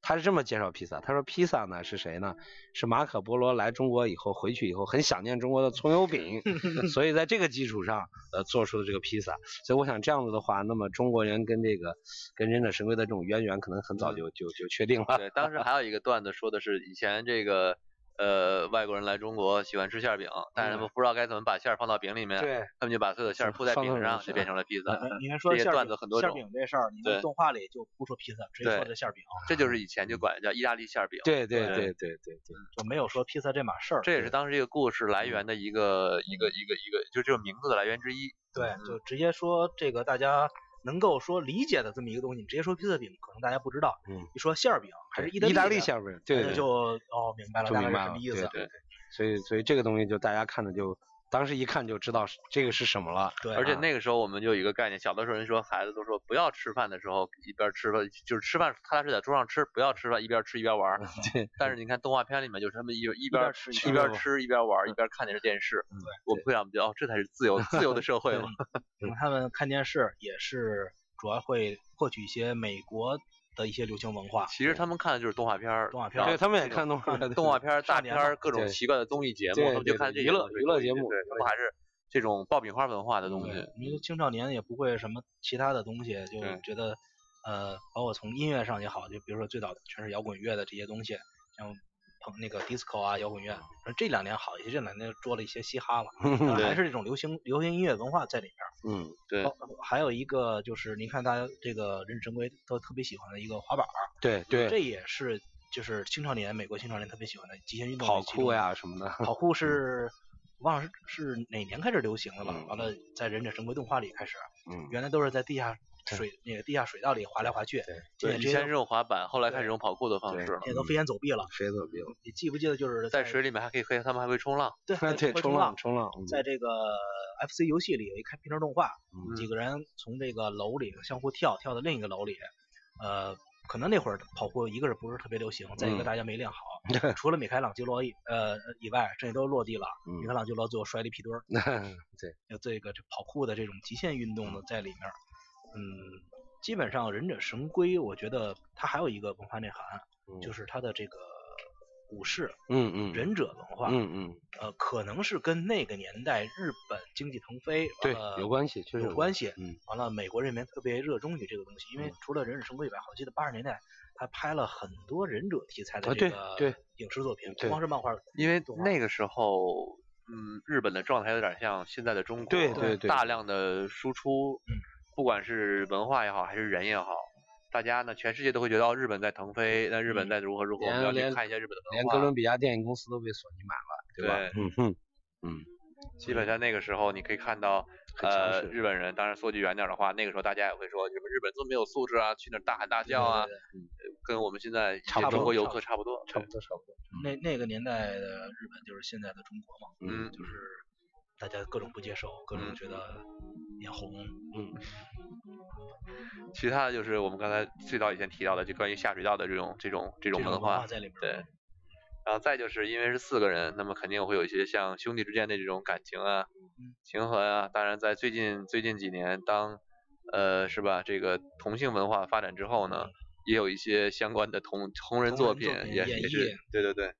C: 他是这么介绍披萨，他说披萨呢是谁呢？是马可波罗来中国以后，回去以后很想念中国的葱 油饼，所以在这个基础上，呃，做出的这个披萨。所以我想这样子的话，那么中国人跟这个跟忍者神龟的这种渊源，可能很早就就就确定了。
A: 嗯对，当时还有一个段子说的是以前这个。呃，外国人来中国喜欢吃馅儿饼，但是他们不知道该怎么把馅儿放到饼里面，
C: 对，
A: 他们就把所有的馅儿铺在
C: 放到
A: 饼
C: 里
A: 上，
C: 面
A: 就变成了披萨。
B: 你你还嗯说
A: 这些
B: 馅儿
A: 段
B: 饼
A: 子很多
B: 馅儿
A: 种
B: 饼这事儿，你看
A: 对
B: 动画里就不说披萨，直接说
A: 对
B: 这馅儿饼，啊
A: 这就是以前就管它叫意大利馅儿饼。
C: 对对
A: 对
C: 对对对对。
B: 就没有说披萨这码事儿。
A: 这也是当时这个故事来源的一个一个一个一个，就这个名字的来源之一。
B: 对，就直接说这个大家能够说理解的这么一个东西，你直接说披萨饼，可能大家不知道。
C: 嗯
B: 你说馅儿饼还是
C: 对
B: 意大
C: 意大
B: 利
C: 利
B: 的
C: 馅儿饼，对
B: 那
C: 对，
B: 就哦明白了，
C: 就
B: 大概
C: 明
B: 是
C: 白
B: 什
C: 了
B: 么意
C: 对
B: 思？
C: 对所以所以这个东西就大家看着就当时一看就知道是这个是什么了。
B: 对啊
A: 而且那个时候我们就有一个概念，小的时候人说孩子都说不要吃饭的时候一边吃饭，就是吃饭踏踏实在桌上吃，不要吃饭一边吃一边玩儿。
C: 嗯对
A: 但是你看动画片里面就是他们一一
C: 边
A: 边
C: 吃一
A: 一
C: 边
A: 边
C: 玩嗯
A: 吃一边玩儿，一边看的是电视。我们会想觉得哦，这才是自由自由的社会嘛。嗯
B: 然后他们看电视也是主要会获取一些美国的一些流行文化。
A: 其实他们看的就是动画片儿，
B: 动画片
A: 然后
B: 儿
C: 对他们也看动画片，
A: 动画片儿、
B: 少
A: 大
B: 年
A: 片
B: 嘛
A: 儿、各种
C: 对
A: 奇怪的综艺节目，
C: 对
A: 他们就
C: 对
A: 看这
C: 对
A: 些
C: 娱乐
A: 东西
C: 娱乐
A: 对
C: 节
A: 对
C: 目
A: 对他们还是这种爆米花文化的东西。嗯
B: 对，因为青少年也不会什么其他的东西，就
A: 对
B: 觉得呃，包括从音乐上也好，就比如说最早全是摇滚乐的这些东西，像朋那个 disco 啊，摇滚
A: 嗯
B: 乐，而这两年好一些，这两年捉了一些嘻哈 了，但
C: 对
B: 还是这种流行流行音乐文化在里面。
C: 嗯，
A: 对
B: 包还有一个就是，您看大家这个任神龟都特别喜欢的一个滑板儿，
C: 对对，
B: 这也是就是青少年美国青少年特别喜欢的极限运动。
C: 跑酷，呀什么的，
B: 跑酷是。忘了是是哪年开始流行的吧？
C: 嗯
B: 完了，在忍者神龟动画里开始，
C: 嗯，
B: 原来都是在地下
C: 对
B: 水那个地下水道里滑来滑去，
C: 对
B: 现
A: 对，
B: 在
A: 以
B: 直接
A: 前是用滑板，后来开
B: 对
A: 始用跑酷的方
C: 对
A: 式了。
B: 也都飞檐走壁了。
C: 嗯谁都别了。
B: 你记不记得就是
A: 在水里面还可以黑，他们还会冲浪。
B: 对
C: 对，
B: 会
C: 冲浪
B: 浪，
C: 冲浪，
B: 在这个 FC 游戏里有一看平成动画，
C: 嗯
B: 几个人从这个楼里相互跳，跳到另一个楼里，呃。可能那会儿跑酷，一个是不是特别流行，再一个
C: 嗯
B: 大家没练好， 除了米开朗基罗以呃以外，剩下都落地了。米开朗基罗最后摔了一屁墩儿，
C: 嗯，
B: 有这个这跑酷的这种极限运动的在里面儿。嗯，基本上忍者神龟，我觉得它还有一个文化内涵，就是它的这个武士
C: 嗯嗯
B: 忍者文化，
C: 嗯嗯，
B: 呃，可能是跟那个年代日本经济腾飞
C: 对
B: 完了，
C: 有关系，确实
B: 呃有关系。
C: 嗯，
B: 完了，美国人民特别热衷于这个东西，因为
C: 嗯
B: 除了《忍者神龟》以外，我记得八十年代他拍了很多忍者题材的
C: 啊
B: 这
C: 对
B: 个
C: 对
B: 影视作品，不
C: 对
B: 光是漫画，
A: 因为
B: 动画
A: 那个时候，嗯，日本的状态有点像现在的中国，
C: 对对对
A: 大量的输出，
B: 嗯
A: 不管是文化也好，还是人也好，大家呢，全世界都会觉得哦，日本在腾飞，那日本在如何如何，我们
C: 连
A: 要去
C: 连
A: 看一下日本的
C: 连
A: 文
C: 哥
A: 化。
C: 伦比亚电影公司都被索尼买了，吧？嗯哼，嗯，
A: 基本上那个时候，你可以看到，
C: 很强
A: 呃，
C: 势
A: 日本人，当然说句远点儿的话，那个时候大家也会说，什么日本这么没有素质啊，去那儿大喊大叫啊，
B: 对对
A: 跟我们现在
B: 差不多
A: 中国游客差不多。
C: 差不多差不多。
B: 对那那个年代的日本就是现在的中国嘛，
A: 嗯，
B: 就是大家各种不接受，各种
A: 嗯
B: 觉得眼红，
A: 其他的就是我们刚才最早以前提到的，就关于下水道的这种这种这
B: 这
A: 种
B: 种文
A: 文化
B: 化，在里面。
A: 对，然后再就是因为是四个人，那么肯定会有一些像兄弟之间的这种感情啊、情和啊。当然，在最近最近几年，当呃是吧，这个同性文化发展之后呢，也有一些相关的同同人
B: 同
A: 作
B: 人
A: 品
B: 作品
A: 也
B: 演
A: 也
B: 绎
A: 是对对对，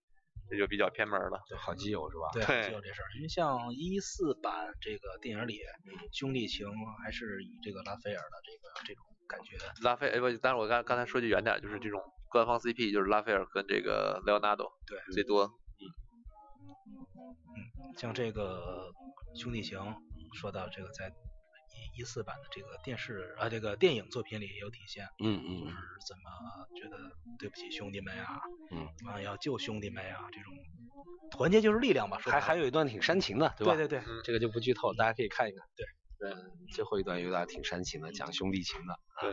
A: 这就比较偏门了。
C: 对，好基友是吧？
B: 对，
A: 对
B: 就有这事儿。因为像一四版这个电影里，
A: 嗯
B: 兄弟情还是以这个拉斐尔的这个这种感觉，
A: 拉斐哎不，但是我刚刚才说句远点儿，就是这种官方 CP 就是拉斐尔跟这个 Leonardo
B: 对，
A: 最多。嗯
B: 像这个兄弟情，说到这个在一一四版的这个电视啊，这个电影作品里也有体现，
C: 嗯
B: 就是
C: 嗯
B: 怎么觉得对不起兄弟们呀，
C: 嗯
B: 啊要救兄弟们呀，这种团结就是力量吧，说
C: 还
B: 白
C: 还
B: 了
C: 有一段挺煽情的，
B: 对
C: 吧？
B: 对对，
C: 这个就不剧透，大家可以看一看。
B: 对
C: 对，嗯最后一段有点挺煽情的，讲兄弟情的。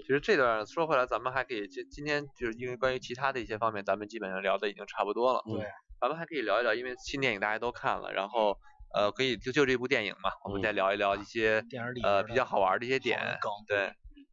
A: 其实这段说回来，咱们还可以今今天就是因为关于其他的一些方面，咱们基本上聊的已经差不多了。
C: 对，
A: 咱们还可以聊一聊，因为新电影大家都看了，然后呃，可以就就这部电影嘛，我们
C: 嗯
A: 再聊一聊一些
B: 电影里
A: 呃
B: 边
A: 比较
B: 的
A: 好玩的一些
B: 好
A: 点
B: 的梗。
A: 对，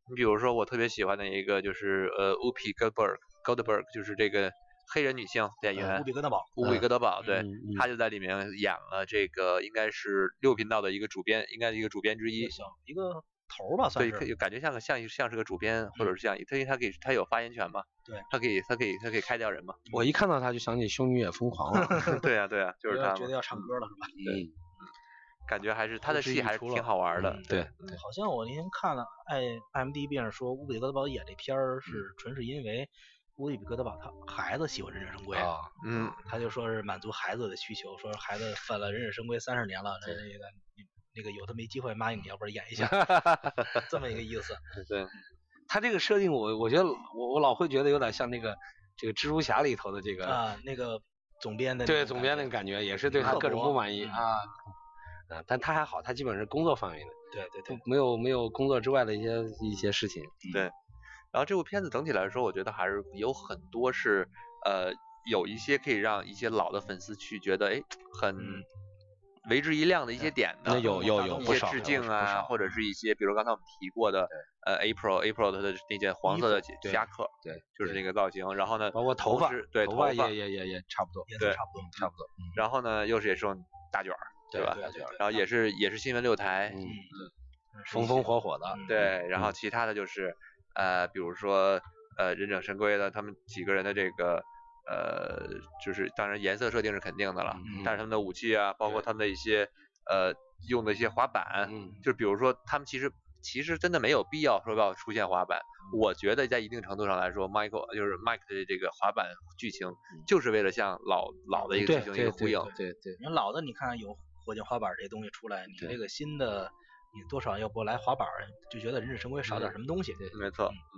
A: 你比如说我特别喜欢的一个就是呃 w o o p i Goldberg Goldberg，就是这个黑人女性演
B: 呃乌
A: 员
B: 比格纳堡，
A: 乌比
C: 嗯
A: 戈德堡，对
C: 嗯，嗯
A: 她就在里面演了这个应该是六频道的一个主编，应该是一个主编之
B: 一
A: 一
B: 个。小一个头儿吧，算
A: 对，
B: 是
A: 可以感觉像个像像是个主编，或者
C: 嗯
A: 是像，因为他可以他有发言权嘛，
B: 对，
A: 他可以他可以他可以开掉人嘛，
C: 我一看到他就想起《修女也疯狂》了。
A: 对呀、对呀、啊就
B: 有
A: 是
B: 点
A: 他
B: 觉
A: 嘛
B: 得要唱歌了是吧？
C: 嗯，
A: 感觉还是他
C: 呼
A: 的
C: 之
A: 戏
C: 欲
A: 还是
C: 出
A: 挺
C: 了
A: 好玩的
B: 嗯，
C: 对
B: 对，好像我那天看了哎爱 M D B 上说乌比格德堡演这片儿
A: 嗯
B: 是纯是因为乌比格德堡他孩子喜欢忍者神龟，
C: 啊，
A: 嗯，
B: 他就说是满足孩子的需求，说孩子犯了忍者神龟三十年了，那那个你那个有这么一机会，妈你要不然演一 下，这么一个意思。
A: 对，
C: 他这个设定我我觉得我我老会觉得有点像那个这个蜘蛛侠里头的这个
B: 啊，那个总编的那
C: 对
B: 种
C: 总
B: 感
C: 编
B: 觉
C: 那个感觉，也是对他
B: 刻
C: 各种
B: 薄
C: 不满意
B: 嗯
C: 啊。啊、但他还好，他基本是工作范围内，
B: 对对对
C: 不，没有没有工作之外的一些一些事情。嗯
A: 然后这部片子整体来说，我觉得还是有很多是呃有一些可以让一些老的粉丝去觉得哎很
B: 嗯
A: 为之一亮的一些点的，
C: 那有有有
A: 一
C: 不
A: 些
C: 少
A: 致
C: 有
A: 敬
C: 不
A: 啊，
C: 少嗯
A: 或者是一些比如刚才我们提过的呃 April April 她的那件黄
C: 衣
A: 色的
C: 服对
A: 夹克，
C: 对，
A: 就是
C: 对
A: 那个造型，然后呢
C: 包括头
A: 同
C: 发
A: 时，对
C: 头
A: 头
C: 发
A: 发
C: 也也也也差不多，
B: 颜色
A: 对
B: 差不多，
C: 差不多，
A: 然后呢又是也是这种大卷儿，
C: 对
A: 吧？
C: 对对对
A: 然后也是也是新闻六台，
C: 嗯，
B: 嗯
C: 风风火火的，
B: 嗯
A: 对，然后
C: 嗯
A: 其他的就是呃，比如说呃，忍者神龟的他们几个人的这个呃，就是当然颜色设定是肯定的了，
C: 嗯
A: 但是他们的武器啊，包括
C: 对
A: 他们的一些呃用的一些滑板，
C: 嗯，
A: 就比如说他们其实其实真的没有必要说要出现滑板，
C: 嗯
A: 我觉得在一定程度上来说，Michael 就是 Mike 的这个滑板剧情就是为了向老老的一个
C: 嗯对
A: 剧情
C: 对
A: 一个
C: 对
A: 呼应，
C: 对对，
B: 你看老的，你看有火箭滑板这些东西出来，你
C: 对
B: 这个新的，你多少要不来滑板儿，就觉得忍者神龟少点什么东西。
C: 嗯对
A: 没错，嗯，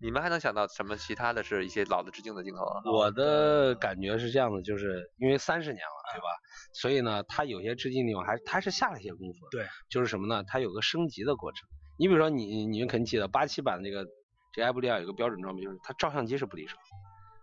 A: 你们还能想到什么其他的是一些老的致敬的镜头啊？
C: 我的感觉是这样的，就是因为三十年了，对吧？所以呢，它有些致敬地方还是它是下了一些功夫。
B: 对，
C: 就是什么呢？它有个升级的过程。你比如说你，你们肯定记得八七版那个这个艾布利亚有个标准装备，就是它照相机是不离手，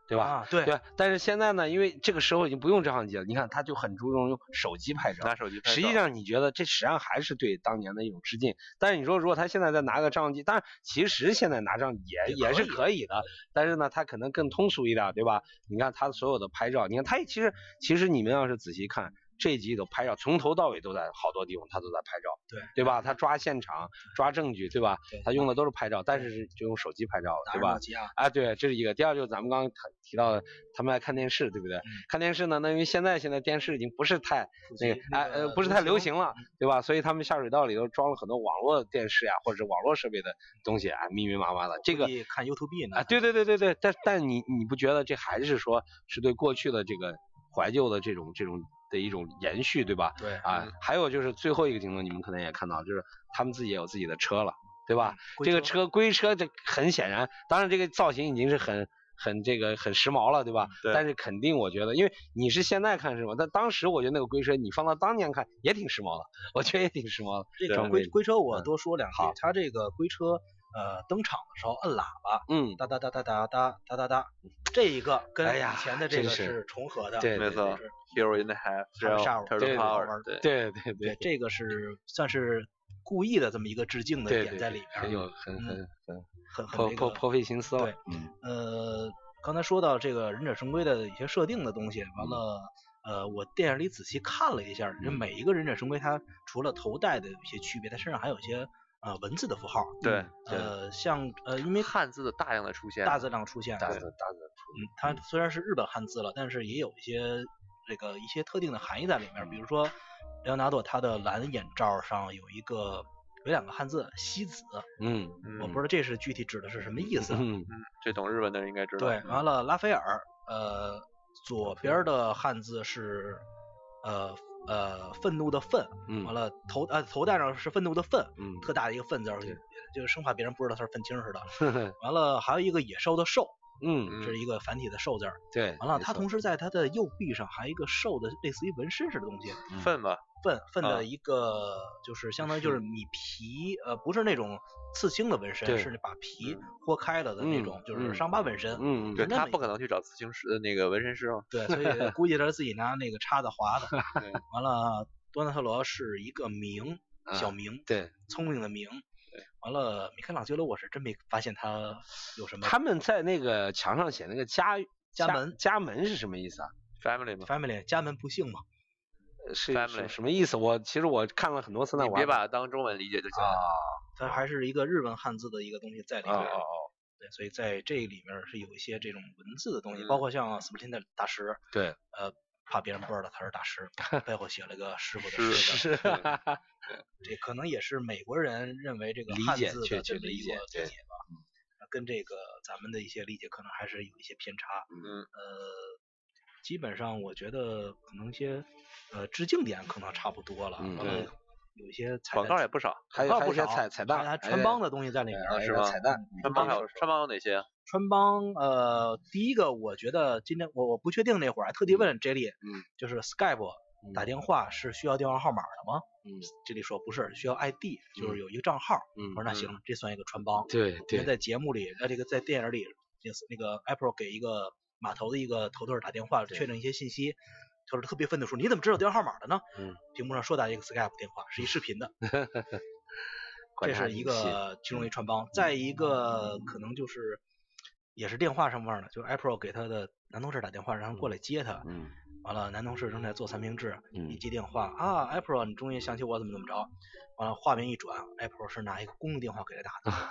C: 对吧？
B: 啊，对，
C: 对。但是现在呢，因为这个时候已经不用照相机了，你看它就很注重用手机拍照
A: 拿。手机拍照，
C: 实际上，你觉得这实际上还是对当年的一种致敬。但是你说，如果他现在再拿个照相机，当然其实现在拿照也也是可以的，但是呢，他可能更通俗一点，对吧？你看他所有的拍照，你看他也其实其实你们要是仔细看这一集的拍照，从头到尾都在好多地方他都在拍照，
B: 对
C: 对吧？他抓现场、抓证据，对吧
B: 对？
C: 他用的都是拍照，但是是就用手机拍照了，
B: 拿
C: 对
B: 着
C: 吧
B: 诺？基亚，
C: 啊，对，这是一个。第二就是咱们刚刚谈提到的，他们爱看电视，对不对？看电视呢，那因为现在现在电视已经不是太
B: 普
C: 那个
B: 及，
C: 哎呃，不是太流行了
B: 嗯，
C: 对吧？所以他们下水道里头装了很多网络电视呀，或者是网络设备的东西啊，密密麻麻的。这个
B: 估计看 YouTube 呢
C: 啊，对对对对对，但但你你不觉得这还是说是对过去的这个怀旧的这种这种的一种延续，对吧？
B: 对，
C: 啊，还有就是最后一个镜头，你们可能也看到，就是他们自己也有自己的车了，对吧？
B: 龟
C: 这个车龟车，这很显然，当然这个造型已经是很很这个很时髦了，对吧？
B: 嗯
A: 对
C: 但是肯定我觉得，因为你是现在看时髦，但当时我觉得那个龟车，你放到当年看也挺时髦的，我觉得也挺时髦的。
B: 这
C: 对
B: 个龟龟车我
C: 嗯
B: 多说两句
C: 好，
B: 它这个龟车呃登场的时候摁喇叭，
C: 嗯，
B: 哒哒哒哒哒哒哒哒哒，这一个跟
C: 哎呀
B: 以前的这个
C: 真是
B: 是重合的，
C: 对
A: 没
C: 对
A: 错
B: 就是
A: ，Hero in the Half，
B: Have a shower，
A: Turtle
C: 对对
A: Power，对
C: 对对
B: 对
C: 对，
B: 这个是算是故意的这么一个致敬的
C: 对
B: 点
C: 对
B: 在里
C: 对
B: 边，
C: 很
B: 儿，
C: 有很
B: 嗯很很
C: 很很颇
B: 那
C: 颇
B: 个
C: 颇费心思了
B: 对。呃，刚才说到这个忍者神龟的一些设定的东西，
A: 嗯
B: 完了，呃，我电影里仔细看了一下，这每一个忍者神龟它除了头戴的有一些区别，它身上还有一些呃文字的符号，
A: 对
B: 呃，像呃，因为
A: 汉字的大量的出现，
B: 大字量出现，
C: 大
B: 对
C: 字大字
B: 嗯，它虽然是日本汉字了，但是也有一些这个一些特定的含义在里面，
A: 嗯
B: 比如说莱昂纳多他的蓝眼罩上有一个。有两个汉字“西子”，
C: 嗯
A: 嗯，
B: 我不知道这是具体指的是什么意 思。啊
C: 嗯
A: 这懂日文的人应该知道。
B: 对，
A: 嗯
B: 完了拉斐尔，呃，左边儿的汉字是呃呃愤怒的愤，
C: 嗯，
B: 完了头呃头带上是愤怒的愤，
C: 嗯
B: 特大的一个愤字儿，
C: 对
B: 就是生怕别人不知道它是愤青似的。
C: 嗯
B: 完了还有一个野兽的兽，
C: 嗯
B: 这是一个繁体的兽字儿。
C: 对，
B: 完了，
C: 没
B: 它
C: 错
B: 同时在它的右臂上还有一个兽的类似于纹身似的东西，
A: 粪嗯嘛，
B: 粪粪
A: 啊
B: 的一个就是相当于就是米皮，呃，不是那种刺青的纹身，
C: 对
B: 是把皮豁开了的那
C: 嗯
B: 种，就是
C: 嗯
B: 伤疤纹身。
C: 嗯嗯
A: 对
B: 那
A: 他
B: 么
A: 不可能去找刺青师的呃那个纹身师 哦。
B: 对，所以估计他是自己拿那个叉子划的。
A: 对
B: 完了，多纳特罗是一个明，
C: 啊
B: 小明，
C: 对，
B: 聪明的明。完了，米开朗基罗我是真没发现他有什么
C: 他们在那个墙上写那个家
B: 家门
C: 家门是什么意思啊？
A: Family 嘛，
B: family 家门不幸嘛。
C: 呃是
A: Family
C: 是什么意思？我其实我看了很多次，但
A: 你
C: 我
A: 别
C: 还
A: 把它当中文理解就行
C: 啊
A: 了。
B: 它还是一个日文汉字的一个东西在里
C: 哦
B: 边
C: 哦
B: 儿。
C: 哦，
B: 对，所以在这里面是有一些这种文字的东西，包
A: 嗯
B: 括像斯普林的大师，
C: 对，
B: 呃，怕别人不知道他是大 师，背后写了个师傅的
A: 是
B: 师字，
C: 是
A: 对
B: 这可能也是美国人认为这个
C: 理
B: 汉
C: 解
B: 字
C: 去
B: 的
C: 去
B: 这么
C: 理
B: 一
C: 解
B: 个
C: 对
B: 理解吧。呃跟这个咱们的一些理解可能还是有一些偏差，
A: 嗯，
B: 呃，基本上我觉得可能一些呃致敬点可能差不多了，
C: 嗯
B: 完了
C: 对
B: 有一些彩
A: 广
B: 蛋
A: 告也不少，哎
C: 还有
B: 广
C: 还
B: 告不
C: 有些
B: 少，
C: 彩彩
B: 还
C: 蛋，
B: 有它
C: 还
B: 穿
C: 有
B: 帮的东西在里面
C: 还有
B: 儿，
A: 是
C: 一个
A: 吧
C: 彩蛋，
A: 穿帮还有穿帮有哪些啊？
B: 穿帮，呃，第一个我觉得今天我我不确定那会儿还特地问 J 莉，
C: 嗯，
B: 就是 Skype 打电话是需要电话号码的吗？
C: 嗯，
B: 这里说不是，需要 ID，就是
C: 嗯
B: 有一个账号。
C: 嗯
B: 我说那行，，这算一个穿帮。
C: 对
B: 因
C: 对
B: 为在节目里，呃，这个在电影里，就是那个 Apple 给一个码头的一个头头儿打电话
C: 对
B: 确认一些信息，就是特别愤怒说：“你怎么知道电话号码的呢？”
C: 嗯，
B: 屏幕上说打一个 Skype 电话，是一视频的，这是一个其
C: 嗯
B: 中一穿帮。再一个可能就是也是电话上面的，就是 Apple 给他的男同事打电话，让他过来接他。
C: 嗯
B: 完了，男同事正在做三明治，一
C: 嗯
B: 接电话啊，April，你终于想起我怎么怎么着。完了，画面一转，April 是拿一个公用电话给他打的，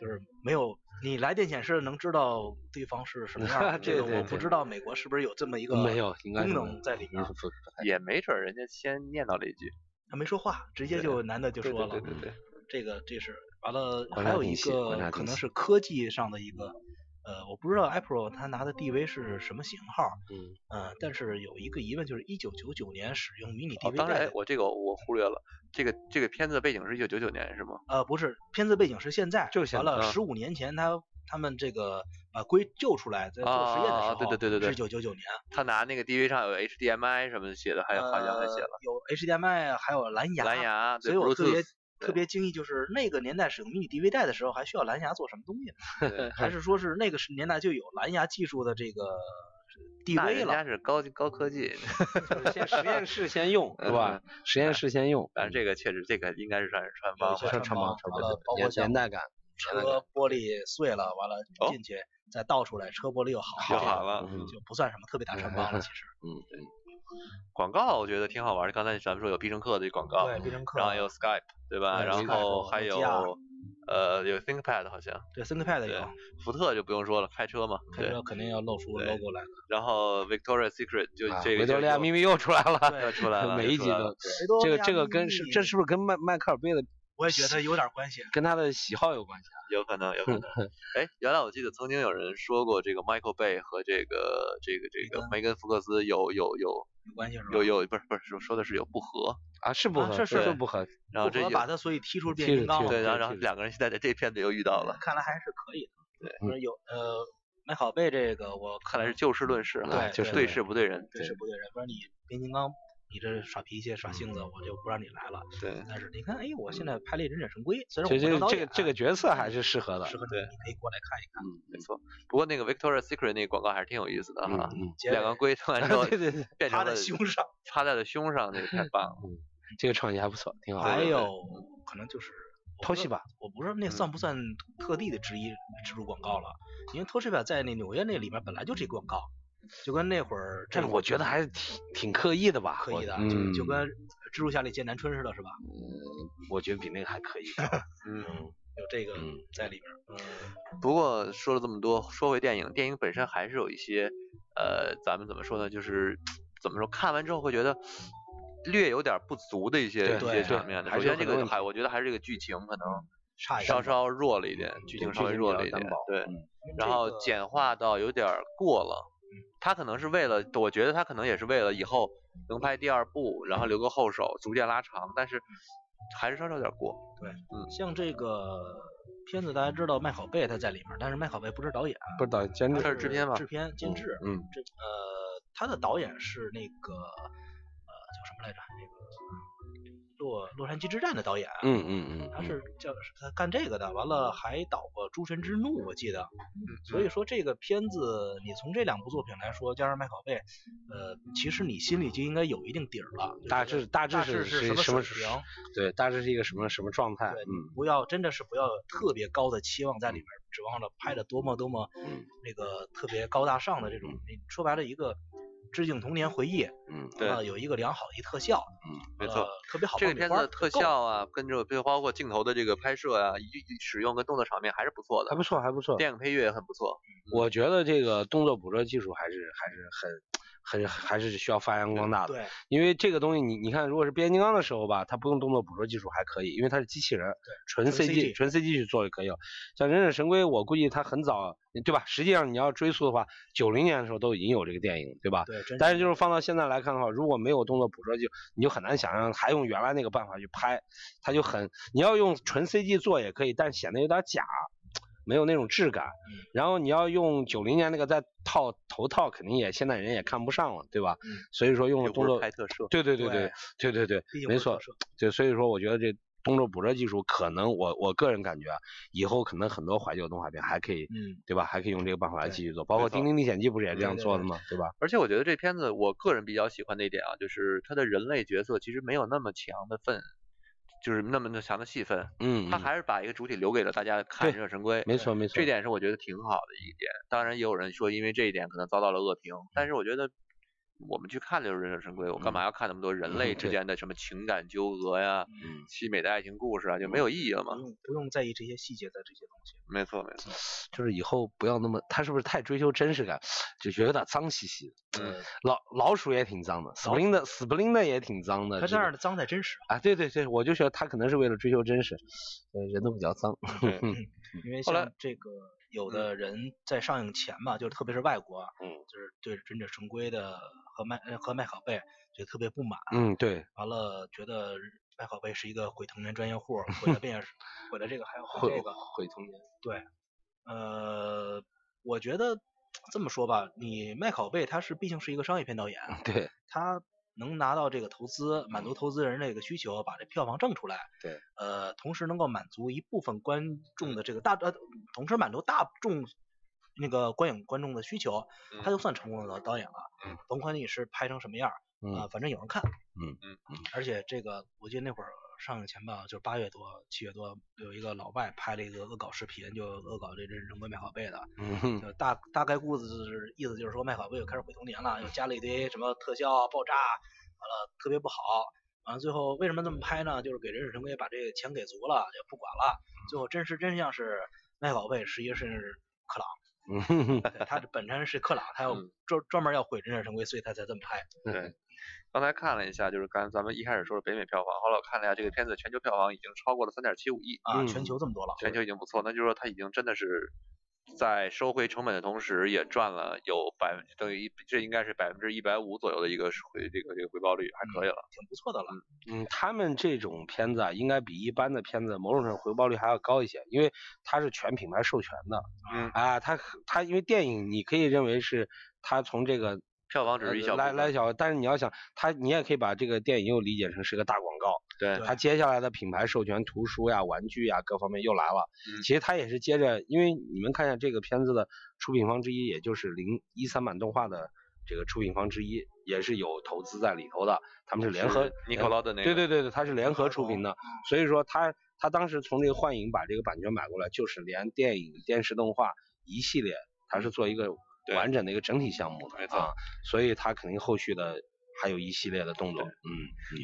B: 就是没有你来电显示能知道对方是什么 样的。
C: 对
B: 这个
C: 对
B: 我不
C: 对
B: 知道美国是不是有这么一个
C: 没有应该
B: 功
C: 是没
B: 能
C: 有
B: 在里面
C: 嗯
B: 儿。
C: 不
A: 也没准儿人家先念叨了一句，
B: 他没说话，直接
A: 对
B: 就男的就
A: 对
B: 说
A: 对
B: 了，
C: 嗯
A: 对对对，
B: 这个这是完了，
C: 观
B: 还
C: 察
B: 有
C: 定
B: 一
C: 性观
B: 个
C: 察
B: 可
C: 定
B: 能
C: 性
B: 是科技上的一个，呃，我不知道 Apple 它拿的 DV 是什么型号，
C: 嗯
B: 呃，但是有一个疑问就是，一九九九年使用迷你
A: 哦，
B: DV
A: 当
B: 带
A: 然
B: 的，
A: 我这个我忽略了，这个这个片子的背景是一九九九年是吗？
B: 呃，不是，片子背景是现在，
A: 就是现
B: 完
A: 在
B: 了
A: 啊
B: 十五年前他他们这个呃归救出来，在做实验的时候，
A: 啊对对对对对
B: 是九九九年，
A: 他拿那个 DV 上有 HDMI 什么写的，还有好哎像还写
B: 呃
A: 了
B: 有 HDMI，还有呃蓝牙，
A: 蓝牙，
B: 所
A: 对
B: 以我特别
A: Bluetooth，
B: 特别惊异，就是那个年代使用迷你 DV 带的时候，还需要蓝牙做什么东西呢？
A: 对
B: 还是说是那个时年代就有蓝牙技术的这个
A: 那
B: DV
A: 人家
B: 了？
A: 是高高科技，
C: 就是先实验室先用嗯是啊吧？实验室先用，
A: 反正这个确实这个应该是算是穿
B: 有
A: 帮
B: 一些
A: 吧。
B: 穿
C: 穿
B: 帮
C: 帮
B: 穿
C: 穿
B: 帮
C: 帮
B: 对对包括
C: 年
B: 像
C: 年代感，
B: 车玻璃碎了，完了
A: 哦
B: 进去再倒出来，车玻璃又好
A: 就
B: 这
A: 好
B: 个
A: 了，
C: 嗯
B: 就不算什么特别 大穿帮了。其实，
C: 嗯对，
A: 广告我觉得挺好玩的，刚才咱们说有必胜客的广告，
B: 对，必胜客，
A: 哦然后有 Skype 对吧？
B: 对
A: 然
B: Skype，
A: 后还
B: 诺
A: 有
B: 基亚
A: 呃有 ThinkPad 好像，
B: 对 ThinkPad 有
A: 对，福特就不用说了，开车嘛，
B: 开
A: 对
B: 车。肯定要露出
A: 对
B: logo 来的。
A: 然后 Victoria Secret 就
C: 啊
A: 这个
C: 维多
A: 就
C: 利亚
A: 又
C: 秘密又出来 了，
A: 又出来了，
C: 每
A: 又
C: 一
A: 出
C: 集
A: 来
C: 都
A: 了。
B: 维多
C: 这个
B: 利亚
C: 这个
B: 秘
C: 跟是这
B: 密
C: 是不是跟迈迈克尔贝的
B: 我也觉得有点关系。
C: 跟他的喜好有关系啊？
A: 有可能，有可能。哎，原来我记得曾经有人说过，这个 Michael Bay 和这个这个这个梅根福克斯有有有
B: 有关系是吧？
A: 有有不是不是说说的是有不和，
C: 啊，是不
B: 啊是
C: 合，
B: 是
C: 是不合，
A: 然后
B: 不
A: 这
B: 合
A: 有
B: 把他所以踢出变
C: 踢
B: 形金
C: 出
B: 刚
C: 去
B: 了。嗯
A: 对，然后
C: 这
A: 然后
C: 这
A: 两个人现在在这片子又遇到了，
B: 看来还是可以的。
A: 对嗯
B: 就是有呃，麦考贝这个我
A: 看来是就事论事哈，
B: 对
A: 就是
B: 对
A: 对事不对人，
B: 对是不对人，不然你变形金刚，你这耍脾气耍性子，
A: 嗯
B: 我就不让你来了。
A: 对
B: 但是你看，哎，我现在拍了一《忍者神龟》，虽然
C: 其
B: 我不
C: 实
B: 能导
C: 这
B: 演啊
C: 个这个角色还是啊嗯适合的
B: 适，合你，
A: 对
B: 你可以过来看一看。
C: 嗯
A: 没错。不过那个 Victoria Secret 那个广告还是挺有意思的哈，
C: 嗯
B: 结
A: 两个
B: 尾
A: 龟突 然
C: 嗯，
A: 后
C: 对对对，
A: 变
B: 插
A: 成
B: 在
A: 了
B: 胸上，
A: 插在了胸上，那个太棒了。
C: 这个创意还不错，挺好的。
B: 还
A: 对
B: 有可能就是
C: 嗯偷袭吧，嗯
B: 我不知道那算不算特地的植一植入广告了，因为 Toshiba 在那纽约那里面本来就是一广告，就跟那会儿
C: 但
B: 这
C: 是我觉得还是挺挺刻意的吧，
B: 可
C: 我
B: 以的，就
C: 嗯，
B: 就跟蜘蛛侠里见南春似的，是吧？
C: 我觉得比那个还可以。
A: 嗯，
B: 有这个
C: 嗯
B: 在里边儿，嗯，
A: 不过说了这么多，说回电影，电影本身还是有一些，呃，咱们怎么说呢？就是怎么说，看完之后会觉得略有点不足的一些
C: 对
A: 一些
B: 对
A: 场面的。
C: 还
A: 首
C: 是有
A: 先这
C: 很多
A: 个
C: 问题
A: 还，我觉得还是这个剧情可能
B: 差一
A: 稍
B: 点。
A: 稍弱了一点，
C: 嗯
A: 剧情稍微弱了一点，对。然后
B: 见
A: 简化到有点过了，
C: 嗯
A: 他可能是为了，我觉得他可能也是为了以后能拍第二部，然后留个后手，逐渐拉长，但是还是稍稍有点过。
B: 像这个片子，大家知道麦考贝他在里面，但是麦考贝不是导演，
C: 不是导演监
B: 他
C: 制
A: 是制片吧
B: 制片监制，
C: 嗯，
B: 这呃，他的导演是那个呃叫什么来着？那个洛洛杉矶之战的导演，啊
C: 嗯嗯嗯，
B: 他是叫是他干这个的，完了还导过《诸神之怒》，我记得。
C: 嗯
B: 所以说这个片子，你从这两部作品来说，加上麦考贝，呃，其实你心里就应该有一定底儿了，
C: 大
B: 就
C: 致
B: 是
C: 大致
B: 大是
C: 是是
B: 什
C: 什
B: 么
C: 么
B: 水平？
C: 对，大致是一个什么什么状态？
B: 对
C: 嗯，
B: 不要真的是不要有特别高的期望在里面，指望着拍的多么多么
C: 嗯
B: 那个特别高大上的这种，你说白了一个致敬童年回忆，
C: 嗯
A: 对
B: 呃，有一个良好的一特效，
A: 没
B: 呃
A: 错。，
B: 特别好
A: 这
B: 爆
A: 个
B: 米
A: 片
B: 花
A: 子
B: 儿
A: 的特
B: 就够了
A: 效啊，跟这个包括镜头的这个拍摄啊，一一使用跟动作场面还是不错
C: 还
A: 的。
C: 不错，还不错。
A: 电影配乐也很不错，
C: 我觉得这个动作捕捉技术还是还是很很还是需要发扬光
A: 啊
C: 大的。
B: 对，
C: 因为这个东西你你看，如果是变形金刚的时候吧，它不用动作捕捉技术还可以，因为它是机器人，纯
B: 纯 CG
C: CG 纯 CG 去做就可以了。像忍者神龟，我估计它很早，对吧？实际上你要追溯的话，九零年的时候都已经有这个电影，对吧？
B: 对，真
C: 但是
B: 就
C: 就是放到现在来看的话，如果没有动作捕捉技术，你就很难想象还用原来那个办法去拍，它就很你要用纯 CG 做也可以，但显得有点假。没有那种质感。
B: 嗯
C: 然后你要用九零年那个再套头套，肯定也现在人也看不上了，对吧？
B: 嗯
C: 所以说用
A: 又
C: 了
A: 不
C: 动
A: 是
C: 作
A: 拍特摄
C: 对对对对对对对
B: 毕，竟
C: 没
B: 不是
C: 错
B: 特摄，
C: 对，所以说我觉得这动作捕捉技术可能我我个人感觉啊，以后可能很多怀旧动画片还可以，
B: 嗯，
C: 对吧？还可以用这个办法来
B: 对
C: 继续做，包
A: 没
C: 括《
A: 错
C: 丁丁历险记》不是也这
B: 对
C: 样
B: 对
C: 做
B: 对
C: 的吗？对吧？
A: 而且我觉得这片子我个人比较喜欢的一点啊，就是它的人类角色其实没有那么强的份，就是那么强的戏份，
C: 嗯，
A: 它
C: 嗯
A: 还是把一个主体留给了大家看《
C: 对
A: 忍者神龟》。
C: 没错没错，
A: 这点是我觉得挺好的一点。当然，也有人说因为这一点可能遭到了恶评，但是我觉得我们去看的就是《忍者神龟》，我干嘛要看那么多人类之
C: 嗯对
A: 间的什么情感纠葛呀、
C: 嗯
A: 凄美的爱情故事啊，就没有意义了嘛
B: 不？用不用在意这些细节，在这些东西。
A: 没错，没错。
C: 就是以后不要那么，他是不是太追求真实感，就觉得有点脏兮兮的。
A: 嗯，
B: 呃
C: 老老鼠也挺脏的，Spring 的 Spring 的也挺脏
A: 呃
C: 的。
B: 他
C: 这
B: 这
C: 个
B: 样的脏才真实，
C: 啊，对对对，我就觉得他可能是为了追求真实，呃，人都比较脏。
A: 对
B: 因为
A: 嗯后来嗯
B: 像这个有的人在上映前吧，就是特别是外国啊，
C: 嗯
B: 就是对《忍者神龟》的和麦呃和麦考贝就特别不满，
C: 嗯，对，
B: 完了觉得麦考贝是一个毁童年专业户，毁了电视，毁了这个还有毁这个，
C: 毁童年。
B: 呃，我觉得这么说吧，你麦考贝他是毕竟是一个商业片导演，
C: 嗯对，
B: 他能拿到这个投资，满足投资人这个需求，把这票房挣出来，
C: 对，
B: 呃，同时能够满足一部分观众的这个大呃，同时满足大众那个观影观众的需求，
C: 嗯
B: 他就算成功的导演了，
A: 嗯，
B: 甭管你是拍成什么样儿，啊、
C: 嗯
B: 反正有人看，
C: 嗯
A: 嗯
B: 嗯，而且这个我记得那会儿上映前吧，就是八月多七月多，有一个老外拍了一个恶搞视频，就恶搞这人人鬼麦考贝的，
C: 嗯哼
B: 就大大概故事就是意思就是说麦考贝又开始毁童年
C: 嗯
B: 了，又加了一堆什么特效啊、爆炸，完了特别不好。完了最后为什么这么拍呢？就是给忍者神龟把这个钱给足了，也不管了。
C: 嗯
B: 最后真实真相是麦考贝实际上是克朗，
C: 嗯哼哼，
B: 对他本身是克朗，他要
A: 嗯
B: 专专门要毁忍者神龟，所以他才这么拍。
A: 对。刚才看了一下，就是刚才咱们一开始说的北美票房，后来我看了一下这个片子全球票房已经超过了三点七五亿，
B: 啊，
C: 嗯
B: 全球这么多了，
A: 全球已经不错，那就是说它已经真的是在收回成本的同时，也赚了有百分等于一，这应该是百分之一百五左右的一个回这个这个回报率，还可以了。
B: 挺不错的了。
C: 嗯，他们这种片子啊，应该比一般的片子某种程度回报率还要高一些，因为它是全品牌授权的。
A: 嗯
C: 啊，它它因为电影，你可以认为是它从这个
A: 票房只
C: 呃
A: 是一小部
C: 来
A: 分，
C: 来小，但是你要想它，你也可以把这个电影又理解成是个大广告。
A: 对
B: 对
C: 它接下来的品牌授权图书呀、玩具呀各方面又来了。
A: 嗯
C: 其实它也是接着，因为你们看一下这个片子的出品方之一，也就是零一三版动画的这个出品方之一，也是有投资在里头的，他们是联合呃
A: 是尼可劳的那
C: 对
A: 个，哦
C: 对对对，它是联合出品的，所以说它它当时从这个幻影把这个版权买过来，就是连电影、电视动画一系列，它是做一个
A: 对
C: 完整的一个整体项目的，
A: 没错
C: 啊，所以它肯定后续的还有一系列的动作，嗯，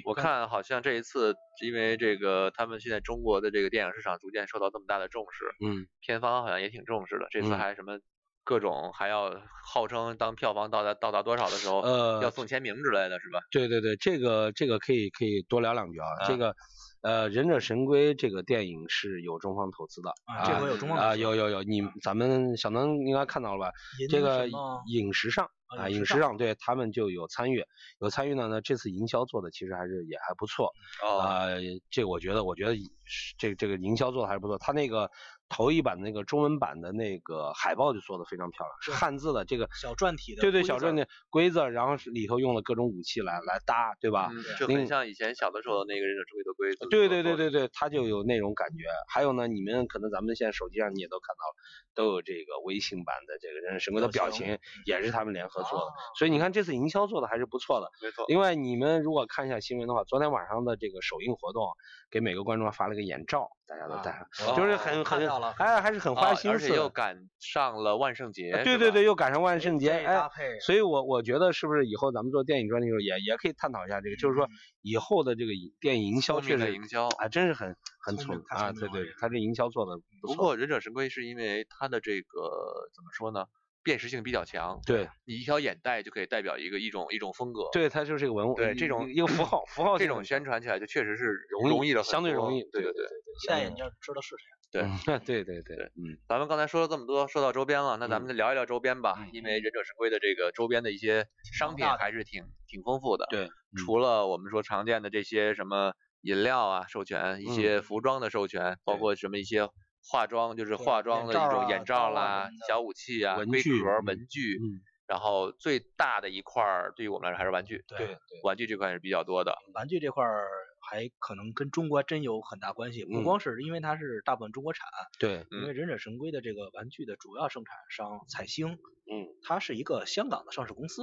A: 我看好像这一次，因为这个他们现在中国的这个电影市场逐渐受到那么大的重视，
C: 嗯
A: 片方好像也挺重视的，这次
C: 嗯
A: 还什么各种还要号称当票房到达到达多少的时候，
C: 呃
A: 要送签名之类的是吧？
C: 对对对，这个这个可以可以多聊两句啊，
B: 嗯
C: 这
A: 啊
C: 个呃《忍者神龟》这个电影是有中方投资的
B: 啊，这回有中方
C: 啊、
B: 投资嗯
C: 有有有，你咱们小能应该看到了吧？
B: 银
C: 这
B: 什
C: 个
B: 么
C: 饮食上
B: 啊
C: 啊，
B: 饮
C: 饮
B: 食
C: 食上对他们就有参与，有参与呢呢，这次营销做的其实还是也还不错
B: 嗯
A: 哦，
C: 啊、这个我觉得，我觉得是这这个营销做的还是不错，他那个头一版那个中文版的那个海报就做的非常漂亮，是
B: 对
C: 汉字的这个
B: 小篆体的
C: 对对
B: 规
C: 小
B: 则
C: 篆的规则，然后是里头用了各种武器来来搭，对吧？
A: 嗯
B: 对
A: 就很
C: 另啊
A: 像以前小的时候那个忍者之龟的龟子。
C: 对对对对对，它就有那种感觉。还有呢，你们可能咱们现在手机上你也都看到了，都有这个微信版的这个人神龟的
B: 表
C: 表
B: 情
C: 情，也是他们联合做的。所以你看这次营销做的还是不错的。
A: 哦没错。
C: 另外，你们如果看一下新闻的话，昨天晚上的这个首映活动，给每个观众发了个眼罩，大家都戴上，
B: 啊
C: 就是
A: 哦
C: 很
B: 看
C: 很
B: 到了
C: 哎，还是很花
A: 哦
C: 心
A: 而
C: 思
A: 且
C: 的。
A: 又赶上了万圣节。
C: 啊对
A: 是
C: 对
A: 吧
C: 对，，又赶上万圣节，
B: 这搭
C: 哎，
B: 配
C: 所以我我觉得是不是以后咱们做电影专题的时候也也可以探讨一下这个，就是说
B: 嗯
C: 以后的这个营电影营销
A: 聪明
C: 确
A: 的
C: 实
A: 营销。
C: 啊，真是很很
B: 聪
C: 聪
B: 明
C: 明
B: 太
C: 啊，
B: 聪
C: 对
B: 明了
C: 对，他这营销做的
A: 不过忍者神龟是因为它的这个怎么说呢，辨识性比较强，
C: 对
A: 你一条眼带就可以代表一个一种一种风格。
C: 对，它就是个文物，
A: 对
C: 一
A: 这种
C: 一个符号符号
A: 这
C: 性
A: 种
C: 很
A: 宣
C: 强
A: 传起来就确实是
C: 容易
A: 易了很多，
C: 相对容易
A: 对
C: 对
A: 对。
B: 一戴眼镜儿知道是谁。
A: 对
C: 嗯对 对对，嗯，
A: 咱们刚才说了这么多，说到周边了，那咱们就聊一聊周边
C: 嗯
A: 吧，因为忍者神龟的这个周边的一些商品
B: 大的
A: 还是挺挺丰富的。
C: 对，嗯
A: 除了我们说常见的这些什么饮料啊授权，一
C: 嗯
A: 些服装的授权，包
C: 对
A: 括什么一些化妆就是
B: 对
A: 化妆
B: 眼
A: 的
B: 罩
A: 一
B: 啊
A: 种
B: 刀啊
A: 眼罩
B: 什
A: 啦
B: 么的、
A: 小武器啊、
C: 文
A: 龟
C: 具
A: 壳儿、文具，
C: 嗯
A: 然后最大的一块儿对于我们来说还是玩具，
B: 对，
A: 玩具这块是比较多的。
B: 玩具这块儿还可能跟中国还真有很大关系，不
C: 嗯
B: 光是因为它是大部分中国产，
C: 对，
A: 嗯
B: 因为忍者神龟的这个玩具的主要生产商彩星，
C: 嗯，
B: 它是一个香港的上市公司，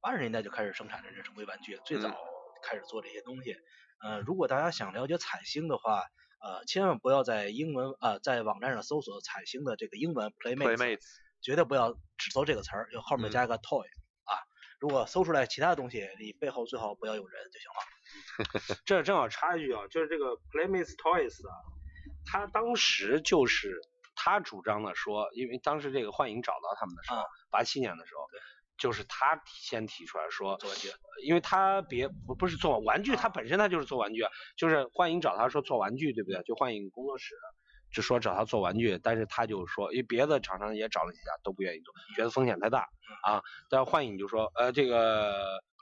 B: 八十年代就开始生产忍者神龟玩具，最
A: 嗯
B: 早开始做这些东西。呃，如果大家想了解彩星的话，呃，千万不要在英文呃在网站上搜索彩星的这个英文
A: Playmates，
B: 绝对不要只搜这个词儿，要后
C: 嗯
B: 面加一个 toy、啊。如果搜出来其他的东西，你背后最好不要有人就行了。
C: 这正好插一句啊，就是这个 Playmates Toys 啊，他当时就是他主张的说，因为当时这个幻影找到他们的时候
A: 嗯
B: 啊，
C: 八七、年的时候，就是他提先提出来说，
B: 做玩具，
C: 因为他别不不是做玩具，他本身他就是做玩具，啊，就是幻影找他说做玩具，对不对？就幻影工作室。就说找他做玩具，但是他就说，因为别的厂商也找了几家，都不愿意做，觉得风险太大
B: 嗯
C: 啊。但幻影就说，呃，这个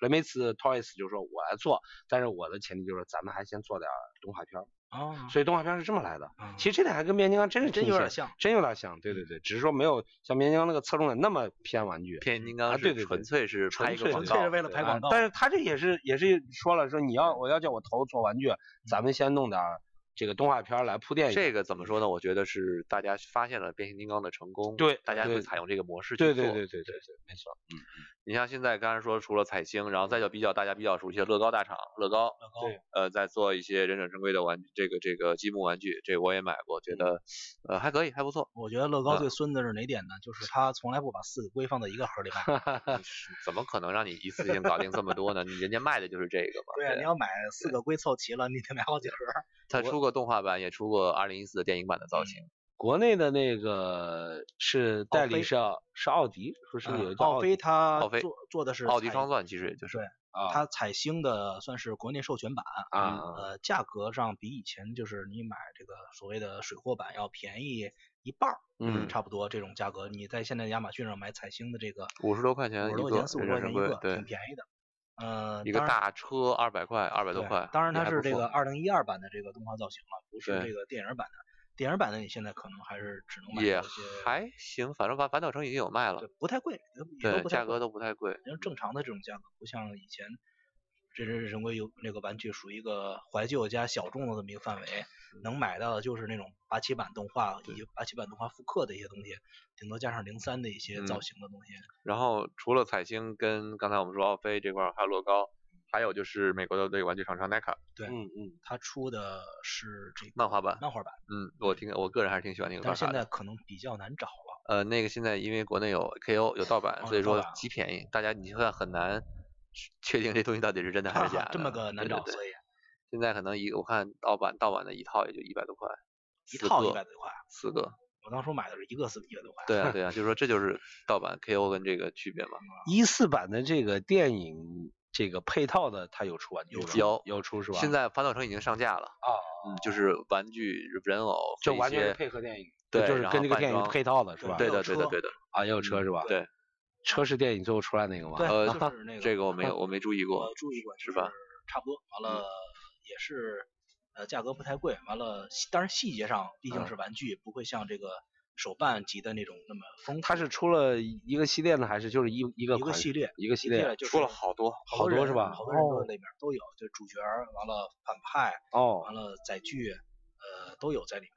C: Playmates Toys 就说我来做，但是我的前提就是咱们还先做点儿动画片儿，
B: 哦，
C: 所以动画片儿是这么来的。
B: 啊
C: 其实这点还跟变形金刚真是
B: 真
C: 挺
B: 有点，像。
C: 真有点像。对对对，只是说没有像变形金刚那个侧重点那么偏玩具。
A: 变形金
C: 啊
A: 刚
C: 对对
A: 是
C: 对
A: 纯粹是拍一个
C: 纯
A: 广
B: 纯
C: 粹
B: 粹
A: 告
B: 是，为了拍
C: 啊
B: 广告，
C: 但是他这也是也是说了，说你要
A: 嗯
C: 我要叫我投做玩具，咱们先弄点儿这个动画片儿来铺垫一下。
A: 这个怎么说呢？我觉得是大家发现了变形金刚的成功，
C: 对
A: 大家会
C: 对
A: 采用这个模式去
C: 对
A: 做。
C: 对对对对对，没错。
A: 你像现在刚才说，除了彩星，然后再就比较大家比较熟悉的乐高大厂，乐高，乐
B: 高
C: 对，
A: 呃，在做一些忍者神龟的玩具，这个这个积木玩具，这个我也买过，觉得
B: 嗯
A: 呃还可以，还不错。
B: 我觉得乐高
A: 啊
B: 最孙子是哪点呢？就是他从来不把四个龟放在一个盒里 卖。
A: 怎么可能让你一次性搞定这么多呢？人家卖的就是这个嘛。
B: 对啊，你要买四个龟凑齐了，你得买好几盒。
A: 他出过动画版，也出过二零一四的电影版的造型。
B: 嗯
C: 国内的那个是代
B: 奥
C: 理
B: 飞
C: 是是奥迪，是是不是有
B: 嗯
C: 一个叫
B: 奥飞
C: 迪
B: 他
A: 啊奥飞
B: 做做的是
A: 奥迪
B: 彩
A: 双钻其实也就是
B: 对
C: 啊
B: 它彩星的算是国内授权版，
C: 啊
B: 呃，价格上比以前就是你买这个所谓的水货版要便宜一半儿，
C: 嗯
B: 差不多这种价格。你在现在亚马逊上买彩星的这个
A: 五十多块
B: 五
A: 钱一
B: 十
A: 个
B: 多块钱、四五十块
A: 忍
B: 钱一
A: 者神龟
B: 个，
A: 对
B: 挺便宜的。呃，
A: 一个
B: 当然
A: 大车二百块，二百多
B: 对
A: 块。
B: 当然
A: 也
B: 它
A: 还
B: 是
A: 不
B: 这
A: 错
B: 个二零一二版的这个动画造型了，不是
A: 对
B: 这个电影版的。电影版的你现在可能还是只能买
A: 也
B: 到一些
A: 还行，反正反反斗城已经有卖了
B: 对，不太贵，呃也都
A: 对，
B: 不太
A: 价格
B: 贵
A: 都不太贵。
B: 因为正常的这种价格，不像以前这是人龟有那个玩具属于一个怀旧加小众的这么一个范围，能买到的就是那种八七版动画以及八七版动画复刻的一些东西，顶多加上零三的一些造
A: 嗯
B: 型的东西。
A: 然后除了彩星跟刚才我们说奥飞这块儿，还有乐高，还有就是美国的这个玩具厂商 NECA
B: 对
C: 嗯嗯，
B: 它出的是这个
A: 漫画版。
B: 漫画版，
A: 嗯，我挺我个人还是挺喜欢那个
B: 但
A: 画
B: 是现
A: 法
B: 在
A: 的。
B: 可能比较难找了。
A: 呃，那个现在因为国内有 KO 有盗版，
B: 哦
A: 所以
B: 有盗
A: 说
B: 版啊
A: 极便宜，大家你现在很难去确定这东西到底是真的还是假的。
B: 这么个难
A: 对
B: 找，
A: 对对
B: 所以
A: 现在可能一我看盗版盗版的一套也就一百多块，
B: 一
A: 四
B: 套
A: 个
B: 一百多块。
A: 四个。
B: 我当初买的是一个四一百多块。
A: 对啊 对啊，就是说这就是盗版 KO 跟这个区别嘛。
C: 一四版的这个电影这个配套的，它有出玩具吗？
A: 有
C: 有出是吧？
A: 现在《反斗城》已经上架了
C: 哦
A: 嗯，就是玩具人偶
C: 就
A: 和一
C: 完全
A: 些
C: 是配合电影，
A: 对，
C: 就是
A: 然
C: 跟
A: 后
C: 这个
A: 扮
C: 电影
A: 装
C: 配套的是吧？
A: 对
B: 还
A: 的
B: 有
A: 对的
B: 车
A: 对的，嗯
C: 啊，也有车是吧？
A: 对，
C: 车是电影最后出来那个吗？
B: 对，
A: 呃
B: 就是那个
A: 这个我没有我没注意过
B: 我，注意过，
A: 是
B: 就
A: 吧？嗯
B: 差不多，完了也是，呃，价格不太贵，完了，细当然细节上毕
A: 嗯
B: 竟是玩具，不会像这个手办级的那种那么丰富。
C: 它是出了一个系列呢，还是就是一一个
B: 一个
C: 款
B: 系列
C: 一个系列？
B: 就是
A: 出了好多，
B: 好
C: 好多
B: 人
C: 是吧
B: 好多人都
C: 哦
B: 在里面都有，就主角儿完了反派，
C: 哦
B: 完了载具，呃，都有在里面。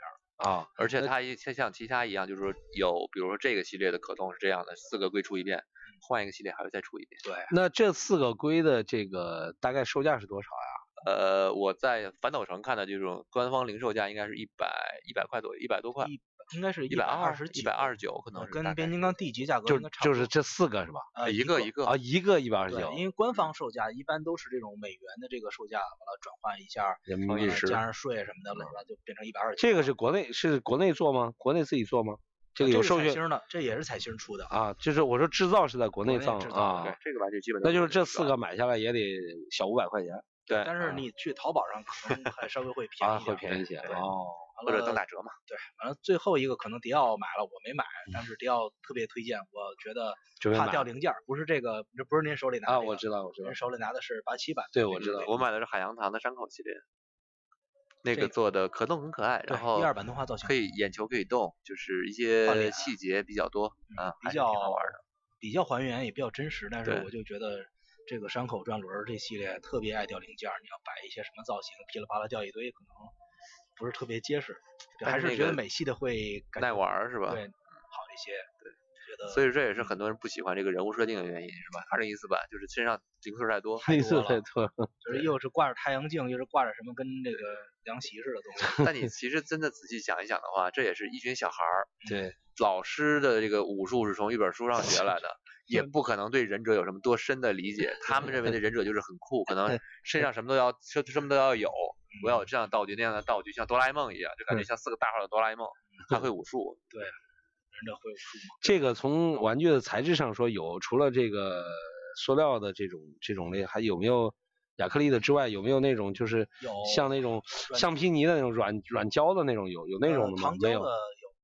C: 啊，
A: 而且它也像像其他一样，就是说有比如说这个系列的可动是这样的，四个龟出一遍，
C: 嗯
A: 换一个系列还会再出一遍。
B: 对，
C: 那这四个龟的这个大概售价是多少啊呀？
A: 呃，我在反斗城看的这种官方零售价应该是一百一百块左右，一百多块，
B: 一应该是
A: 一
B: 百
A: 百二
B: 十
A: 一百二十九可能
B: 呃
A: 是大
B: 跟
A: 概
B: 变形金刚 D 级价格
C: 就
B: 应该差不
C: 就是
B: 多
C: 这四个是吧？
B: 呃
A: 一个一哦个
C: 啊，一个一百二十九
B: 对，，因为官方售价一般都是这种美元的这个售价，完了转换一下，
C: 人民
A: 乘以
C: 币
B: 呃
A: 10
B: 加上税什么的，完了就变成一百二十。
C: 嗯这个是国内是国内做吗？国内自己做吗？这个
B: 啊这
C: 有
B: 是
C: 授
B: 彩
C: 权
B: 星的，这也是彩星出的。
C: 啊，就是我说制造是在国内
B: 国内
C: 造
B: 制造
C: 啊
A: 对，这个玩具基本
C: 那
A: 都
C: 就是
A: 是
C: 这
A: 吧
C: 四个买下来也得小五百块钱
A: 对，嗯
B: 但是你去淘宝上可能还稍微会便宜
C: 啊，
B: 一点
C: 会
B: 儿
C: 便宜些
B: 对
C: 哦。
A: 或
B: 完
A: 者
B: 了
A: 等打折嘛。
B: 对，完了最后一个可能迪奥买了，我没买，但是迪奥特别推荐，我觉得
C: 准备
B: 怕
C: 嗯买啊
B: 掉零件儿，不是这个，这不是您手里拿的、
C: 啊，我知道，我知道
B: 您，手里拿的是八七版，
C: 对，我知道，
A: 我买的是海洋堂的山口系列，那
B: 这
A: 个
B: 个
A: 做的可动很可爱，
B: 对
A: 然后
B: 第二版动画造型
A: 可以眼球可以动，就是一
B: 换脸啊
A: 些细节比较多啊，还
B: 嗯比
A: 是挺
B: 较
A: 好玩的。
B: 比较还原，也比较真实。但是
A: 对
B: 我就觉得这个山口转轮儿这系列特别爱掉零件儿，你要摆一些什么造型，噼里啪啦掉一堆，可能不是特别结实。对
A: 但
B: 还
A: 是
B: 是
A: 那
B: 觉得
A: 个
B: 美系的会感
A: 耐
B: 觉
A: 玩儿是吧
B: 对，嗯好一些。对，觉得
A: 所以这也是很多人不喜欢这个人物设定的原因，是吧？二零一四版就是身上零碎儿太多，
B: 太多了，
F: 错了，
B: 就是又是挂着太阳镜，又是挂着什么跟这个凉席似的 东西。
A: 但你其实真的仔细想一想的话，这也是一群小孩儿，
F: 对，
A: 老师的这个武术是从一本书上学来 的，也
B: 嗯
A: 不可能对忍者有什么多深的理解。他们认为的忍者就是很酷，可能身上什么都要，什什么都要有，
B: 嗯
A: 我要有这样的道具那样的道具，像哆啦 A 梦一样，就感觉像四个大号的哆啦 A 梦，还会武术。
B: 忍者会武术嘛，
C: 这个从玩具的材质上说有，除了这个塑料的这种这种类，还有没有亚克力的之外，有没有那种就是
B: 有
C: 像那种
B: 软
C: 橡皮泥的那种软软胶的那种有有那
B: 呃
C: 种的吗
B: 糖？胶
C: 没
B: 的
C: 有。
B: 有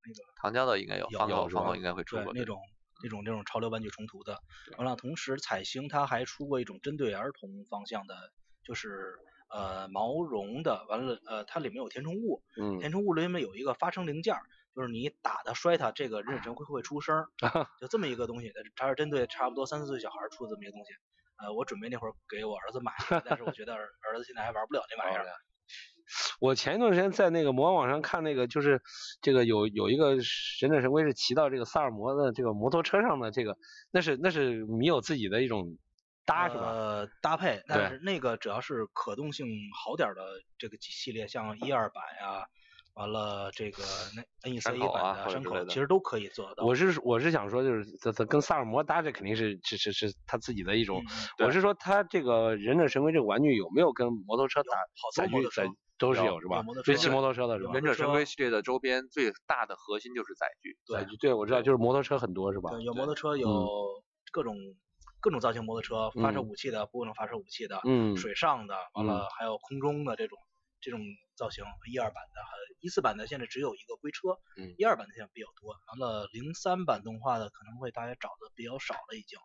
B: 那个
A: 糖胶的应该有，
B: 有
A: 放
B: 有
A: 口
B: 是
A: 放
B: 吧
A: 口应该会出
B: 对
A: 过
B: 那
A: 对
B: 种那种那种潮流玩具冲突的。
A: 对
B: 完了，同时彩星它还出过一种针对儿童方向的，就是呃毛绒的。完了，呃，它里面有填充物，
C: 嗯
B: 填充物里面有一个发声零件儿，就是你打它、摔它，这个妊娠会会出声儿，就这么一个东西。它是它是针对差不多三四岁小孩儿出的这么一个东西。呃，我准备那会儿给我儿子买的，但是我觉得儿儿子现在还哦玩不了那玩意儿。
C: 我前一段时间在那个魔王网上看那个，就是这个有有一个忍者神龟是骑到这个萨尔摩的这个摩托车上的，这个那是那是米友自己的一种搭是吧？
B: 呃，搭配，但
C: 对
B: 是那个只要是可动性好点儿的这个系列，像一二版呀、完了这个那 N E C
A: 山口啊
B: 版
A: 或
B: 的
A: 者
B: 山
A: 之
B: 口，
A: 类的
B: 其实都可以做得到。
C: 我是我是想说，就是他他跟萨尔摩搭，这肯定是是是是他自己的一种。
B: 嗯嗯
C: 我是说他这个忍者神龟这个玩具有没有跟摩托车
B: 有
C: 搭
B: 好多
C: 载
B: 摩
C: 具
B: 托车
C: 载都是
B: 有
C: 有是吧
B: 有摩托？车
C: 就骑摩托车的是吧
B: 有？
A: 忍者神龟系列的周边最大的核心就是载具，
B: 对
C: 载具对我知道，就是摩托车很多是吧？嗯
B: 对有摩托车，有各种各种造型摩托车，发射
C: 嗯
B: 武器的，不能发射武器的，
C: 嗯
B: 水上的，完了
C: 嗯
B: 还有空中的这种这种造型，一二版的，呃一四版的现在只有一个龟车，
C: 嗯
B: 一二版的现在比较多，完了零三版动画的可能会大家找的比较少了，已经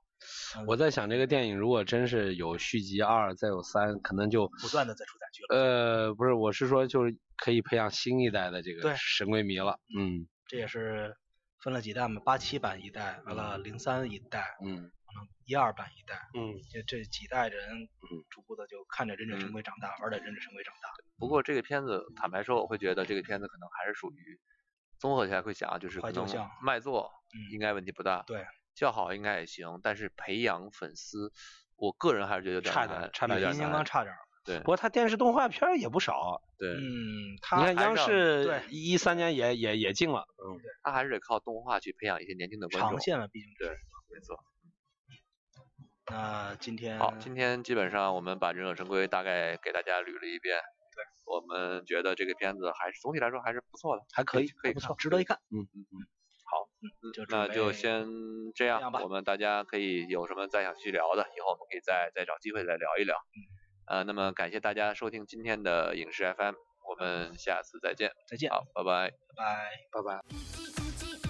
C: 我在想这个电影如果真是有续集二，再有三，可能就
B: 不断的在出载具了，
C: 呃不是，我是说就是可以培养新一代的这
B: 对
C: 个神龟迷了。嗯
B: 这也是分了几代嘛，八七版一代，完了零三一代，
C: 嗯
B: 完了一二版一代，
C: 嗯，
B: 这这几代人
C: 嗯
B: 逐步的就看着忍
A: 嗯
B: 者神龟长大，玩着忍者神龟长大，
A: 不过这个片子，坦白说，我会觉得这个片子可能还是属于综合起来会想啊，就是
B: 怀
A: 可
B: 旧
A: 能
B: 向
A: 卖座
B: 嗯
A: 应该问题不大，
B: 对，
A: 叫好应该也行，但是培养粉丝，我个人还是觉得有点
C: 差点
A: 难
C: 差
A: 有
C: 点
B: 比
A: 点
B: 金
C: 难
B: 刚
A: 难
B: 刚差点儿，
A: 对
C: 不过他电视动画片儿也不少，
A: 对，
B: 嗯，
C: 你
B: 他
C: 看央视
B: 对
C: 一三年也也也进了。嗯
A: 他还是得靠动画去培养一些年轻的观
B: 长
A: 众，
B: 线嘛，毕竟
A: 对
B: 是。
A: 没错。
B: 那今天
A: 好，今天基本上我们把《忍者神龟》大概给大家捋了一遍，对，我们觉得这个片子还是总体来说还是不错的，
C: 还可以
A: 可以
C: 还不
A: 看
C: 错
B: 值得一看。
A: 嗯
B: 就准
A: 那就
B: 备
A: 先这样，
B: 样吧
A: 我们大家可以有什么再想去聊的，以后我们可以再再找机会再聊一聊。
B: 嗯
A: 呃，那么感谢大家收听今天的影视 FM，我们下次再见，
B: 再见，
A: 好，拜拜。
B: 拜拜。
C: 拜拜。